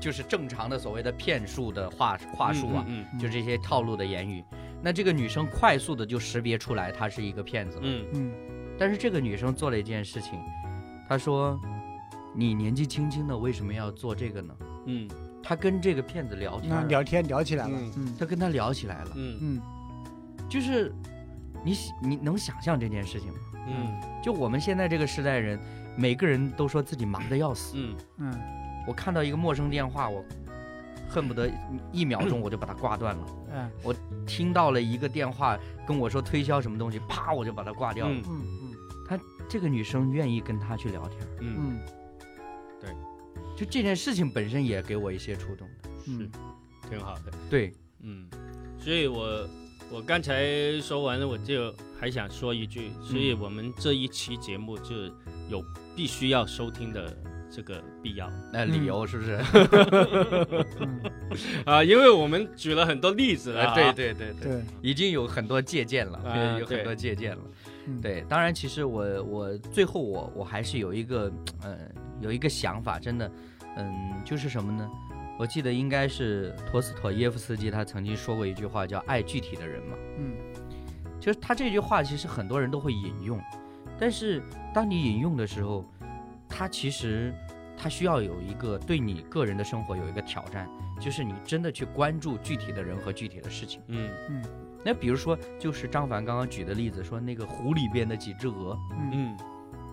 [SPEAKER 1] 就是正常的所谓的骗术的话话术啊，
[SPEAKER 2] 嗯
[SPEAKER 1] 就这些套路的言语。那这个女生快速的就识别出来她是一个骗子了。
[SPEAKER 2] 嗯
[SPEAKER 3] 嗯，
[SPEAKER 1] 但是这个女生做了一件事情，她说：“你年纪轻轻的，为什么要做这个呢
[SPEAKER 2] 嗯？”
[SPEAKER 1] 她跟这个骗子聊天
[SPEAKER 3] 那
[SPEAKER 1] 儿，
[SPEAKER 3] 聊天聊起来了
[SPEAKER 2] 嗯，
[SPEAKER 3] 嗯
[SPEAKER 1] 她跟他聊起来了，
[SPEAKER 2] 嗯
[SPEAKER 3] 嗯
[SPEAKER 1] 就是你你能想象这件事情吗？
[SPEAKER 2] 嗯
[SPEAKER 1] 就我们现在这个时代人，每个人都说自己忙得要死。
[SPEAKER 2] 嗯
[SPEAKER 3] 嗯
[SPEAKER 1] 我看到一个陌生电话，我恨不得一秒 钟我就把它挂断了。
[SPEAKER 3] 嗯
[SPEAKER 1] 听到了一个电话跟我说推销什么东西，啪我就把它挂掉了。
[SPEAKER 2] 嗯
[SPEAKER 3] 嗯
[SPEAKER 1] 这个女生愿意跟他去聊天儿，
[SPEAKER 2] 嗯，
[SPEAKER 3] 嗯
[SPEAKER 1] 就这件事情本身也给我一些触动。
[SPEAKER 3] 嗯
[SPEAKER 2] 挺好的。
[SPEAKER 1] 对，
[SPEAKER 2] 嗯，所以我我刚才说完了，我就还想说一句，所以我们这一期节目就有必须要收听的这个必要啊、
[SPEAKER 1] 那
[SPEAKER 3] 嗯
[SPEAKER 1] 理由是不 是？
[SPEAKER 3] 嗯，
[SPEAKER 2] 啊因为我们举了很多例子了、啊，
[SPEAKER 1] 对对对对，
[SPEAKER 3] 对，
[SPEAKER 1] 已经有很多借鉴了，
[SPEAKER 2] 啊
[SPEAKER 1] 有很多借鉴了。
[SPEAKER 3] 嗯
[SPEAKER 1] 对，当然，其实我我最后我我还是有一个呃有一个想法，真的，嗯，就是什么呢？我记得应该是陀思妥耶夫斯基他曾经说过一句话，叫“爱具体的人”嘛。
[SPEAKER 3] 嗯
[SPEAKER 1] 就是他这句话，其实很多人都会引用，但是当你引用的时候，它其实它需要有一个对你个人的生活有一个挑战，就是你真的去关注具体的人和具体的事情。
[SPEAKER 2] 嗯
[SPEAKER 1] 那比如说，就是张凡刚刚举的例子，说那个湖里边的几只鹅，
[SPEAKER 3] 嗯
[SPEAKER 2] 嗯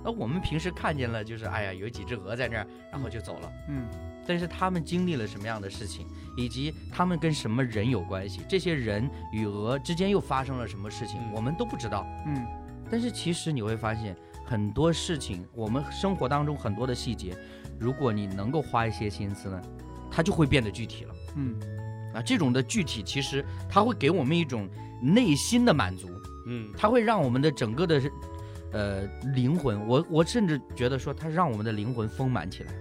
[SPEAKER 1] 那我们平时看见了，就是哎呀，有几只鹅在那儿，然后就走了。
[SPEAKER 3] 嗯
[SPEAKER 1] 但是他们经历了什么样的事情，以及他们跟什么人有关系，这些人与鹅之间又发生了什么事情，
[SPEAKER 2] 嗯
[SPEAKER 1] 我们都不知道。
[SPEAKER 3] 嗯
[SPEAKER 1] 但是其实你会发现很多事情，我们生活当中很多的细节，如果你能够花一些心思呢，它就会变得具体了。
[SPEAKER 3] 嗯
[SPEAKER 1] 啊，这种的具体其实它会给我们一种内心的满足，
[SPEAKER 2] 嗯
[SPEAKER 1] 它会让我们的整个的，呃，灵魂，我我甚至觉得说它让我们的灵魂丰满起来，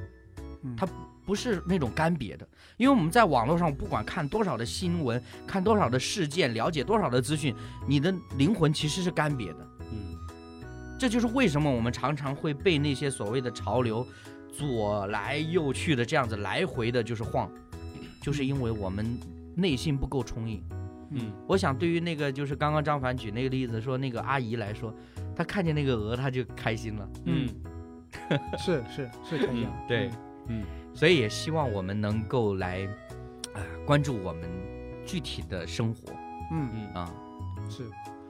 [SPEAKER 3] 嗯，
[SPEAKER 1] 他不是那种干瘪的。因为我们在网络上不管看多少的新闻，看多少的事件，了解多少的资讯，你的灵魂其实是干瘪的。
[SPEAKER 2] 嗯
[SPEAKER 1] 这就是为什么我们常常会被那些所谓的潮流左来右去的这样子来回的，就是晃，就是因为我们内心不够充盈。
[SPEAKER 2] 嗯
[SPEAKER 1] 我想，对于那个就是刚刚张凡举那个例子说那个阿姨来说，她看见那个鹅，她就开心了。
[SPEAKER 2] 嗯
[SPEAKER 3] 是是是这样，
[SPEAKER 1] 对，
[SPEAKER 2] 嗯，
[SPEAKER 1] 所以也希望我们能够来，啊、关注我们具体的生活
[SPEAKER 3] 嗯。
[SPEAKER 2] 嗯
[SPEAKER 1] 啊，
[SPEAKER 3] 是，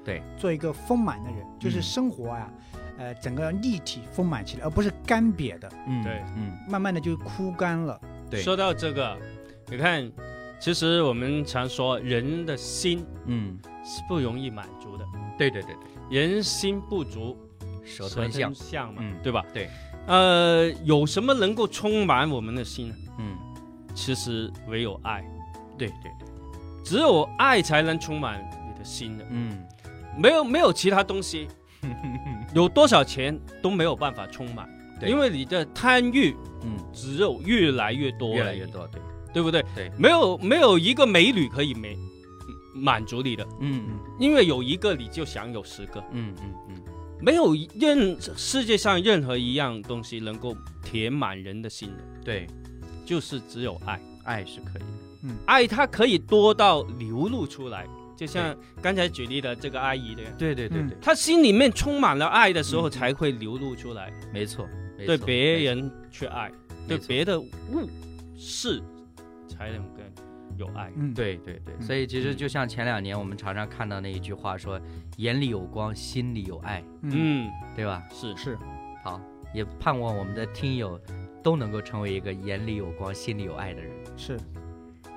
[SPEAKER 1] 对，
[SPEAKER 3] 做一个丰满的人，就是
[SPEAKER 1] 嗯
[SPEAKER 3] 生活啊，呃，整个立体丰满起来，而不是干瘪的，
[SPEAKER 1] 嗯，
[SPEAKER 2] 对，
[SPEAKER 1] 嗯，
[SPEAKER 3] 慢慢的就枯干了。
[SPEAKER 1] 对，
[SPEAKER 2] 说到这个，你看，其实我们常说人的心
[SPEAKER 1] 嗯，
[SPEAKER 2] 是不容易满足的，
[SPEAKER 1] 对对对对，
[SPEAKER 2] 人心不足
[SPEAKER 1] 蛇吞象，
[SPEAKER 2] 象嘛，
[SPEAKER 1] 嗯
[SPEAKER 2] 对吧？
[SPEAKER 1] 对。
[SPEAKER 2] 呃，有什么能够充满我们的心呢？
[SPEAKER 1] 嗯，
[SPEAKER 2] 其实唯有爱，
[SPEAKER 1] 对对对，
[SPEAKER 2] 只有爱才能充满你的心的，
[SPEAKER 1] 嗯，
[SPEAKER 2] 没有没有其他 东西，有多少钱都没有办法充满，
[SPEAKER 1] 对
[SPEAKER 2] 因为你的贪欲
[SPEAKER 1] 嗯，
[SPEAKER 2] 只有越来越多，
[SPEAKER 1] 越来越，多，对，
[SPEAKER 2] 对不对？
[SPEAKER 1] 对
[SPEAKER 2] 没有没有一个美女可以美满足你的，
[SPEAKER 1] 嗯
[SPEAKER 2] 因为有一个你就享有十个，
[SPEAKER 1] 嗯嗯嗯，
[SPEAKER 2] 没有任世界上任何一样东西能够填满人的心的，
[SPEAKER 1] 对，
[SPEAKER 2] 就是只有爱。
[SPEAKER 1] 爱是可以的，
[SPEAKER 2] 爱它可以多到流露出来，就像刚才举例的这个阿姨的，
[SPEAKER 1] 对对对
[SPEAKER 3] 嗯
[SPEAKER 1] 对，
[SPEAKER 2] 她心里面充满了爱的时候
[SPEAKER 1] 嗯
[SPEAKER 2] 才会流露出来，
[SPEAKER 1] 没错，没
[SPEAKER 2] 对
[SPEAKER 1] 错
[SPEAKER 2] 别，人去爱，对
[SPEAKER 1] 没错
[SPEAKER 2] 别的物事才能跟有爱。
[SPEAKER 1] 没
[SPEAKER 3] 嗯，
[SPEAKER 1] 错，对对对，
[SPEAKER 3] 嗯
[SPEAKER 1] 所以其实就像前两年我们常常看到那一句话说，眼里有光，心里有爱，
[SPEAKER 3] 嗯，
[SPEAKER 2] 嗯，
[SPEAKER 1] 对吧？
[SPEAKER 2] 是
[SPEAKER 3] 是，
[SPEAKER 1] 好，也盼望我们的听友都能够成为一个眼里有光、心里有爱的人。
[SPEAKER 3] 是，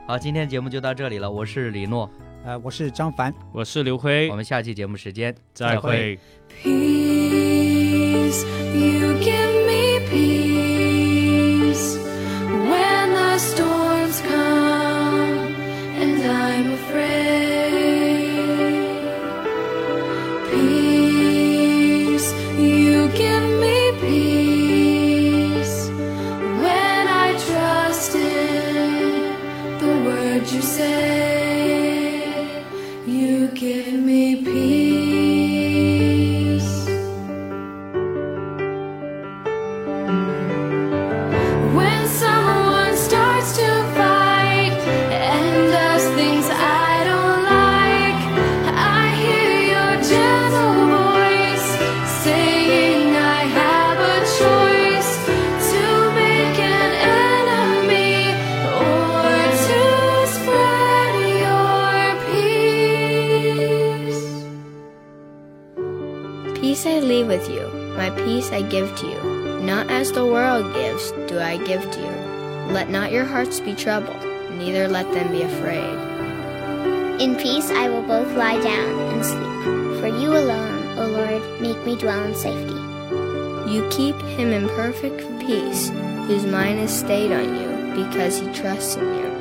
[SPEAKER 1] 好，今天节目就到这里了，我是李诺，
[SPEAKER 3] 呃，我是张凡。
[SPEAKER 2] 我是刘辉
[SPEAKER 1] 我，们下期节目时间
[SPEAKER 2] 再会。
[SPEAKER 4] Peace, you give me peace when the storms come and I'm afraid. Peace, you give me peace when I trust in the word you say. You give me peace. When someone starts to fight and does things I don't like, I hear your gentle voice saying I have a choice to make an enemy or to spread your peace.
[SPEAKER 5] Peace I leave with you, my peace I give to you. Not as the world gives, do I give to you. Let not your hearts be troubled, neither let them be afraid.
[SPEAKER 6] In peace I will both lie down and sleep. For you alone, O Lord, make me dwell in safety.
[SPEAKER 5] You keep him in perfect peace, whose mind is stayed on you, because he trusts in you.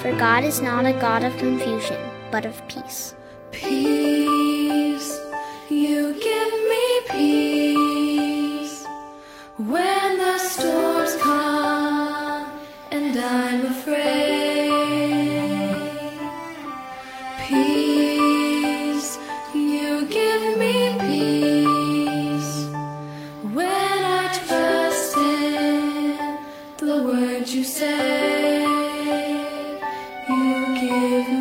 [SPEAKER 6] For God is not a God of confusion, but of peace.
[SPEAKER 4] Peace, you give me peace when the storms come and I'm afraid. Peace, you give me peace when I trust in the words you say. You give me.